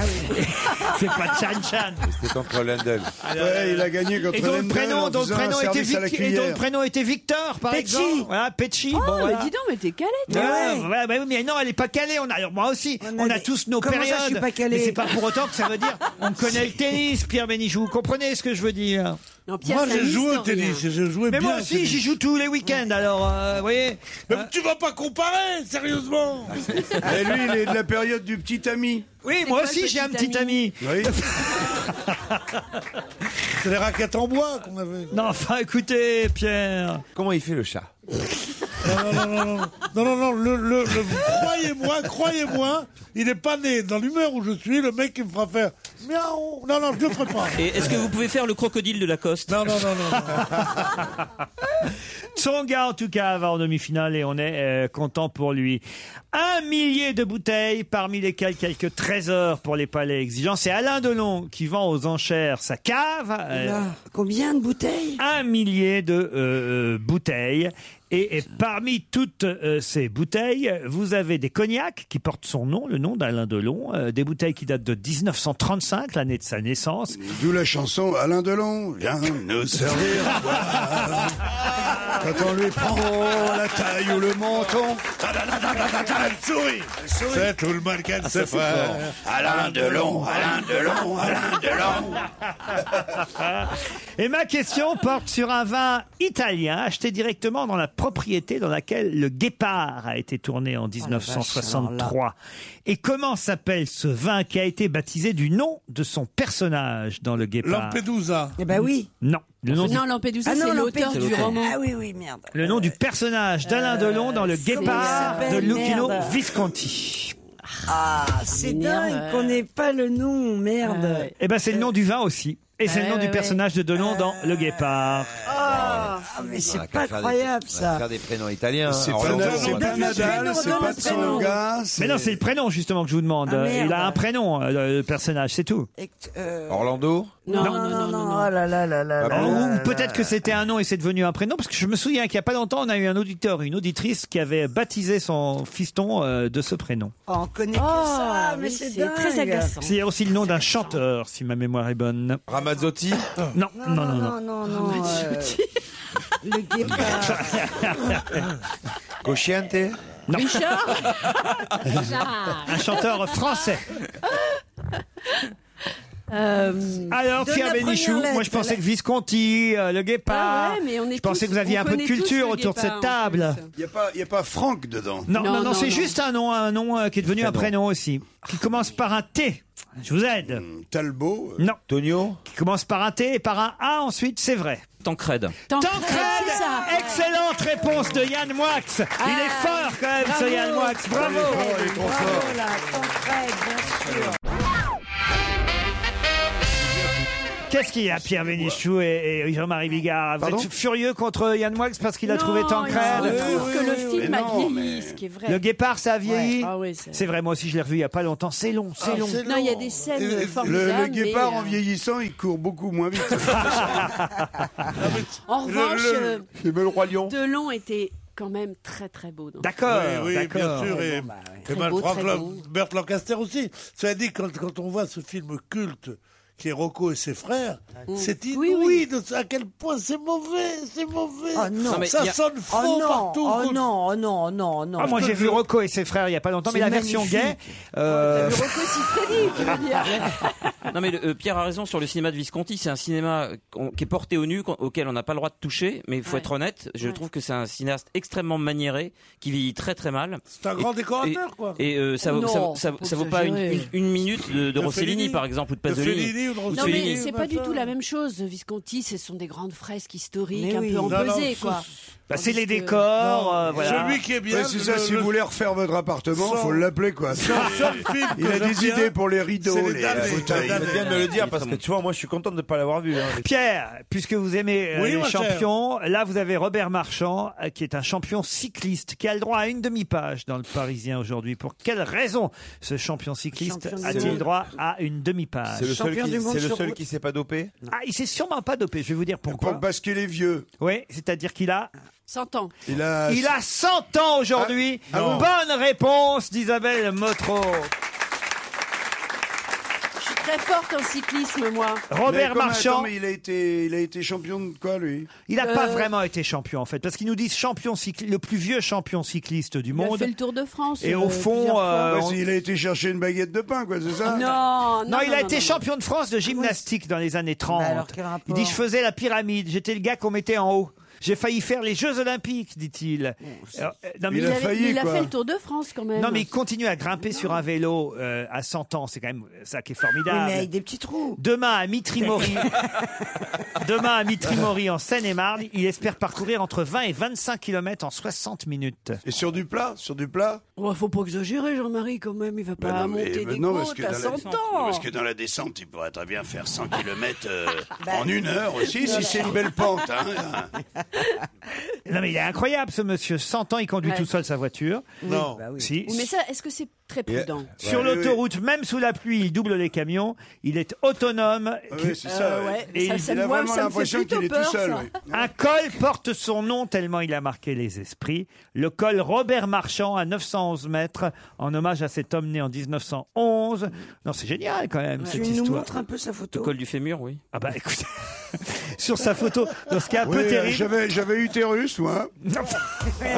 Speaker 3: c'est pas Chan Chan.
Speaker 9: C'était contre Lendl.
Speaker 6: Ouais, il a gagné contre
Speaker 3: Et dont le
Speaker 6: Lendl en
Speaker 3: prénom, dont le
Speaker 6: faisant
Speaker 3: prénom
Speaker 6: un
Speaker 3: était
Speaker 6: service à la
Speaker 3: Vic- et dont le
Speaker 6: cuillère.
Speaker 3: prénom était Victor, par
Speaker 6: Pecci.
Speaker 3: exemple. Voilà, Pecci.
Speaker 14: Oh,
Speaker 3: bon,
Speaker 14: mais
Speaker 3: voilà.
Speaker 14: dis donc, mais t'es calé,
Speaker 3: Ouais,
Speaker 14: toi.
Speaker 3: ouais, bah oui, mais non, elle est pas calée. On a, alors moi aussi, on a tous nos
Speaker 13: Comment ça,
Speaker 3: périodes.
Speaker 13: je suis pas calée
Speaker 3: Mais c'est pas pour autant que ça veut dire on connaît le tennis, Pierre Bénichou. Vous comprenez ce que je veux dire
Speaker 5: Pierre, Moi, c'est j'ai un joué au historien. tennis et j'ai joué
Speaker 3: Mais
Speaker 5: bien
Speaker 3: moi
Speaker 5: au
Speaker 3: aussi,
Speaker 5: tennis.
Speaker 3: j'y joue tous les week-ends. Alors, euh, vous voyez.
Speaker 5: Mais tu vas pas comparer, sérieusement.
Speaker 6: Et Eh, lui, il est de la période du petit ami.
Speaker 3: Oui, moi aussi, j'ai un petit ami.
Speaker 6: Oui.
Speaker 5: C'est les raquettes en bois qu'on avait.
Speaker 3: Non, enfin, écoutez, Pierre.
Speaker 9: Comment il fait le chat
Speaker 5: Non, non, non, non, non. non, non, non, le, le- le- croyez-moi, croyez-moi, il n'est pas né dans l'humeur où je suis, le mec qui me fera faire miaou. Non, non, je le ferai pas.
Speaker 8: Et est-ce que vous pouvez faire le crocodile de Lacoste
Speaker 5: Non, non, non, non.
Speaker 3: Son gars, en tout cas, va en demi-finale et on est euh, content pour lui. Un millier de bouteilles, parmi lesquelles quelques trésors pour les palais exigeants. C'est Alain Delon qui vend aux enchères sa cave. euh,
Speaker 13: combien de bouteilles
Speaker 3: Un millier de euh, euh, bouteilles. Et, et parmi toutes euh, ces bouteilles, vous avez des cognacs qui portent son nom, le nom d'Alain Delon, euh, des bouteilles qui datent de 1935, l'année de sa naissance.
Speaker 6: D'où la chanson Alain Delon, viens nous servir à boire. Quand on lui prend la taille ou le menton, elle sourit. Ah,
Speaker 5: C'est tout le mal qu'elle sait faire.
Speaker 6: Alain Delon, Alain Delon, Alain Delon.
Speaker 3: Et ma question porte sur un vin italien acheté directement dans la propriété dans laquelle le guépard a été tourné
Speaker 13: Oh,
Speaker 3: en 1963. Et comment s'appelle ce vin qui a été baptisé du nom de son personnage dans le guépard
Speaker 5: Lampedusa.
Speaker 13: Eh ben oui.
Speaker 3: Non, le nom, du,
Speaker 14: Non, Lampedusa,
Speaker 13: Ah non,
Speaker 14: c'est l'auteur
Speaker 13: Lampedusa.
Speaker 14: du roman.
Speaker 13: Ah oui, oui, merde.
Speaker 3: le nom du personnage d'Alain Delon dans le
Speaker 13: c'est-
Speaker 3: guépard
Speaker 13: Euh,
Speaker 3: de
Speaker 13: il s'appelle,
Speaker 3: Luchino
Speaker 13: merde.
Speaker 3: Visconti.
Speaker 13: Ah, c'est
Speaker 14: Merde.
Speaker 13: dingue qu'on n'ait pas le nom, merde. Oh,
Speaker 3: Eh ben c'est le nom du vin aussi. Et c'est
Speaker 13: Ouais,
Speaker 3: le nom
Speaker 13: ouais,
Speaker 3: du
Speaker 13: ouais.
Speaker 3: personnage de Delon dans Le Guépard.
Speaker 13: Ah, mais c'est pas croyable ça.
Speaker 4: Faire des prénoms italiens.
Speaker 6: C'est
Speaker 4: hein, en
Speaker 6: pas,
Speaker 4: langue.
Speaker 6: c'est pas Nadal, c'est pas Tsonga.
Speaker 3: Mais non, c'est le prénom justement que je vous demande.
Speaker 13: Ah, merde.
Speaker 3: Il a un prénom, euh, le personnage, c'est tout.
Speaker 13: Et que- euh,
Speaker 4: Orlando
Speaker 13: non, non, non, non, oh là là là là. là
Speaker 3: Ou
Speaker 13: là
Speaker 3: peut-être
Speaker 13: là.
Speaker 3: que c'était un nom et c'est devenu un prénom, parce que je me souviens qu'il n'y a pas longtemps, on a eu un auditeur, une auditrice qui avait baptisé son fiston euh, de ce prénom.
Speaker 13: Oh, on connaît que ça, mais
Speaker 14: oui,
Speaker 13: c'est
Speaker 14: Oh, c'est très
Speaker 13: dingue.
Speaker 14: agaçant.
Speaker 3: C'est aussi le nom d'un chanteur, si ma mémoire est bonne.
Speaker 4: Ramazzotti
Speaker 3: Non, non, non, non.
Speaker 13: Non, non, non. euh, le guépard.
Speaker 4: Cosciente
Speaker 3: Non.
Speaker 14: Richard.
Speaker 3: Un chanteur français.
Speaker 14: Euh,
Speaker 3: Alors,
Speaker 13: De
Speaker 3: Pierre
Speaker 13: la
Speaker 3: Bénichou,
Speaker 13: première
Speaker 3: moi je
Speaker 13: lettre,
Speaker 3: pensais
Speaker 13: la-
Speaker 3: que Visconti, euh, le
Speaker 14: Ah
Speaker 3: guépard.
Speaker 14: ouais, mais on est
Speaker 3: je pensais
Speaker 14: tous-
Speaker 3: que vous aviez
Speaker 14: on
Speaker 3: un peu de
Speaker 14: connaît tous
Speaker 3: culture
Speaker 14: le
Speaker 3: autour de
Speaker 14: Guépard,
Speaker 3: cette
Speaker 14: en
Speaker 3: table.
Speaker 14: plus.
Speaker 6: Il n'y a, pas- y a pas Franck dedans.
Speaker 3: Non, non, non,
Speaker 14: Non, non,
Speaker 3: c'est
Speaker 14: non.
Speaker 3: juste un nom, un nom euh, qui est devenu un prénom aussi, qui commence par un T. Je vous aide.
Speaker 6: Hmm, Talbot. euh,
Speaker 3: Non,
Speaker 4: Tonio
Speaker 3: qui commence par un T et par un A ensuite, c'est vrai.
Speaker 8: Tancred.
Speaker 14: Tancred,
Speaker 3: Tancred
Speaker 14: c'est ça. Ah.
Speaker 3: Excellente réponse de Yann Moix Il est fort quand même ce Yann Moix, bravo
Speaker 6: il est trop fort.
Speaker 13: Voilà, Tancred, bien sûr.
Speaker 3: Qu'est-ce qu'il y a Pierre Vénichou et, et Jean-Marie Bigard Vous
Speaker 6: Pardon
Speaker 3: êtes furieux contre Yann Moix parce qu'il a trouvé
Speaker 14: non,
Speaker 3: Tancred
Speaker 14: Il se retrouve
Speaker 6: Oui,
Speaker 14: que
Speaker 6: oui,
Speaker 14: le
Speaker 6: oui,
Speaker 14: film
Speaker 6: mais
Speaker 14: a
Speaker 6: non,
Speaker 14: vieilli,
Speaker 6: mais-
Speaker 14: ce qui est vrai.
Speaker 3: Le guépard ça a vieilli
Speaker 14: Ouais. Ah oui, c'est- Ah,
Speaker 3: C'est vrai, moi aussi je l'ai revu il n'y a pas longtemps, c'est long, c'est long Ah, Euh,
Speaker 14: Non, il y a des scènes
Speaker 13: euh,
Speaker 6: Le,
Speaker 14: formidables.
Speaker 6: le guépard
Speaker 14: mais,
Speaker 6: en
Speaker 14: euh,
Speaker 6: vieillissant, il court beaucoup moins vite.
Speaker 14: En revanche, euh,
Speaker 4: C'est le roi lion.
Speaker 14: Delon était quand même très très beau. dans ce
Speaker 3: D'accord,
Speaker 5: oui, oui, bien
Speaker 3: d'accord.
Speaker 5: sûr. Et,
Speaker 14: Très
Speaker 5: et ben,
Speaker 14: beau,
Speaker 5: Franck
Speaker 14: très
Speaker 5: Lan-
Speaker 14: beau.
Speaker 5: Bert Lancaster aussi. Cela dit, quand, quand on voit ce film culte qui est Rocco et ses frères, c'est inouï de- à quel point c'est mauvais, c'est mauvais.
Speaker 13: Oh non. Non,
Speaker 8: mais
Speaker 5: ça
Speaker 8: y a-
Speaker 5: sonne
Speaker 13: Oh
Speaker 5: faux
Speaker 13: non,
Speaker 5: partout.
Speaker 13: oh non, oh non, oh non, oh non.
Speaker 3: Ah, moi j'ai vu Rocco et ses frères il n'y a pas longtemps, mais
Speaker 13: C'est
Speaker 8: euh, Ah,
Speaker 3: la version gay.
Speaker 13: magnifique.
Speaker 3: euh,
Speaker 13: Rocco Siffredi, tu veux dire.
Speaker 8: Non mais le- euh, Pierre a raison sur le cinéma de Visconti, c'est un cinéma qu'on- qui est porté au nu, qu'on- auquel on n'a pas le droit de toucher, mais il faut être honnête, je trouve que c'est un cinéaste extrêmement maniéré, qui vieillit très très mal. C'est
Speaker 5: un grand décorateur, quoi.
Speaker 8: Et euh, ça, vaut- ça, vaut-
Speaker 5: Non,
Speaker 8: ça vaut-
Speaker 5: faut
Speaker 8: ça vaut pas une,
Speaker 5: exagérer.
Speaker 8: une- une minute de, de
Speaker 5: De
Speaker 8: Rossellini
Speaker 5: Fellini.
Speaker 8: par exemple, ou de
Speaker 5: De
Speaker 8: Pasolini.
Speaker 5: Fellini ou de
Speaker 8: de
Speaker 14: Non mais
Speaker 8: Fellini.
Speaker 14: c'est pas du tout la même chose. Visconti, ce sont des grandes fresques historiques,
Speaker 5: Mais
Speaker 14: un
Speaker 5: oui.
Speaker 14: peu
Speaker 5: Non, non,
Speaker 14: empesées,
Speaker 5: ce-
Speaker 14: quoi.
Speaker 3: Bah, c'est les
Speaker 14: Tandis que-
Speaker 3: décors, euh, voilà.
Speaker 5: Celui qui est bien,
Speaker 6: Ouais, c'est ça,
Speaker 5: le-
Speaker 6: si
Speaker 5: le-
Speaker 6: vous voulez refaire votre appartement,
Speaker 5: Sans-
Speaker 6: faut l'appeler quoi.
Speaker 5: Sans- sans le film
Speaker 6: Il
Speaker 5: que
Speaker 6: a
Speaker 5: je
Speaker 6: des
Speaker 5: tiens,
Speaker 6: idées pour les rideaux, les,
Speaker 9: Ah,
Speaker 6: fauteuils.
Speaker 9: putain, il faut bien me le dire parce que tu vois, moi je suis content de ne pas l'avoir vu. hein.
Speaker 3: Pierre, puisque vous aimez euh,
Speaker 9: Oui,
Speaker 3: les
Speaker 9: ma chère.
Speaker 3: champions, là vous avez Robert Marchand, euh, qui est un champion cycliste, qui a le droit à une demi-page dans le Parisien aujourd'hui. Pour quelle raison ce champion cycliste
Speaker 9: Champion du
Speaker 3: a-t-il
Speaker 9: monde.
Speaker 3: droit à une demi-page
Speaker 9: C'est le seul qui, c'est le seul qui s'est pas dopé.
Speaker 3: Ah, il s'est sûrement pas dopé, je vais vous dire pourquoi. Pour
Speaker 6: basculer vieux.
Speaker 3: Oui, c'est-à-dire qu'il a
Speaker 14: 100 ans.
Speaker 6: Il a,
Speaker 3: il a 100 ans aujourd'hui.
Speaker 6: Ah, ah bon
Speaker 3: Bonne réponse d'Isabelle Motro.
Speaker 14: Je suis très forte en cyclisme, moi.
Speaker 6: Mais
Speaker 3: Robert
Speaker 6: comment-
Speaker 3: Marchand.
Speaker 6: attends, mais il a été, il a été champion de quoi lui
Speaker 3: Il n'a
Speaker 14: Euh,
Speaker 3: pas vraiment été champion en fait, parce qu'ils nous disent champion cycliste, le plus vieux champion cycliste du
Speaker 14: Il a
Speaker 3: monde.
Speaker 14: fait le Tour de France.
Speaker 3: Et
Speaker 14: euh,
Speaker 3: au fond,
Speaker 14: plusieurs fois.
Speaker 3: euh,
Speaker 6: Ouais, Il a été chercher une baguette de pain quoi, c'est ça
Speaker 14: Non, non,
Speaker 3: il
Speaker 14: non,
Speaker 3: a
Speaker 14: non,
Speaker 3: été
Speaker 14: non.
Speaker 3: champion de France de gymnastique dans les années 30.
Speaker 14: Mais alors, quel rapport
Speaker 3: il dit je faisais la pyramide, j'étais le gars qu'on mettait en haut. J'ai failli faire les Jeux Olympiques, dit-il. Alors, euh, non,
Speaker 14: Oh,
Speaker 3: mais
Speaker 14: il, avait- il a fait le Tour de France quand même.
Speaker 3: Non mais il continue à grimper sur un vélo euh, à 100 ans, c'est quand même ça qui est formidable.
Speaker 13: mais avec des petits trous.
Speaker 3: Demain à Mitrimori, demain à Mitrimori en Seine-et-Marne, il espère parcourir entre 20 et 25 km en 60 minutes.
Speaker 6: Et sur du plat, sur du plat
Speaker 13: Oh, faut pas exagérer, Jean-Marie, quand même. Il va
Speaker 6: Ben
Speaker 13: pas
Speaker 6: non, mais-
Speaker 13: monter
Speaker 6: mais
Speaker 13: des
Speaker 6: non, parce
Speaker 13: côtes
Speaker 6: que dans
Speaker 13: à
Speaker 6: la-
Speaker 13: 100
Speaker 6: non,
Speaker 13: ans.
Speaker 6: Parce que dans la descente, il pourrait très bien faire 100 km en
Speaker 13: Bah,
Speaker 6: une heure aussi,
Speaker 13: voilà.
Speaker 6: si c'est une belle pente. hein.
Speaker 3: Non mais il est incroyable ce monsieur, 100 ans il conduit
Speaker 14: Ouais.
Speaker 3: tout seul sa voiture.
Speaker 14: Oui. Non.
Speaker 13: Bah
Speaker 3: Si.
Speaker 14: Oui, Mais ça, est-ce que c'est très prudent
Speaker 3: Sur l'autoroute, même sous la pluie, il double les camions. Il est autonome.
Speaker 6: oui, c'est ça, Euh, ouais. ouais.
Speaker 3: Et
Speaker 6: Ça, ça me- Il a moi, vraiment ça me fait l'impression plutôt qu'il est tout peur, seul, ça. oui.
Speaker 3: Un col porte son nom tellement il a marqué les esprits. Le col Robert Marchand à 911 mètres, en hommage à cet homme né en 1911. Non, c'est génial quand même
Speaker 13: Tu
Speaker 3: cette
Speaker 13: nous
Speaker 3: histoire.
Speaker 13: montres un peu sa photo.
Speaker 8: Col du fémur, oui.
Speaker 3: Ah bah écoutez, sur sa photo, dans ce qui est un
Speaker 6: Oui,
Speaker 3: peu
Speaker 6: euh,
Speaker 3: terrible.
Speaker 6: j'avais- J'avais utérus, moi.
Speaker 14: Ouais,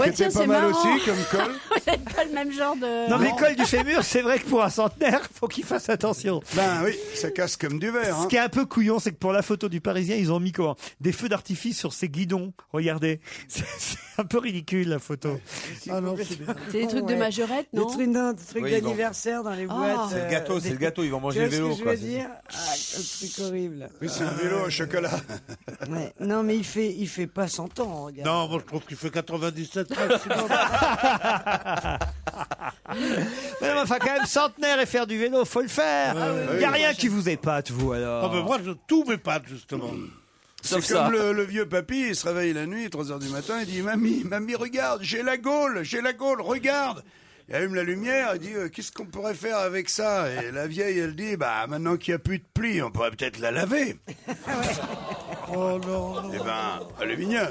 Speaker 6: C'était
Speaker 14: tiens,
Speaker 6: pas
Speaker 14: c'est
Speaker 6: mal
Speaker 14: marrant.
Speaker 6: aussi comme col.
Speaker 14: Vous n'êtes pas le même genre de.
Speaker 3: Non, mais col du fémur, c'est vrai que pour un centenaire, faut qu'il fasse attention.
Speaker 6: Ben oui, ça casse comme du verre.
Speaker 3: Ce
Speaker 6: hein.
Speaker 3: qui est un peu couillon, c'est que pour la photo du Parisien, ils ont mis quoi Des feux d'artifice sur ses guidons. Regardez, c'est c'est un peu ridicule la photo.
Speaker 5: Ah non, c'est bien.
Speaker 14: C'est des trucs de majorette, non
Speaker 13: Des trucs, non, des trucs
Speaker 9: Oui, ils vont-
Speaker 13: d'anniversaire dans les
Speaker 14: Ah.
Speaker 13: boîtes.
Speaker 9: C'est le
Speaker 3: euh,
Speaker 9: gâteau, c'est le gâteau, ils vont manger
Speaker 13: Tu vois
Speaker 9: des vélos,
Speaker 13: ce que
Speaker 9: quoi,
Speaker 13: je
Speaker 9: c'est
Speaker 13: veux dire Ah, Un truc horrible.
Speaker 6: Oui, c'est un vélo au chocolat.
Speaker 13: Ouais. Non, mais il fait, il fait pas 100 ans, regarde.
Speaker 5: Non, moi je trouve qu'il fait 97 maximum.
Speaker 3: Ouais, mais enfin, quand même, centenaire et faire du vélo, faut le faire. Il n'y a rien qui vous épate, vous alors.
Speaker 5: Ah ben moi, je, tout m'épate, justement.
Speaker 6: Hmm. C'est comme Le, le vieux papy, il se réveille la nuit, 3 heures du matin, il dit Mamie, mamie, regarde, j'ai la gaule, j'ai la gaule, regarde Il allume la lumière, il dit Euh, Qu'est-ce qu'on pourrait faire avec ça Et la vieille, elle dit Bah, maintenant qu'il n'y a plus de plis, on pourrait peut-être la laver.
Speaker 5: Oh non, non.
Speaker 6: Eh ben, aluminium.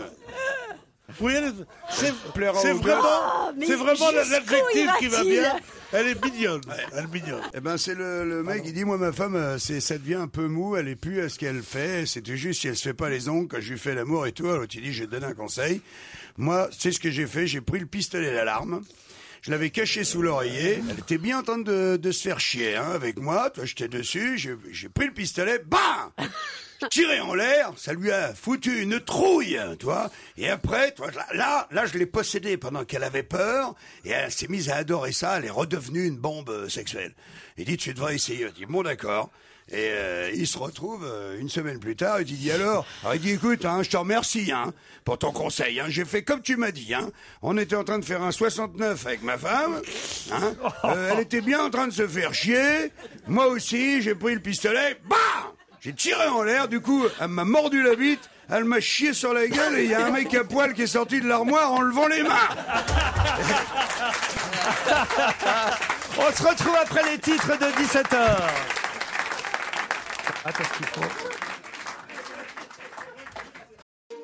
Speaker 5: Oui, elle est- c'est
Speaker 6: Plaira
Speaker 5: c'est
Speaker 6: aux deux.
Speaker 5: vraiment, c'est vraiment l'adjectif qui va bien.
Speaker 6: Elle est mignonne. Elle est mignonne. Eh ben, c'est le, le mec, il dit, moi, ma femme, euh, c'est, ça devient un peu mou, elle est plus à ce qu'elle fait. C'était juste si elle se fait pas les ongles quand je lui fais l'amour et tout. Alors, tu dis, je donne un conseil. Moi, c'est ce que j'ai fait. J'ai pris le pistolet d'alarme. Je l'avais caché sous l'oreiller. Elle était bien en train de, de se faire chier, hein, avec moi. Toi, j'étais dessus. J'ai, j'ai pris le pistolet. Bam! Je tirais en l'air, ça lui a foutu une trouille, toi. Et après, toi, là, là, je l'ai possédée pendant qu'elle avait peur, et elle s'est mise à adorer ça. Elle est redevenue une bombe euh, sexuelle. Il dit, tu devrais essayer. Je dis, bon, d'accord. Et euh, il se retrouve euh, une semaine plus tard. Il dit, dis alors, alors Il dit, écoute, hein, je te remercie hein, pour ton conseil. hein. J'ai fait comme tu m'as dit. Hein. On était en train de faire un 69 avec ma femme. hein. Euh, elle était bien en train de se faire chier. Moi aussi, j'ai pris le pistolet. Bam j'ai tiré en l'air, du coup, elle m'a mordu la bite, elle m'a chié sur la gueule et il y a un mec à poil qui est sorti de l'armoire en levant les mains.
Speaker 3: On se retrouve après les titres de 17h.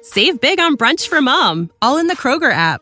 Speaker 18: Save big on brunch for mom, all in the Kroger app.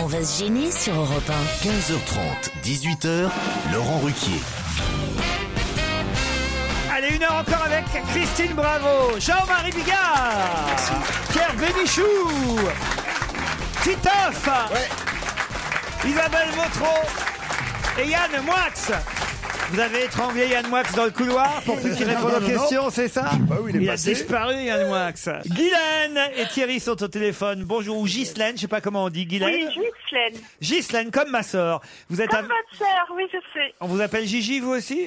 Speaker 1: On va se gêner sur Europe 1.
Speaker 2: 15h30, 18h, Laurent Ruquier.
Speaker 3: Allez, une heure encore avec Christine Bravo, Jean-Marie Bigard, Pierre Bénichou, Titoff, Isabelle Vautreau et Yann Moix. Vous avez étranglé Yann Moix dans le couloir pour Ah, plus qu'il réponde
Speaker 5: Non,
Speaker 3: aux
Speaker 5: non,
Speaker 3: questions,
Speaker 5: non.
Speaker 3: c'est ça
Speaker 5: Je sais pas où il est
Speaker 3: a
Speaker 5: passé.
Speaker 3: disparu, Yann Moix. Guylaine et Thierry sont au téléphone. Bonjour, ou Ghislaine, je sais pas comment on dit,
Speaker 12: Oui,
Speaker 3: Guylaine.
Speaker 12: Ghislaine.
Speaker 3: Ghislaine, comme ma sœur. Vous êtes
Speaker 12: Comme
Speaker 3: à-
Speaker 12: Ah, votre sœur, oui, je sais.
Speaker 3: On vous appelle Gigi, vous aussi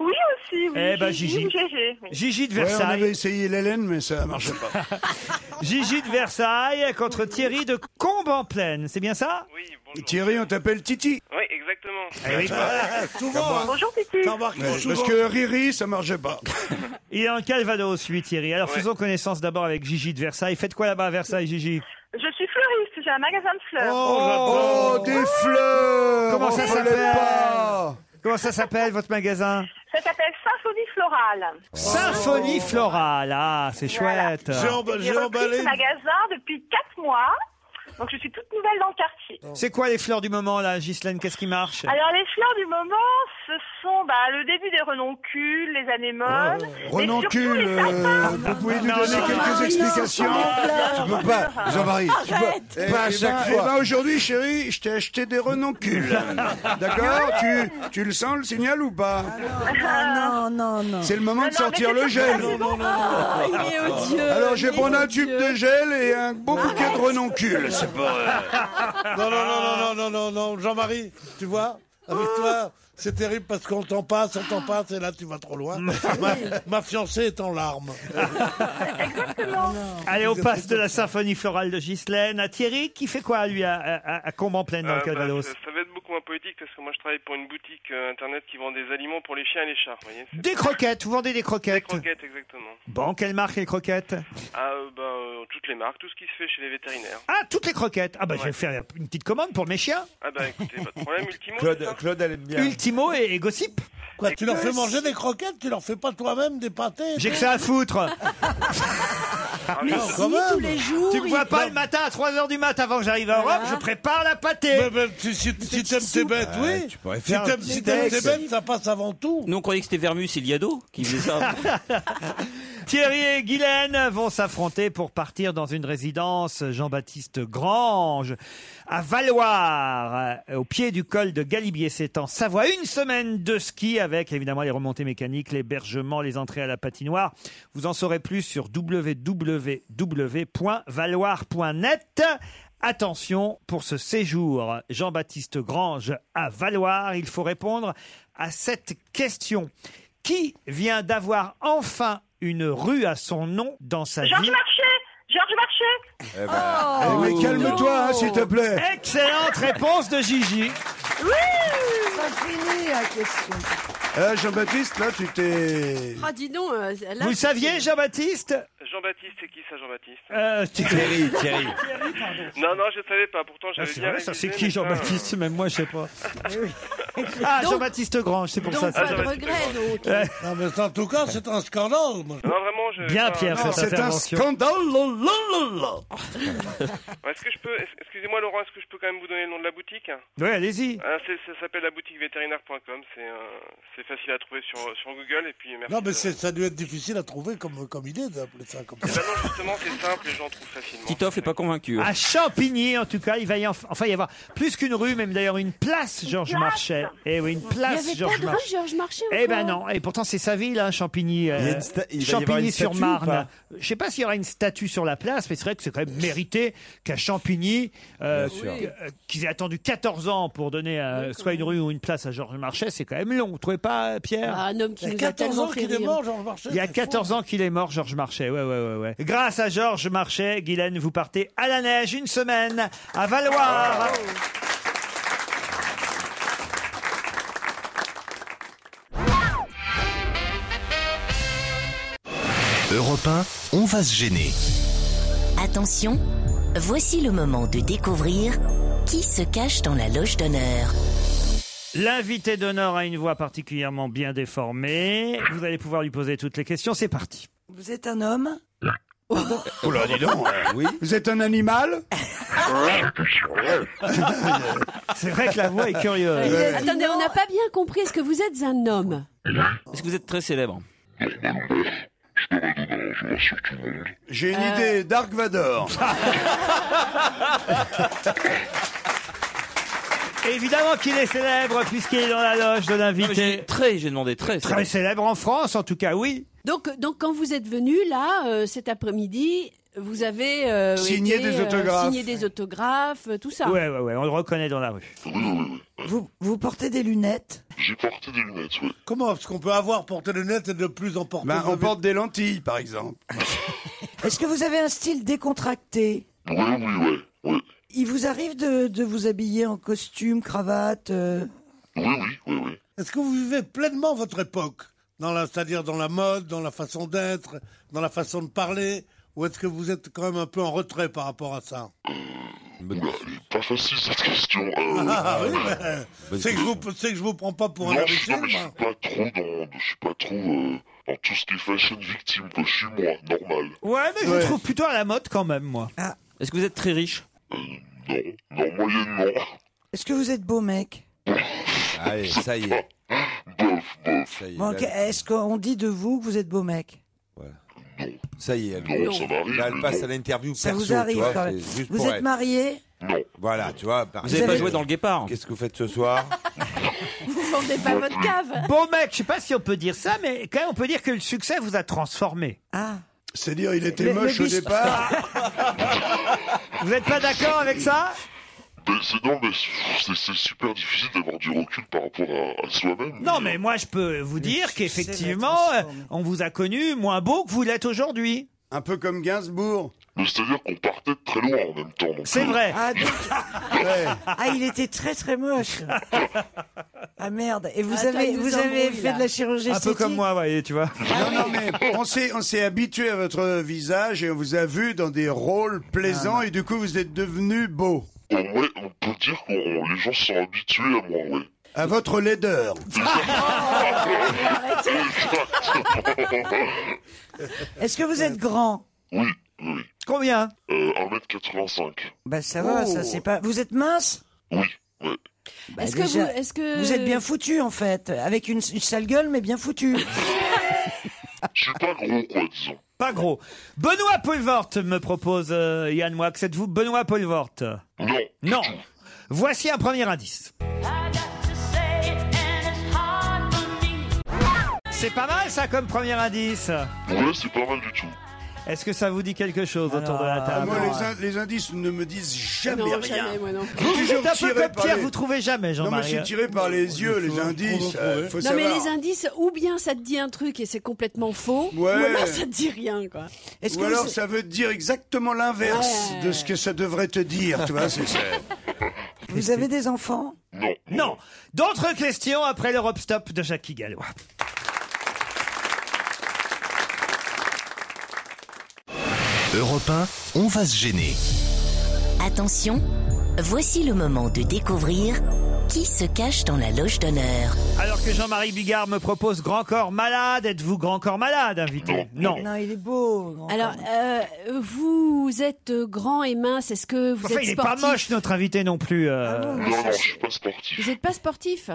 Speaker 12: Oui, aussi, oui.
Speaker 3: Eh ben, Gigi.
Speaker 12: ou Gégé, oui.
Speaker 3: Gigi de
Speaker 6: Ouais, on
Speaker 3: Versailles.
Speaker 6: avait essayé l'Hélène, mais ça marchait pas.
Speaker 3: Gigi de Versailles contre Thierry de Combe-en-Plaine. C'est bien ça
Speaker 6: Thierry, on t'appelle Titi.
Speaker 11: Oui, exactement.
Speaker 6: Eh oui, voilà, souvent, hein.
Speaker 11: Bonjour,
Speaker 12: Titi.
Speaker 6: Ouais, parce que Riri, ça marchait pas.
Speaker 3: Il est en Calvados, lui, Thierry. Alors, faisons connaissance d'abord avec Gigi de Versailles. Faites quoi là-bas à Versailles, Gigi
Speaker 12: Je suis fleuriste, j'ai un magasin de fleurs.
Speaker 6: Oh, des fleurs
Speaker 3: Comment ça
Speaker 6: on fallait
Speaker 3: s'appelle
Speaker 6: pas.
Speaker 3: Comment ça s'appelle, votre magasin
Speaker 12: Ça s'appelle Symphonie Florale.
Speaker 3: Symphonie Florale. Ah, c'est
Speaker 12: Voilà.
Speaker 3: chouette.
Speaker 12: J'ai repris ce magasin depuis 4 mois, donc je suis toute nouvelle dans le quartier.
Speaker 3: Oh, C'est quoi les fleurs du moment, là, Ghislaine Qu'est-ce qui marche
Speaker 12: Alors les fleurs du moment, ce sont bah, le début des renoncules, les
Speaker 3: Oh.
Speaker 12: anémones.
Speaker 6: Renoncule, euh, vous pouvez nous
Speaker 12: Non,
Speaker 6: donner
Speaker 12: non,
Speaker 6: quelques
Speaker 12: non,
Speaker 6: explications
Speaker 12: non,
Speaker 6: Tu
Speaker 12: non,
Speaker 6: peux pas,
Speaker 12: non,
Speaker 6: Jean-Marie, tu peux
Speaker 12: Arrête.
Speaker 6: pas à
Speaker 12: Eh
Speaker 6: chaque
Speaker 12: ben,
Speaker 6: fois.
Speaker 12: eh
Speaker 6: aujourd'hui, chérie, je t'ai acheté des renoncules. D'accord tu, tu le sens, le signal ou pas
Speaker 10: Ah, non, non, non.
Speaker 6: C'est le moment de sortir le gel.
Speaker 10: jeune. Ah, il est odieux.
Speaker 6: Alors, je vais
Speaker 10: il est
Speaker 6: prendre un
Speaker 10: odieux.
Speaker 6: tube de gel et un beau bouquet de renoncules. C'est pas...
Speaker 5: Non, non, non, non, non, non, non, non, Jean-Marie, tu vois, avec toi, c'est terrible parce qu'on t'en passe, on t'en passe, et là, tu vas trop loin. ma, ma fiancée est en larmes.
Speaker 3: Allez, on passe de la symphonie florale de Ghislaine à Thierry, qui fait quoi, lui, à, à, à Combe-en-Plaine, dans
Speaker 11: Euh,
Speaker 3: le Calvados
Speaker 11: bah, ça, ça va être beaucoup moins poétique parce que moi je travaille pour une boutique euh, internet qui vend des aliments pour les chiens et les chats. Vous voyez c'est-
Speaker 3: Des croquettes, vous vendez des
Speaker 11: Des
Speaker 3: croquettes
Speaker 11: croquettes, exactement.
Speaker 3: Bon, quelle marque les croquettes
Speaker 11: Ah, euh, bah, euh, toutes les marques, tout ce qui se fait chez les vétérinaires.
Speaker 3: Ah, toutes les croquettes Ah bah je
Speaker 11: Ouais.
Speaker 3: vais faire une petite commande pour mes chiens.
Speaker 11: Ah, bah écoutez, pas de problème, Ultimo. c'est ça
Speaker 9: Claude, Claude, elle aime bien.
Speaker 3: Ultimo et, et Gossip
Speaker 5: Quoi, tu leur fais manger des croquettes, tu leur fais pas toi-même des pâtés
Speaker 3: J'ai que ça à foutre
Speaker 5: Ah,
Speaker 3: Ah,
Speaker 5: Mais non, si, quand même. tous les jours,
Speaker 3: Tu me
Speaker 5: il-
Speaker 3: vois pas
Speaker 5: Non.
Speaker 3: le matin à 3h du mat avant que j'arrive à Europe, je prépare la pâtée
Speaker 5: Mais, mais, si si, si t'aimes tes bêtes,
Speaker 8: Ouais,
Speaker 5: oui.
Speaker 8: tu pourrais
Speaker 5: si
Speaker 8: faire un
Speaker 5: t'aimes
Speaker 8: petit
Speaker 5: si t'aimes tes
Speaker 8: texte.
Speaker 5: bêtes, ça passe avant tout.
Speaker 8: Nous, on croyait que c'était Vermus et Liado qui faisait ça.
Speaker 3: Thierry et Guylaine vont s'affronter pour partir dans une résidence Jean-Baptiste Grange à Valoir, euh, au pied du col de Galibier. C'est en Savoie. Une semaine de ski avec évidemment les remontées mécaniques, l'hébergement, les entrées à la patinoire. Vous en saurez plus sur www.valoir.net. Attention pour ce séjour Jean-Baptiste Grange à Valoir. Il faut répondre à cette question. Qui vient d'avoir enfin une rue à son nom dans sa
Speaker 12: Georges
Speaker 3: vie Oh.
Speaker 12: Marché Georges Marché
Speaker 13: Oh.
Speaker 6: Eh oui, calme-toi, hein, s'il te plaît.
Speaker 3: Excellente réponse de Gigi.
Speaker 13: Ça finit la question.
Speaker 6: Ah, Jean-Baptiste, là, tu t'es...
Speaker 14: Ah, dis donc. euh, là,
Speaker 3: Vous le
Speaker 14: c'est-
Speaker 3: saviez, Jean-Baptiste
Speaker 11: Jean-Baptiste, c'est qui ça, Jean-Baptiste
Speaker 3: Euh,
Speaker 9: Thierry, Thierry.
Speaker 11: Non, non, je savais pas, pourtant j'avais
Speaker 3: Ah, c'est
Speaker 11: bien
Speaker 3: vrai,
Speaker 11: révisé,
Speaker 3: ça c'est
Speaker 11: mais
Speaker 3: qui
Speaker 11: ça, euh,
Speaker 3: Jean-Baptiste Même moi, je sais pas.
Speaker 9: Oh.
Speaker 3: Ah,
Speaker 11: Donc-
Speaker 3: Jean-Baptiste Grange, c'est pour
Speaker 11: donc
Speaker 3: ça.
Speaker 11: pas
Speaker 14: Ah,
Speaker 3: c'est-
Speaker 11: de regret, donc.
Speaker 3: Euh,
Speaker 5: Non, Ah, mais en tout cas, c'est un scandale. moi.
Speaker 11: euh, Non, vraiment, je.
Speaker 3: Bien,
Speaker 11: non,
Speaker 3: Pierre,
Speaker 11: non.
Speaker 3: cette intervention.
Speaker 11: Ouais, Est-ce que je peux. est-ce- Excusez-moi, Laurent, est-ce que je peux quand même vous donner le nom de la boutique
Speaker 3: Oui, allez-y.
Speaker 11: Ah, c'est- ça s'appelle la boutique vétérinaire.com, c'est euh, c'est facile à trouver sur, sur Google et puis merci.
Speaker 5: Non, mais
Speaker 11: de-
Speaker 5: c'est- ça doit être difficile à trouver comme, comme idée d'appeler ça comme
Speaker 11: Eh
Speaker 5: ça.
Speaker 11: ben non, justement, c'est simple, les gens trouvent facilement.
Speaker 8: Titoff est pas convaincu. hein.
Speaker 3: À Champigny, en tout cas, il va y enf- enfin y avoir plus qu'une rue, même d'ailleurs une place Georges
Speaker 14: place
Speaker 3: Marchais. Eh oui, une
Speaker 14: Il n'y
Speaker 3: place
Speaker 14: avait pas
Speaker 3: Georges
Speaker 14: de rue
Speaker 3: Marchais.
Speaker 14: Georges Marchais
Speaker 3: Eh ben non, et pourtant c'est sa ville, hein, Champigny.
Speaker 9: Il y a une sta- il va y avoir une
Speaker 3: sur
Speaker 9: statue ou
Speaker 3: Marne.
Speaker 9: pas
Speaker 3: Je sais pas s'il y aura une statue sur la place, mais c'est vrai que c'est quand même mérité qu'à Champigny, euh,
Speaker 9: Bien sûr.
Speaker 3: qu- euh, qu'ils aient attendu 14 ans pour donner euh, soit une rue ou une place à Georges Marchais, c'est quand même long. Vous trouvez pas, Pierre
Speaker 14: Ah, un homme qui
Speaker 5: Il y a
Speaker 14: nous a
Speaker 5: 14
Speaker 14: tellement
Speaker 5: ans
Speaker 14: fait
Speaker 5: qu'il est
Speaker 14: rire.
Speaker 5: mort, Georges Marchais.
Speaker 3: Il y a 14 ans qu'il est mort, Georges Marchais. Ouais, ouais, ouais, ouais. Grâce à Georges Marchais, Guylaine, vous partez à la neige une semaine à Valoir.
Speaker 14: Oh.
Speaker 2: Europe 1, on va se gêner.
Speaker 1: Attention, voici le moment de découvrir qui se cache dans la loge d'honneur.
Speaker 3: L'invité d'honneur a une voix particulièrement bien déformée. Vous allez pouvoir lui poser toutes les questions. C'est parti.
Speaker 13: Vous êtes un homme hein.
Speaker 6: Oh là, dis donc. Oui. Vous êtes un animal
Speaker 3: C'est vrai que la voix est curieuse.
Speaker 6: Euh,
Speaker 14: Attendez, on n'a pas bien compris. Est-ce que vous êtes un homme
Speaker 8: Est-ce que vous êtes très célèbre
Speaker 6: J'ai une
Speaker 13: Euh.
Speaker 6: idée, Dark Vador.
Speaker 3: Évidemment qu'il est célèbre puisqu'il est dans la loge de l'invité.
Speaker 8: Très, j'ai demandé très.
Speaker 3: Très célèbre en France, en tout cas, oui.
Speaker 14: Donc, euh, donc quand vous êtes venu là euh, cet après-midi, vous avez euh,
Speaker 3: Signé
Speaker 14: été,
Speaker 3: des autographes.
Speaker 14: signé des autographes, euh, tout ça.
Speaker 3: Ouais, ouais, ouais, on le reconnaît dans la rue.
Speaker 13: Vous, vous portez des lunettes
Speaker 5: J'ai porté des lunettes, oui. Comment Parce qu'on peut avoir porté des lunettes et de plus en porter.
Speaker 6: Ben, on porte des lentilles, par exemple.
Speaker 13: Est-ce que vous avez un style décontracté
Speaker 5: Oui, oui, oui.
Speaker 13: Il vous arrive de, de vous habiller en costume, cravate euh,
Speaker 5: Est-ce que vous vivez pleinement votre époque dans la, C'est-à-dire dans la mode, dans la façon d'être, dans la façon de parler Ou est-ce que vous êtes quand même un peu en retrait par rapport à ça
Speaker 17: Oula, elle est pas facile cette question. euh,
Speaker 5: Ah, oui,
Speaker 17: euh,
Speaker 5: mais c'est que, je vous- c'est que je vous prends pas pour un hein.
Speaker 17: non, je, non,
Speaker 5: imbécile,
Speaker 17: mais je suis
Speaker 5: moi.
Speaker 17: pas trop dans, je suis pas trop euh, dans tout ce qui est fashion victime. Quoi. Je suis moi, normal.
Speaker 3: Ouais, mais je le trouve plutôt à la mode quand même, moi.
Speaker 8: Ah. Est-ce que vous êtes très riche
Speaker 17: Non, moyennement.
Speaker 13: Est-ce que vous êtes beau mec
Speaker 9: Allez, ça y est. Ça y est.
Speaker 13: Bon, ok,
Speaker 9: là-
Speaker 13: Est-ce qu'on dit de vous que vous êtes beau mec
Speaker 9: Ça y est, elle,
Speaker 17: Non, ça m'arrive,
Speaker 9: Là, elle
Speaker 17: mais
Speaker 9: passe
Speaker 17: bon.
Speaker 9: à l'interview
Speaker 13: Ça
Speaker 9: perso,
Speaker 13: vous arrive
Speaker 9: tu vois,
Speaker 13: quand
Speaker 9: c'est
Speaker 13: même.
Speaker 9: juste
Speaker 13: Vous
Speaker 9: pour
Speaker 13: êtes
Speaker 9: elle.
Speaker 13: marié
Speaker 9: Voilà, tu vois. par
Speaker 8: Vous avez pas
Speaker 9: exemple.
Speaker 8: joué dans le guépard
Speaker 9: Qu'est-ce que vous faites ce soir
Speaker 14: Vous vendez pas votre cave.
Speaker 3: Bon mec, je sais pas si on peut dire ça, mais quand même on peut dire que le succès vous a transformé.
Speaker 13: Ah.
Speaker 6: C'est-à-dire, il était
Speaker 3: Le- le
Speaker 6: moche au
Speaker 3: bis-
Speaker 6: départ.
Speaker 3: Vous n'êtes pas d'accord avec ça
Speaker 17: Mais Ben, c'est non, mais c'est c'est super difficile d'avoir du recul par rapport à, à soi-même.
Speaker 3: Non, mais moi je peux vous dire qu'effectivement, euh, on vous a connu moins beau que vous l'êtes aujourd'hui.
Speaker 6: Un peu comme Gainsbourg.
Speaker 17: Mais c'est-à-dire qu'on partait de très loin en même temps. donc,
Speaker 3: C'est
Speaker 17: euh,
Speaker 3: vrai.
Speaker 13: Ah, donc- Ah, il était très très moche. Ah merde. Et vous
Speaker 14: Attends,
Speaker 13: avez,
Speaker 14: il nous
Speaker 13: vous avez
Speaker 14: embrouille,
Speaker 13: fait
Speaker 14: là.
Speaker 13: de la chirurgie
Speaker 3: Un peu
Speaker 13: esthétique Ah,
Speaker 3: comme moi, voyez, tu vois.
Speaker 6: Non, non, mais on s'est, on s'est habitué à votre visage et on vous a vu dans des rôles
Speaker 13: Ah,
Speaker 6: plaisants et du coup, vous êtes devenu beau.
Speaker 17: Bon, ouais, on peut dire que les gens se sont habitués à moi, ouais.
Speaker 6: À votre laideur.
Speaker 13: Est-ce que vous êtes grand
Speaker 3: Combien
Speaker 17: Euh, 1m85.
Speaker 13: Bah ça va,
Speaker 17: Oh.
Speaker 13: ça c'est pas. Vous êtes mince
Speaker 17: Ouais.
Speaker 13: Bah,
Speaker 14: Est-ce que
Speaker 13: déjà,
Speaker 14: vous- est-ce que-
Speaker 13: vous êtes bien foutu en fait, avec une, une sale gueule mais bien foutu.
Speaker 17: Je suis pas gros, quoi, disons.
Speaker 3: Pas gros. Benoît Poelvoort me propose euh, Yann Moix. Êtes-vous Benoît Poelvoort
Speaker 17: Non.
Speaker 3: Non. Voici un premier indice. C'est pas mal ça comme premier indice.
Speaker 17: Ouais, c'est pas mal du tout.
Speaker 3: Est-ce que ça vous dit quelque chose autour de la
Speaker 6: Ah,
Speaker 3: table
Speaker 6: moi, les, in- les indices ne me disent jamais
Speaker 14: Non,
Speaker 6: rien.
Speaker 14: jamais, moi non.
Speaker 3: Vous, vous
Speaker 6: Toujours
Speaker 3: êtes un peu
Speaker 6: tiré
Speaker 3: comme
Speaker 6: par
Speaker 3: Pierre,
Speaker 6: les-
Speaker 3: vous trouvez jamais
Speaker 6: Non, mais je
Speaker 3: Jean-Marie. hein.
Speaker 6: suis tiré par les yeux, les indices. euh, faut
Speaker 14: non mais
Speaker 6: savoir.
Speaker 14: les indices, ou bien ça te dit un truc et c'est complètement faux,
Speaker 6: Ouais.
Speaker 14: ou alors ça te dit rien quoi.
Speaker 6: Ou alors, ça veut dire exactement l'inverse de ce que ça devrait te dire, tu vois. C'est ça.
Speaker 13: vous avez des enfants
Speaker 17: Non.
Speaker 3: Non. D'autres questions après l'Europe Stop de Jackie Gallois.
Speaker 2: Europe 1, on va se gêner.
Speaker 1: Attention, voici le moment de découvrir qui se cache dans la loge d'honneur.
Speaker 3: Alors que Jean-Marie Bigard me propose Grand Corps Malade, êtes-vous Grand Corps Malade, invité Non.
Speaker 13: Non, il est beau. grand
Speaker 14: Alors,
Speaker 13: homme.
Speaker 14: euh, vous êtes grand et mince, est-ce que vous
Speaker 3: Enfin,
Speaker 14: êtes
Speaker 3: il est pas
Speaker 14: sportif
Speaker 3: moche notre invité non plus. euh.
Speaker 17: Non, non, je suis pas sportif.
Speaker 14: Vous n'êtes pas sportif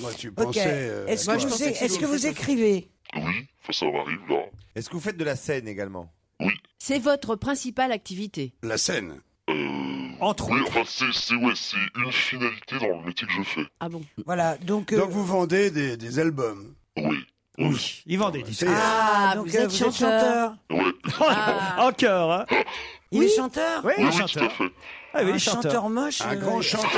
Speaker 6: Moi, tu
Speaker 13: Ok.
Speaker 6: pensais. euh,
Speaker 13: Est-ce
Speaker 6: à
Speaker 13: que,
Speaker 6: quoi
Speaker 13: vous,
Speaker 9: pensais que
Speaker 13: est, ce
Speaker 9: c'était
Speaker 13: que
Speaker 9: autre
Speaker 13: vous
Speaker 9: chose.
Speaker 13: écrivez
Speaker 17: Oui, enfin, ça m'arrive, là.
Speaker 9: Est-ce que vous faites de la scène également
Speaker 14: C'est votre principale activité.
Speaker 6: La scène.
Speaker 3: Entre
Speaker 17: Euh, Oui, enfin, c'est c'est- ouais, c'est une finalité dans le métier que je fais.
Speaker 14: Ah bon
Speaker 13: Voilà, donc. euh,
Speaker 6: Donc, vous vendez des, des albums.
Speaker 17: Oui.
Speaker 3: Oui, il vend des disques.
Speaker 6: C'est-
Speaker 13: Ah,
Speaker 14: Ah,
Speaker 13: donc
Speaker 14: vous
Speaker 13: euh,
Speaker 14: êtes
Speaker 13: vous êtes
Speaker 14: chanteur.
Speaker 13: chanteur.
Speaker 17: Ouais.
Speaker 3: Encore, hein.
Speaker 13: Il est chanteur
Speaker 3: Oui, il
Speaker 17: Oui,
Speaker 3: est
Speaker 17: oui, tout à
Speaker 3: chanteur.
Speaker 17: fait.
Speaker 3: Ah oui, il
Speaker 13: Un
Speaker 3: est chanteur.
Speaker 13: chanteur moche.
Speaker 6: Un
Speaker 13: euh,
Speaker 6: grand chanteur.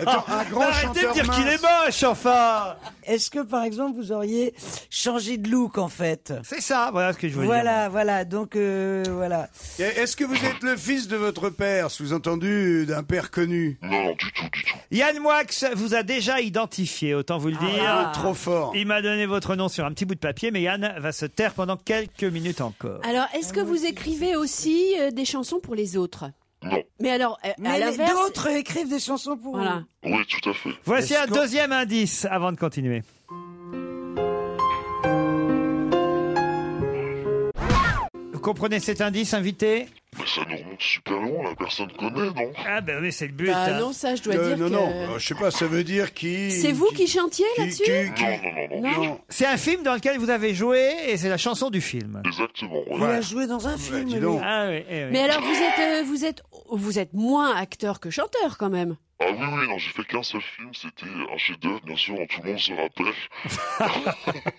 Speaker 6: Attends, un grand
Speaker 3: Arrêtez de
Speaker 6: chanteur.
Speaker 3: dire qu'il
Speaker 6: mince.
Speaker 3: est moche, enfin
Speaker 13: Est-ce que par exemple vous auriez changé de look en fait
Speaker 3: C'est ça, voilà ce que je voulais dire.
Speaker 13: Voilà, voilà. Donc euh, voilà.
Speaker 6: Et Est-ce que vous êtes le fils de votre père, sous-entendu d'un père connu
Speaker 17: Non, non, du tout, du tout.
Speaker 3: Yann Moix vous a déjà identifié, autant vous le dire.
Speaker 6: Ah, Trop fort.
Speaker 3: Il m'a donné votre nom sur un petit bout de papier, mais Yann va se taire pendant quelques minutes encore.
Speaker 14: Alors, est-ce
Speaker 13: Ah,
Speaker 14: que vous écrivez aussi euh, des chansons pour les autres
Speaker 17: Non.
Speaker 14: Mais alors, euh, à
Speaker 13: Mais les-
Speaker 14: l'inverse...
Speaker 13: d'autres écrivent des chansons pour
Speaker 14: Voilà.
Speaker 13: eux.
Speaker 17: Oui, tout à fait.
Speaker 3: Voici
Speaker 13: Est-ce
Speaker 3: un
Speaker 13: qu'on-
Speaker 3: deuxième indice avant de continuer. Vous comprenez cet indice, invité
Speaker 17: Mais Bah, ça nous remonte super loin, la personne connaît, non
Speaker 3: Ah ben oui, c'est le but.
Speaker 14: Bah non, ça, je dois
Speaker 6: Euh,
Speaker 14: dire
Speaker 6: non,
Speaker 14: que-
Speaker 6: non, euh, je sais pas, ça veut dire qui.
Speaker 14: C'est vous qui chantiez là-dessus Non.
Speaker 3: C'est un film dans lequel vous avez joué et c'est la chanson du film.
Speaker 17: Exactement.
Speaker 3: On
Speaker 14: Voilà. a
Speaker 3: joué dans
Speaker 6: Bah,
Speaker 3: un film.
Speaker 14: dis donc. lui. Mais alors, vous êtes, euh, vous êtes, vous êtes moins acteur que chanteur quand même.
Speaker 17: Ah oui, oui, non, j'ai fait qu'un seul film, c'était un chef-d'œuvre, bien sûr, tout le monde se rappelle.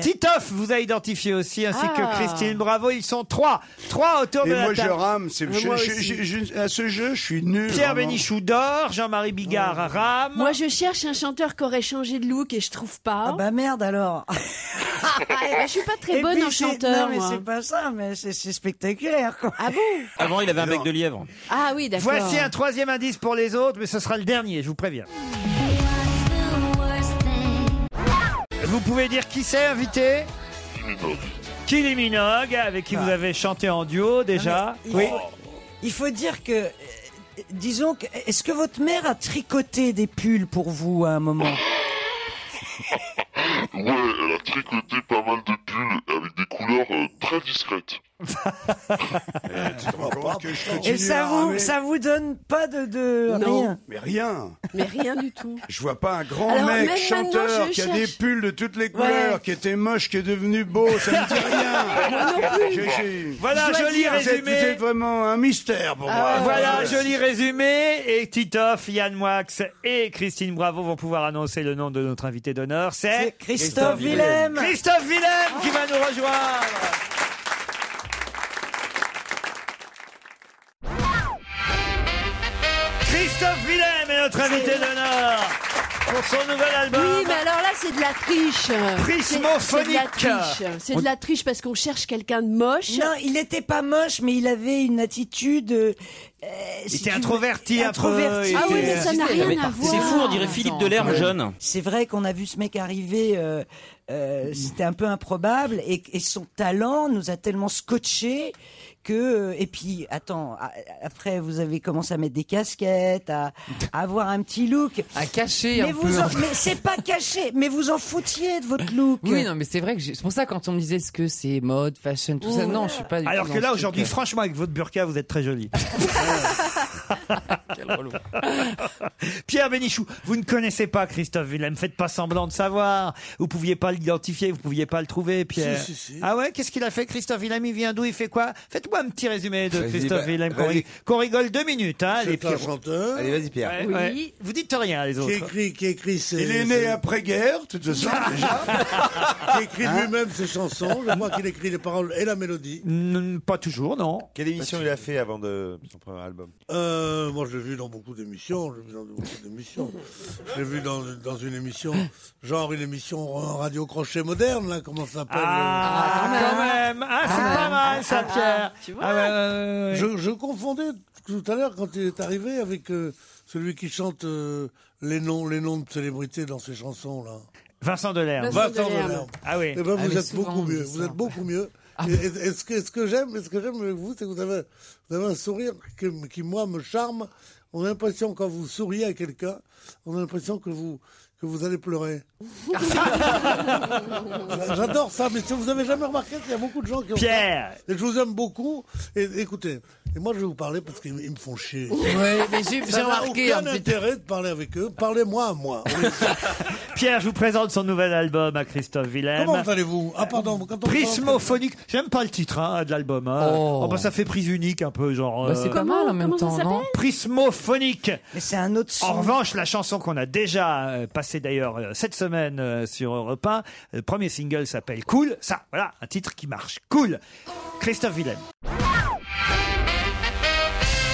Speaker 3: Titoff vous a identifié aussi, ainsi
Speaker 6: Ah.
Speaker 3: que Christine Bravo. Ils sont trois. Trois autour
Speaker 6: Et
Speaker 3: de la
Speaker 6: moi, je
Speaker 3: table.
Speaker 6: rame. c'est- je- je- je- je- à ce jeu, je suis nul.
Speaker 3: Pierre
Speaker 6: vraiment.
Speaker 3: Bénichou dort, Jean-Marie Bigard rame.
Speaker 14: Moi, je cherche un chanteur qui aurait changé de look et je trouve pas. Ah bah merde alors. je suis pas très
Speaker 13: Et
Speaker 14: bonne
Speaker 13: puis
Speaker 14: en
Speaker 13: c'est-
Speaker 14: chanteur.
Speaker 13: Non, mais
Speaker 14: moi.
Speaker 13: c'est pas ça, mais c'est c'est spectaculaire. Quoi.
Speaker 14: Ah bon
Speaker 8: Avant, il avait un bec de lièvre.
Speaker 14: Ah oui, d'accord.
Speaker 3: Voici un troisième indice pour les autres, mais ce sera le dernier, je vous préviens. Vous pouvez dire qui c'est invité Kylie Minogue, avec
Speaker 6: Ah.
Speaker 3: qui vous avez chanté en duo déjà.
Speaker 13: Il, faut, il faut dire que, euh, disons, que, est-ce que votre mère a tricoté des pulls pour vous à un moment
Speaker 17: Ouais, elle a tricoté pas mal de pulls avec des couleurs euh, très discrètes.
Speaker 13: Et ça vous, ça vous donne pas de, de
Speaker 6: Non.
Speaker 13: rien
Speaker 6: Mais rien.
Speaker 14: Mais rien du tout.
Speaker 6: Je vois pas un grand
Speaker 13: Alors, même
Speaker 6: mec
Speaker 13: maintenant,
Speaker 6: chanteur
Speaker 13: je
Speaker 6: qui a
Speaker 13: cherche.
Speaker 6: des pulls de toutes les couleurs, qui était moche, qui est devenu beau, ça me dit rien.
Speaker 3: Moi non plus.
Speaker 6: Je- je-
Speaker 3: Voilà un
Speaker 6: je dois
Speaker 3: joli
Speaker 6: dire, vous êtes-
Speaker 3: résumé.
Speaker 6: Vous êtes vraiment un mystère pour
Speaker 13: Ah,
Speaker 6: moi.
Speaker 3: Ah Voilà, joli résumé. Et Titoff, Yann Moix et Christine Bravo vont pouvoir annoncer le nom de notre invité d'honneur. C'est
Speaker 13: Christophe Willem.
Speaker 3: Christophe Willem qui va nous rejoindre. Christophe Willem est notre invité d'honneur pour son nouvel album.
Speaker 14: Oui, mais alors là, c'est de la triche.
Speaker 3: Prismophonique.
Speaker 14: C'est- C'est de la triche. C'est de la triche parce qu'on cherche quelqu'un de moche.
Speaker 13: Non, il n'était pas moche, mais il avait une attitude. euh, euh, si
Speaker 3: était
Speaker 13: tu veux,
Speaker 3: introverti un peu,
Speaker 13: introverti.
Speaker 3: il Ah oui, était- mais ça n'a rien
Speaker 8: à C'est voir. fou, on dirait Philippe Delerme
Speaker 13: Attends,
Speaker 8: jeune.
Speaker 13: C'est vrai qu'on a vu ce mec arriver. euh, euh, C'était un peu improbable et, et son talent nous a tellement scotché que euh, et puis attends a- après vous avez commencé à mettre des casquettes à, à avoir un petit look à
Speaker 19: cacher
Speaker 13: mais
Speaker 19: un
Speaker 13: vous
Speaker 19: peu.
Speaker 13: en- mais c'est pas caché mais vous en foutiez de votre look
Speaker 19: Oui, non, mais c'est vrai que j'ai- c'est pour ça quand on me disait est-ce que c'est mode, fashion, tout ça, non, je suis pas du
Speaker 3: Alors
Speaker 19: tout
Speaker 3: que
Speaker 19: dans ce
Speaker 3: là,
Speaker 19: truc.
Speaker 3: aujourd'hui, franchement, avec votre burqa, vous êtes très jolie. Pierre Bénichou, vous ne connaissez pas Christophe Willem, faites pas semblant de savoir. Vous pouviez pas l'identifier, vous pouviez pas le trouver, Pierre.
Speaker 5: Si, si, si.
Speaker 3: Ah ouais, qu'est-ce qu'il a fait, Christophe Willem Il vient d'où Il fait quoi Faites-moi un petit résumé de
Speaker 9: Vas-y,
Speaker 3: Christophe
Speaker 9: bah,
Speaker 3: Willem, qu'on
Speaker 9: vas-y.
Speaker 3: ri- qu'on rigole deux minutes, hein, les
Speaker 5: C'est un
Speaker 3: Pierrot.
Speaker 5: chanteur.
Speaker 9: Allez, vas-y, Pierre.
Speaker 3: Ouais,
Speaker 5: Oui.
Speaker 3: ouais. Vous dites rien, les autres.
Speaker 5: Qui écrit, qui écrit ses...
Speaker 6: Il est né après-guerre, de toute façon, déjà.
Speaker 5: Qui écrit
Speaker 9: Hein
Speaker 5: lui-même ses chansons. Je crois qu'il écrit les paroles et la mélodie.
Speaker 3: Mm, Pas toujours, non.
Speaker 9: Quelle émission il a fait avant de son premier album
Speaker 5: Euh, moi, je l'ai vu dans beaucoup d'émissions. Je l'ai vu dans beaucoup d'émissions. Je l'ai vu dans, dans une émission, genre une émission euh, radio crochet moderne, là, comment ça s'appelle euh,
Speaker 3: Ah, quand même. Ah, c'est pas mal, ça, Pierre. Ah, Tu vois
Speaker 5: je, je confondais tout à l'heure quand il est arrivé avec euh, celui qui chante euh, les noms, les noms de célébrités dans ses chansons, là.
Speaker 3: Vincent Delerme.
Speaker 5: Vincent Delerme.
Speaker 3: Ah oui.
Speaker 5: Eh ben,
Speaker 3: Ah,
Speaker 5: vous
Speaker 3: mais
Speaker 5: êtes
Speaker 3: souvent,
Speaker 5: beaucoup
Speaker 3: on dit
Speaker 5: mieux.
Speaker 3: ça. Ah
Speaker 5: Vous êtes beaucoup mieux. Et- et- et ce que, ce que j'aime, ce que j'aime avec vous, c'est que vous avez, vous avez un sourire que- qui, moi, me charme. On a l'impression, quand vous souriez à quelqu'un, on a l'impression que vous, que vous allez pleurer. J'adore ça, mais si vous avez jamais remarqué qu'il y a beaucoup de gens qui ont
Speaker 3: Pierre.
Speaker 5: ça. Et je vous aime beaucoup. Et écoutez, et moi, je vais vous parler parce qu'ils ils me font chier.
Speaker 19: Ouais, mais j'ai-
Speaker 5: Ça n'a
Speaker 19: j'ai remarqué
Speaker 5: aucun
Speaker 19: un petit-
Speaker 5: intérêt de parler avec eux. Parlez-moi à moi.
Speaker 3: Pierre, je vous présente son nouvel album à Christophe Willem.
Speaker 5: Comment allez-vous Ah, pardon, quand on
Speaker 3: Prismophonique. J'aime pas le titre hein, de l'album. hein.
Speaker 19: Oh.
Speaker 3: Oh, bah, ça fait prise unique un peu, genre. euh,
Speaker 19: Bah, c'est pas mal en même Comment ça temps, non s'appelle
Speaker 3: Prismophonique.
Speaker 13: Mais c'est un autre son.
Speaker 3: En revanche, la chanson qu'on a déjà euh, passée d'ailleurs euh, cette semaine euh, sur Europe 1, le premier single s'appelle Cool. Ça, voilà, un titre qui marche. Cool. Christophe Willem.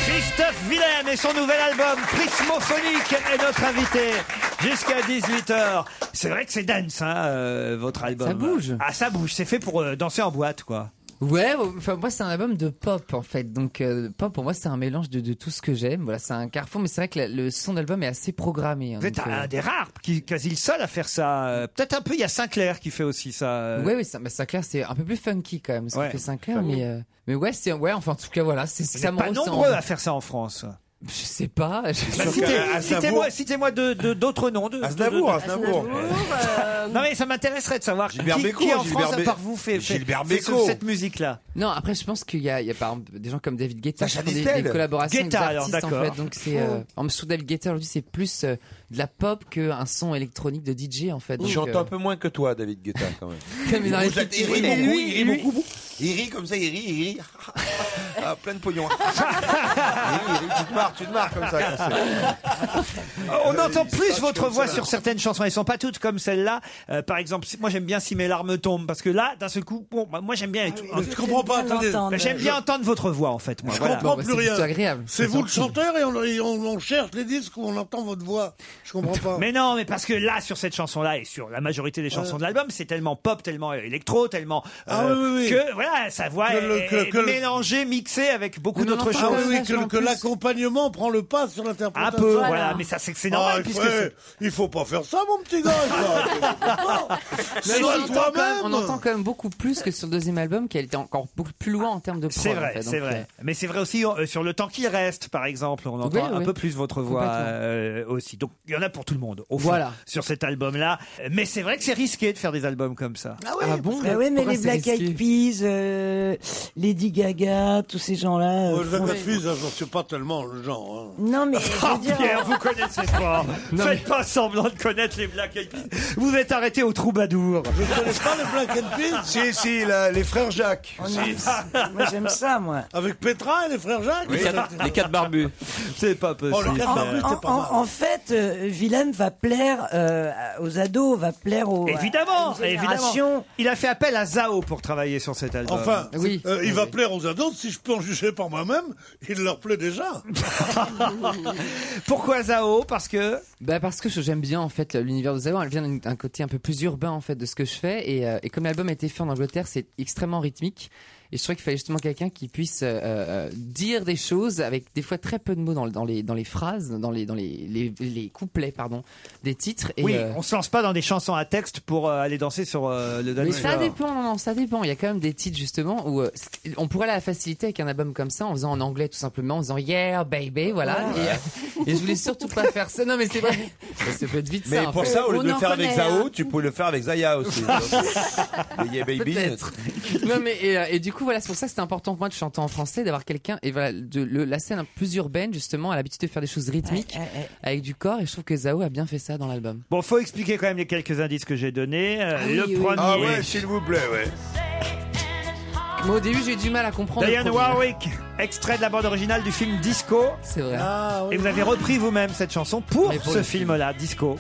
Speaker 3: Christophe Willem et son nouvel album Prismophonique est notre invité jusqu'à 18h. C'est vrai que c'est dance, hein, euh, votre album.
Speaker 19: Ça bouge.
Speaker 3: Ah, ça bouge. C'est fait pour euh, danser en boîte, quoi.
Speaker 19: Ouais, oh, enfin moi c'est un album de pop en fait, donc euh, pop pour moi c'est un mélange de, de tout ce que j'aime. Voilà, c'est un carrefour, mais c'est vrai que la- le son d'album est assez programmé. hein,
Speaker 3: Vous êtes
Speaker 19: donc, euh,
Speaker 3: un des rares, qui, quasi le seul à faire ça. Euh, Peut-être un peu, il y a Sinclair qui fait aussi ça. euh.
Speaker 19: Ouais, oui, ça, mais Sinclair, c'est un peu plus funky quand même, ce
Speaker 3: Ouais.
Speaker 19: qui fait Sinclair, mais, euh, mais ouais, c'est, ouais, enfin, en tout cas, voilà, c'est
Speaker 3: Vous
Speaker 19: ça
Speaker 3: êtes
Speaker 19: me
Speaker 3: pas
Speaker 19: ressemble.
Speaker 3: nombreux à faire ça en France.
Speaker 19: Je sais pas. Je sais
Speaker 3: Bah,
Speaker 19: pas.
Speaker 3: citez- Citez-moi citez-moi de- de- d'autres noms. De, de-
Speaker 9: Aznavour,
Speaker 3: de- euh.
Speaker 9: Aznavour.
Speaker 3: Non mais ça m'intéresserait de savoir qui,
Speaker 9: Gilbert
Speaker 3: qui
Speaker 9: Bécaud,
Speaker 3: en
Speaker 9: Gilbert
Speaker 3: France, à
Speaker 9: Bé-
Speaker 3: part vous, fait, fait-
Speaker 9: Gilbert
Speaker 3: fait ce-
Speaker 9: Bécaud.
Speaker 3: cette musique-là.
Speaker 19: Non, après, je pense qu'il y a, il y a, par exemple des gens comme David Guetta qui
Speaker 3: Sacha
Speaker 19: font des,
Speaker 3: Distel.
Speaker 19: des collaborations avec des
Speaker 3: Guetta, alors,
Speaker 19: artistes, en
Speaker 3: d'accord.
Speaker 19: fait. Donc, c'est. euh,
Speaker 3: Oh.
Speaker 19: en dessous David Guetta, aujourd'hui, c'est plus euh, de la pop qu'un son électronique de DJ, en fait. Donc,
Speaker 9: J'entends un
Speaker 19: euh,
Speaker 9: peu moins que toi, David Guetta, quand même.
Speaker 19: Comme dans les
Speaker 9: Il rit
Speaker 19: petits-
Speaker 9: beaucoup,
Speaker 19: Et lui,
Speaker 9: il rit
Speaker 19: et lui-
Speaker 9: beaucoup. Il rit comme ça, il rit, il rit. Ah, plein de pognon. Il rit, il rit, tu te marres, tu te marres comme ça. quand c'est-
Speaker 3: On
Speaker 9: Euh,
Speaker 3: entend plus votre voix sur certaines chansons. Elles sont pas toutes comme celle-là. Euh, par exemple, si- moi j'aime bien si mes larmes tombent parce que là, d'un seul coup, bon, bah, moi j'aime bien.
Speaker 5: Ah oui, mais je comprends pas, attendez.
Speaker 3: Bah, J'aime bien entendre votre voix en fait. Moi,
Speaker 5: Je
Speaker 3: voilà. bah,
Speaker 5: comprends plus rien. C'est vous le chanteur et on, et on- on cherche les disques où on entend votre voix. Je comprends pas.
Speaker 3: Mais non, mais parce que là, sur cette chanson-là et sur la majorité des chansons de l'album, c'est tellement pop, tellement électro, tellement
Speaker 5: Euh.
Speaker 3: euh,
Speaker 5: Ah oui, oui, oui.
Speaker 3: que voilà, sa voix
Speaker 5: Que le-
Speaker 3: est,
Speaker 5: que- que le-
Speaker 3: mélangée, mixée avec beaucoup d'autres
Speaker 5: Ah
Speaker 3: choses.
Speaker 5: oui, oui, que, que l'accompagnement prend le pas sur l'interprétation.
Speaker 3: Un peu, voilà, mais ça, c'est- c'est normal,
Speaker 5: il faut-
Speaker 3: puisque
Speaker 5: eh, il faut pas faire ça, mon petit gars. ça.
Speaker 19: Mais
Speaker 5: Sois
Speaker 19: on, entend quand même,
Speaker 5: toi-même.
Speaker 19: on entend quand même beaucoup plus que sur le deuxième album, qui a été encore beaucoup plus loin en termes de prod,
Speaker 3: C'est
Speaker 19: en
Speaker 3: vrai,
Speaker 19: fait. Donc,
Speaker 3: c'est vrai. Mais c'est vrai aussi euh, sur le temps qui reste, par exemple, on entend
Speaker 19: Oui,
Speaker 3: un
Speaker 19: oui.
Speaker 3: peu plus votre voix
Speaker 19: Complètement.
Speaker 3: euh, aussi. Donc il y en a pour tout le monde, au fond,
Speaker 19: Voilà.
Speaker 3: sur cet album-là. Mais c'est vrai que c'est risqué de faire des albums comme ça.
Speaker 13: Ah oui, mais les Black Eyed Peas, euh, Lady Gaga, tous ces gens-là. euh,
Speaker 5: Euh,
Speaker 13: font-
Speaker 5: Jacques Fils, hein, j'en suis pas tellement le genre. hein.
Speaker 13: Non, mais je veux dire.
Speaker 3: Pierre, vous connaissez pas.
Speaker 5: Non,
Speaker 3: Faites pas semblant de connaître les Black Eyed Peas. Vous êtes arrêté au troubadour.
Speaker 5: Je connais pas les Black Eyed Peas.
Speaker 6: Si, si, là, les frères Jacques.
Speaker 13: Oh,
Speaker 6: Si.
Speaker 13: non. Moi, j'aime ça, moi.
Speaker 5: Avec Petra et les frères Jacques.
Speaker 8: Les quatre, les quatre barbus.
Speaker 3: C'est pas
Speaker 8: possible.
Speaker 13: En, en- en- en fait, euh, Willem va plaire euh, aux ados, va plaire aux.
Speaker 3: Évidemment,
Speaker 13: à une
Speaker 3: évidemment.
Speaker 13: génération.
Speaker 3: Il a fait appel à Zao pour travailler sur cet album.
Speaker 5: Enfin,
Speaker 19: Ah
Speaker 5: euh, il va plaire aux ados. Si je peux en juger par moi-même, il leur plaît déjà.
Speaker 3: Pourquoi Zao Parce que.
Speaker 19: Bah parce que je- j'aime bien en fait l'univers de Zao. Elle vient d'un- d'un côté un peu plus urbain en fait de ce que je fais et, euh, et comme l'album a été fait en Angleterre, c'est extrêmement rythmique. Et je trouvais qu'il fallait justement quelqu'un qui puisse euh, euh, dire des choses avec des fois très peu de mots dans, dans les, dans les phrases, dans les, dans les, les, les couplets pardon, des titres. Et,
Speaker 3: oui,
Speaker 19: euh,
Speaker 3: on se lance pas dans des chansons à texte pour euh, aller danser sur euh, le
Speaker 19: mais
Speaker 3: dance
Speaker 19: ça
Speaker 3: floor.
Speaker 19: dépend, non, non, ça dépend. Il y a quand même des titres justement où euh, c'est- on pourrait la faciliter avec un album comme ça en faisant en anglais tout simplement, en faisant Yeah baby, voilà.
Speaker 9: Ouais.
Speaker 19: Et, euh, et je voulais surtout pas faire ça. Non mais c'est vrai. Ça peut être vite
Speaker 9: Mais
Speaker 19: ça, en
Speaker 9: pour
Speaker 19: fait.
Speaker 9: ça, au lieu
Speaker 19: On
Speaker 9: de le
Speaker 19: en
Speaker 9: faire avec
Speaker 19: connaît,
Speaker 9: Zao,
Speaker 19: hein.
Speaker 9: tu peux le faire avec Zaya aussi. Le yeah baby.
Speaker 19: Peut-être. non mais et, euh, et du coup voilà c'est pour ça que c'était important pour moi de chanter en français d'avoir quelqu'un et voilà de le- la scène plus urbaine justement a l'habitude de faire des choses rythmiques avec du corps et je trouve que Zao a bien fait ça dans l'album.
Speaker 3: Bon, faut expliquer quand même les quelques indices que j'ai donnés. Euh,
Speaker 19: oui,
Speaker 3: le
Speaker 19: oui.
Speaker 3: premier.
Speaker 19: Ah ouais,
Speaker 6: S'il vous plaît, ouais.
Speaker 19: Moi au début j'ai eu du mal à comprendre. le
Speaker 3: Diane
Speaker 19: premier.
Speaker 3: Warwick, extrait de la bande originale du film Disco.
Speaker 19: C'est vrai.
Speaker 6: Ah
Speaker 3: Et vous avez repris vous-même cette chanson pour,
Speaker 6: pour
Speaker 3: ce
Speaker 6: le
Speaker 3: film-là, Disco.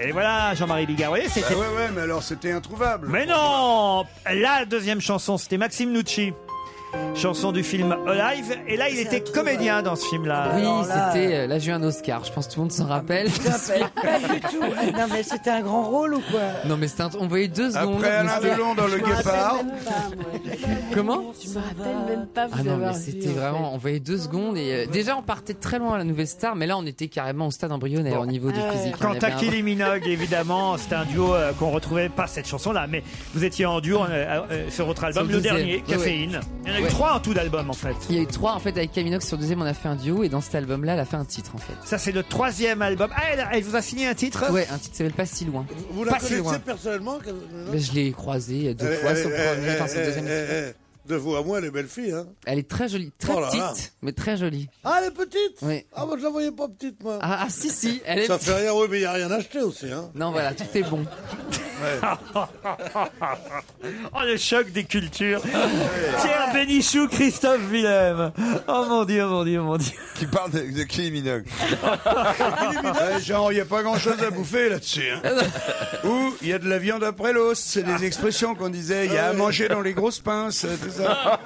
Speaker 3: Et voilà, Jean-Marie Bigard. Vous voyez,
Speaker 6: Bah
Speaker 3: c'était.
Speaker 6: ouais, ouais, mais alors c'était introuvable.
Speaker 3: Mais non La deuxième chanson, c'était Maxime Nucci. Chanson du film Alive. Et là, il était comédien dans ce film-là.
Speaker 19: Oui c'était euh, là j'ai eu un Oscar je pense que tout le monde s'en rappelle.
Speaker 13: Pas du tout. Euh, Non, mais c'était un grand rôle ou quoi
Speaker 19: non mais c'était un... on voyait deux secondes.
Speaker 13: Après
Speaker 19: mais
Speaker 13: Alain
Speaker 19: c'était-
Speaker 13: Delon dans Le
Speaker 19: Je me rappelle
Speaker 13: Guépard.
Speaker 19: même Comment
Speaker 10: Je me rappelle même pas vous
Speaker 19: Ah non,
Speaker 10: avoir
Speaker 19: mais
Speaker 10: vu,
Speaker 19: c'était
Speaker 10: en fait.
Speaker 19: vraiment. On voyait deux secondes et euh, déjà on partait de très loin à la nouvelle star, mais là on était carrément au stade embryonnaire au niveau du
Speaker 3: Ouais.
Speaker 19: physique.
Speaker 3: Quant
Speaker 19: On avait
Speaker 3: à
Speaker 19: un-
Speaker 3: Kylie Minogue, évidemment, c'était un duo euh, qu'on retrouvait pas cette chanson-là, mais vous étiez en duo euh, euh, sur votre album,
Speaker 19: Sur
Speaker 3: le,
Speaker 19: le deuxième.
Speaker 3: dernier,
Speaker 19: Ouais,
Speaker 3: Caféine.
Speaker 19: ouais.
Speaker 3: Il y en a eu
Speaker 19: Ouais.
Speaker 3: trois en tout d'album, en fait.
Speaker 19: Il y a eu trois en fait avec Caminox sur le deuxième, on a fait un duo et dans cet album-là, elle a fait un titre en fait.
Speaker 3: Ça, c'est le troisième album. Ah, elle, elle vous a signé un titre
Speaker 19: Ouais, un titre qui s'appelle Pas si loin.
Speaker 5: Vous la
Speaker 19: Pas si
Speaker 5: connaissez
Speaker 19: loin.
Speaker 5: personnellement
Speaker 19: Mais je l'ai croisée euh, deux
Speaker 5: Eh,
Speaker 19: fois,
Speaker 5: eh,
Speaker 6: Euh,
Speaker 19: son
Speaker 5: eh,
Speaker 19: premier,
Speaker 5: eh,
Speaker 19: enfin son
Speaker 5: eh,
Speaker 19: deuxième.
Speaker 5: eh, eh, De vous à moi, les belles filles. Hein.
Speaker 19: Elle est très jolie, très
Speaker 5: Oh là
Speaker 19: petite,
Speaker 5: là.
Speaker 19: mais très jolie.
Speaker 5: Ah, elle est petite
Speaker 19: Oui.
Speaker 5: Ah, moi, je la voyais pas petite, moi.
Speaker 19: Ah, ah, si, si, elle est
Speaker 5: Ça fait rien, oui, mais il n'y a rien acheté aussi. Hein.
Speaker 19: Non, voilà, tout est bon.
Speaker 3: Oh, le choc des cultures.
Speaker 19: Ah,
Speaker 3: Pierre Bénichou, Christophe Willem. Oh mon dieu, mon dieu, mon dieu.
Speaker 9: Qui parle de, de Kylie Minogue.
Speaker 6: Ouais, genre, Eh, il n'y a pas grand chose à bouffer là-dessus. hein. Ou il y a de la viande après l'os. C'est des expressions qu'on disait. Il y a à manger dans les grosses pinces. tout ça.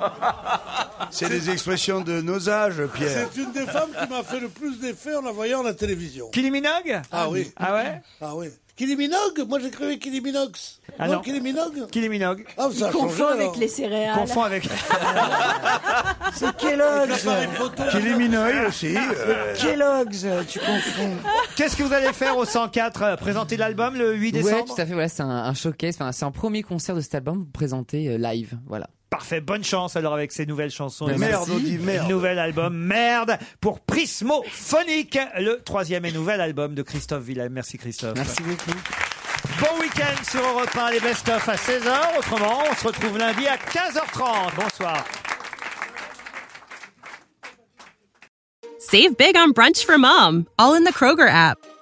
Speaker 6: C'est des expressions de nos âges, Pierre.
Speaker 5: C'est une des femmes qui m'a fait le plus d'effet en la voyant à la télévision.
Speaker 3: Kylie Minogue
Speaker 5: Ah oui.
Speaker 3: Ah ouais
Speaker 5: Ah oui. Kylie Minogue Moi, j'ai cru Kylie Minox.
Speaker 3: Ah non.
Speaker 5: non, Kylie Minogue
Speaker 3: Kylie Minogue.
Speaker 5: Ah, ça a changé, alors.
Speaker 14: céréales.
Speaker 3: Confond avec.
Speaker 13: Euh, C'est Kellogg's.
Speaker 6: Kylie Minogue aussi.
Speaker 3: Ah,
Speaker 6: euh,
Speaker 13: Kellogg's, tu confonds.
Speaker 3: Qu'est-ce que vous allez faire au 104 euh, Présenter l'album le 8
Speaker 19: Ouais,
Speaker 3: décembre
Speaker 19: tout à fait, voilà, c'est un, un showcase, enfin, c'est un premier concert de cet album présenté euh, live, voilà.
Speaker 3: Parfait, bonne chance alors avec ces nouvelles chansons.
Speaker 6: Ben,
Speaker 3: Et
Speaker 6: merci.
Speaker 3: ce
Speaker 6: Merde, on dit merde.
Speaker 3: Nouvel album, merde, pour Prismophonique, le troisième et nouvel album de Christophe Willem. Merci Christophe.
Speaker 19: Merci beaucoup.
Speaker 3: Bon week-end sur Europe 1, les best-of à 16h. Autrement, on se retrouve lundi à 15h30. Bonsoir.
Speaker 18: Save big on brunch for mom, all in the Kroger app.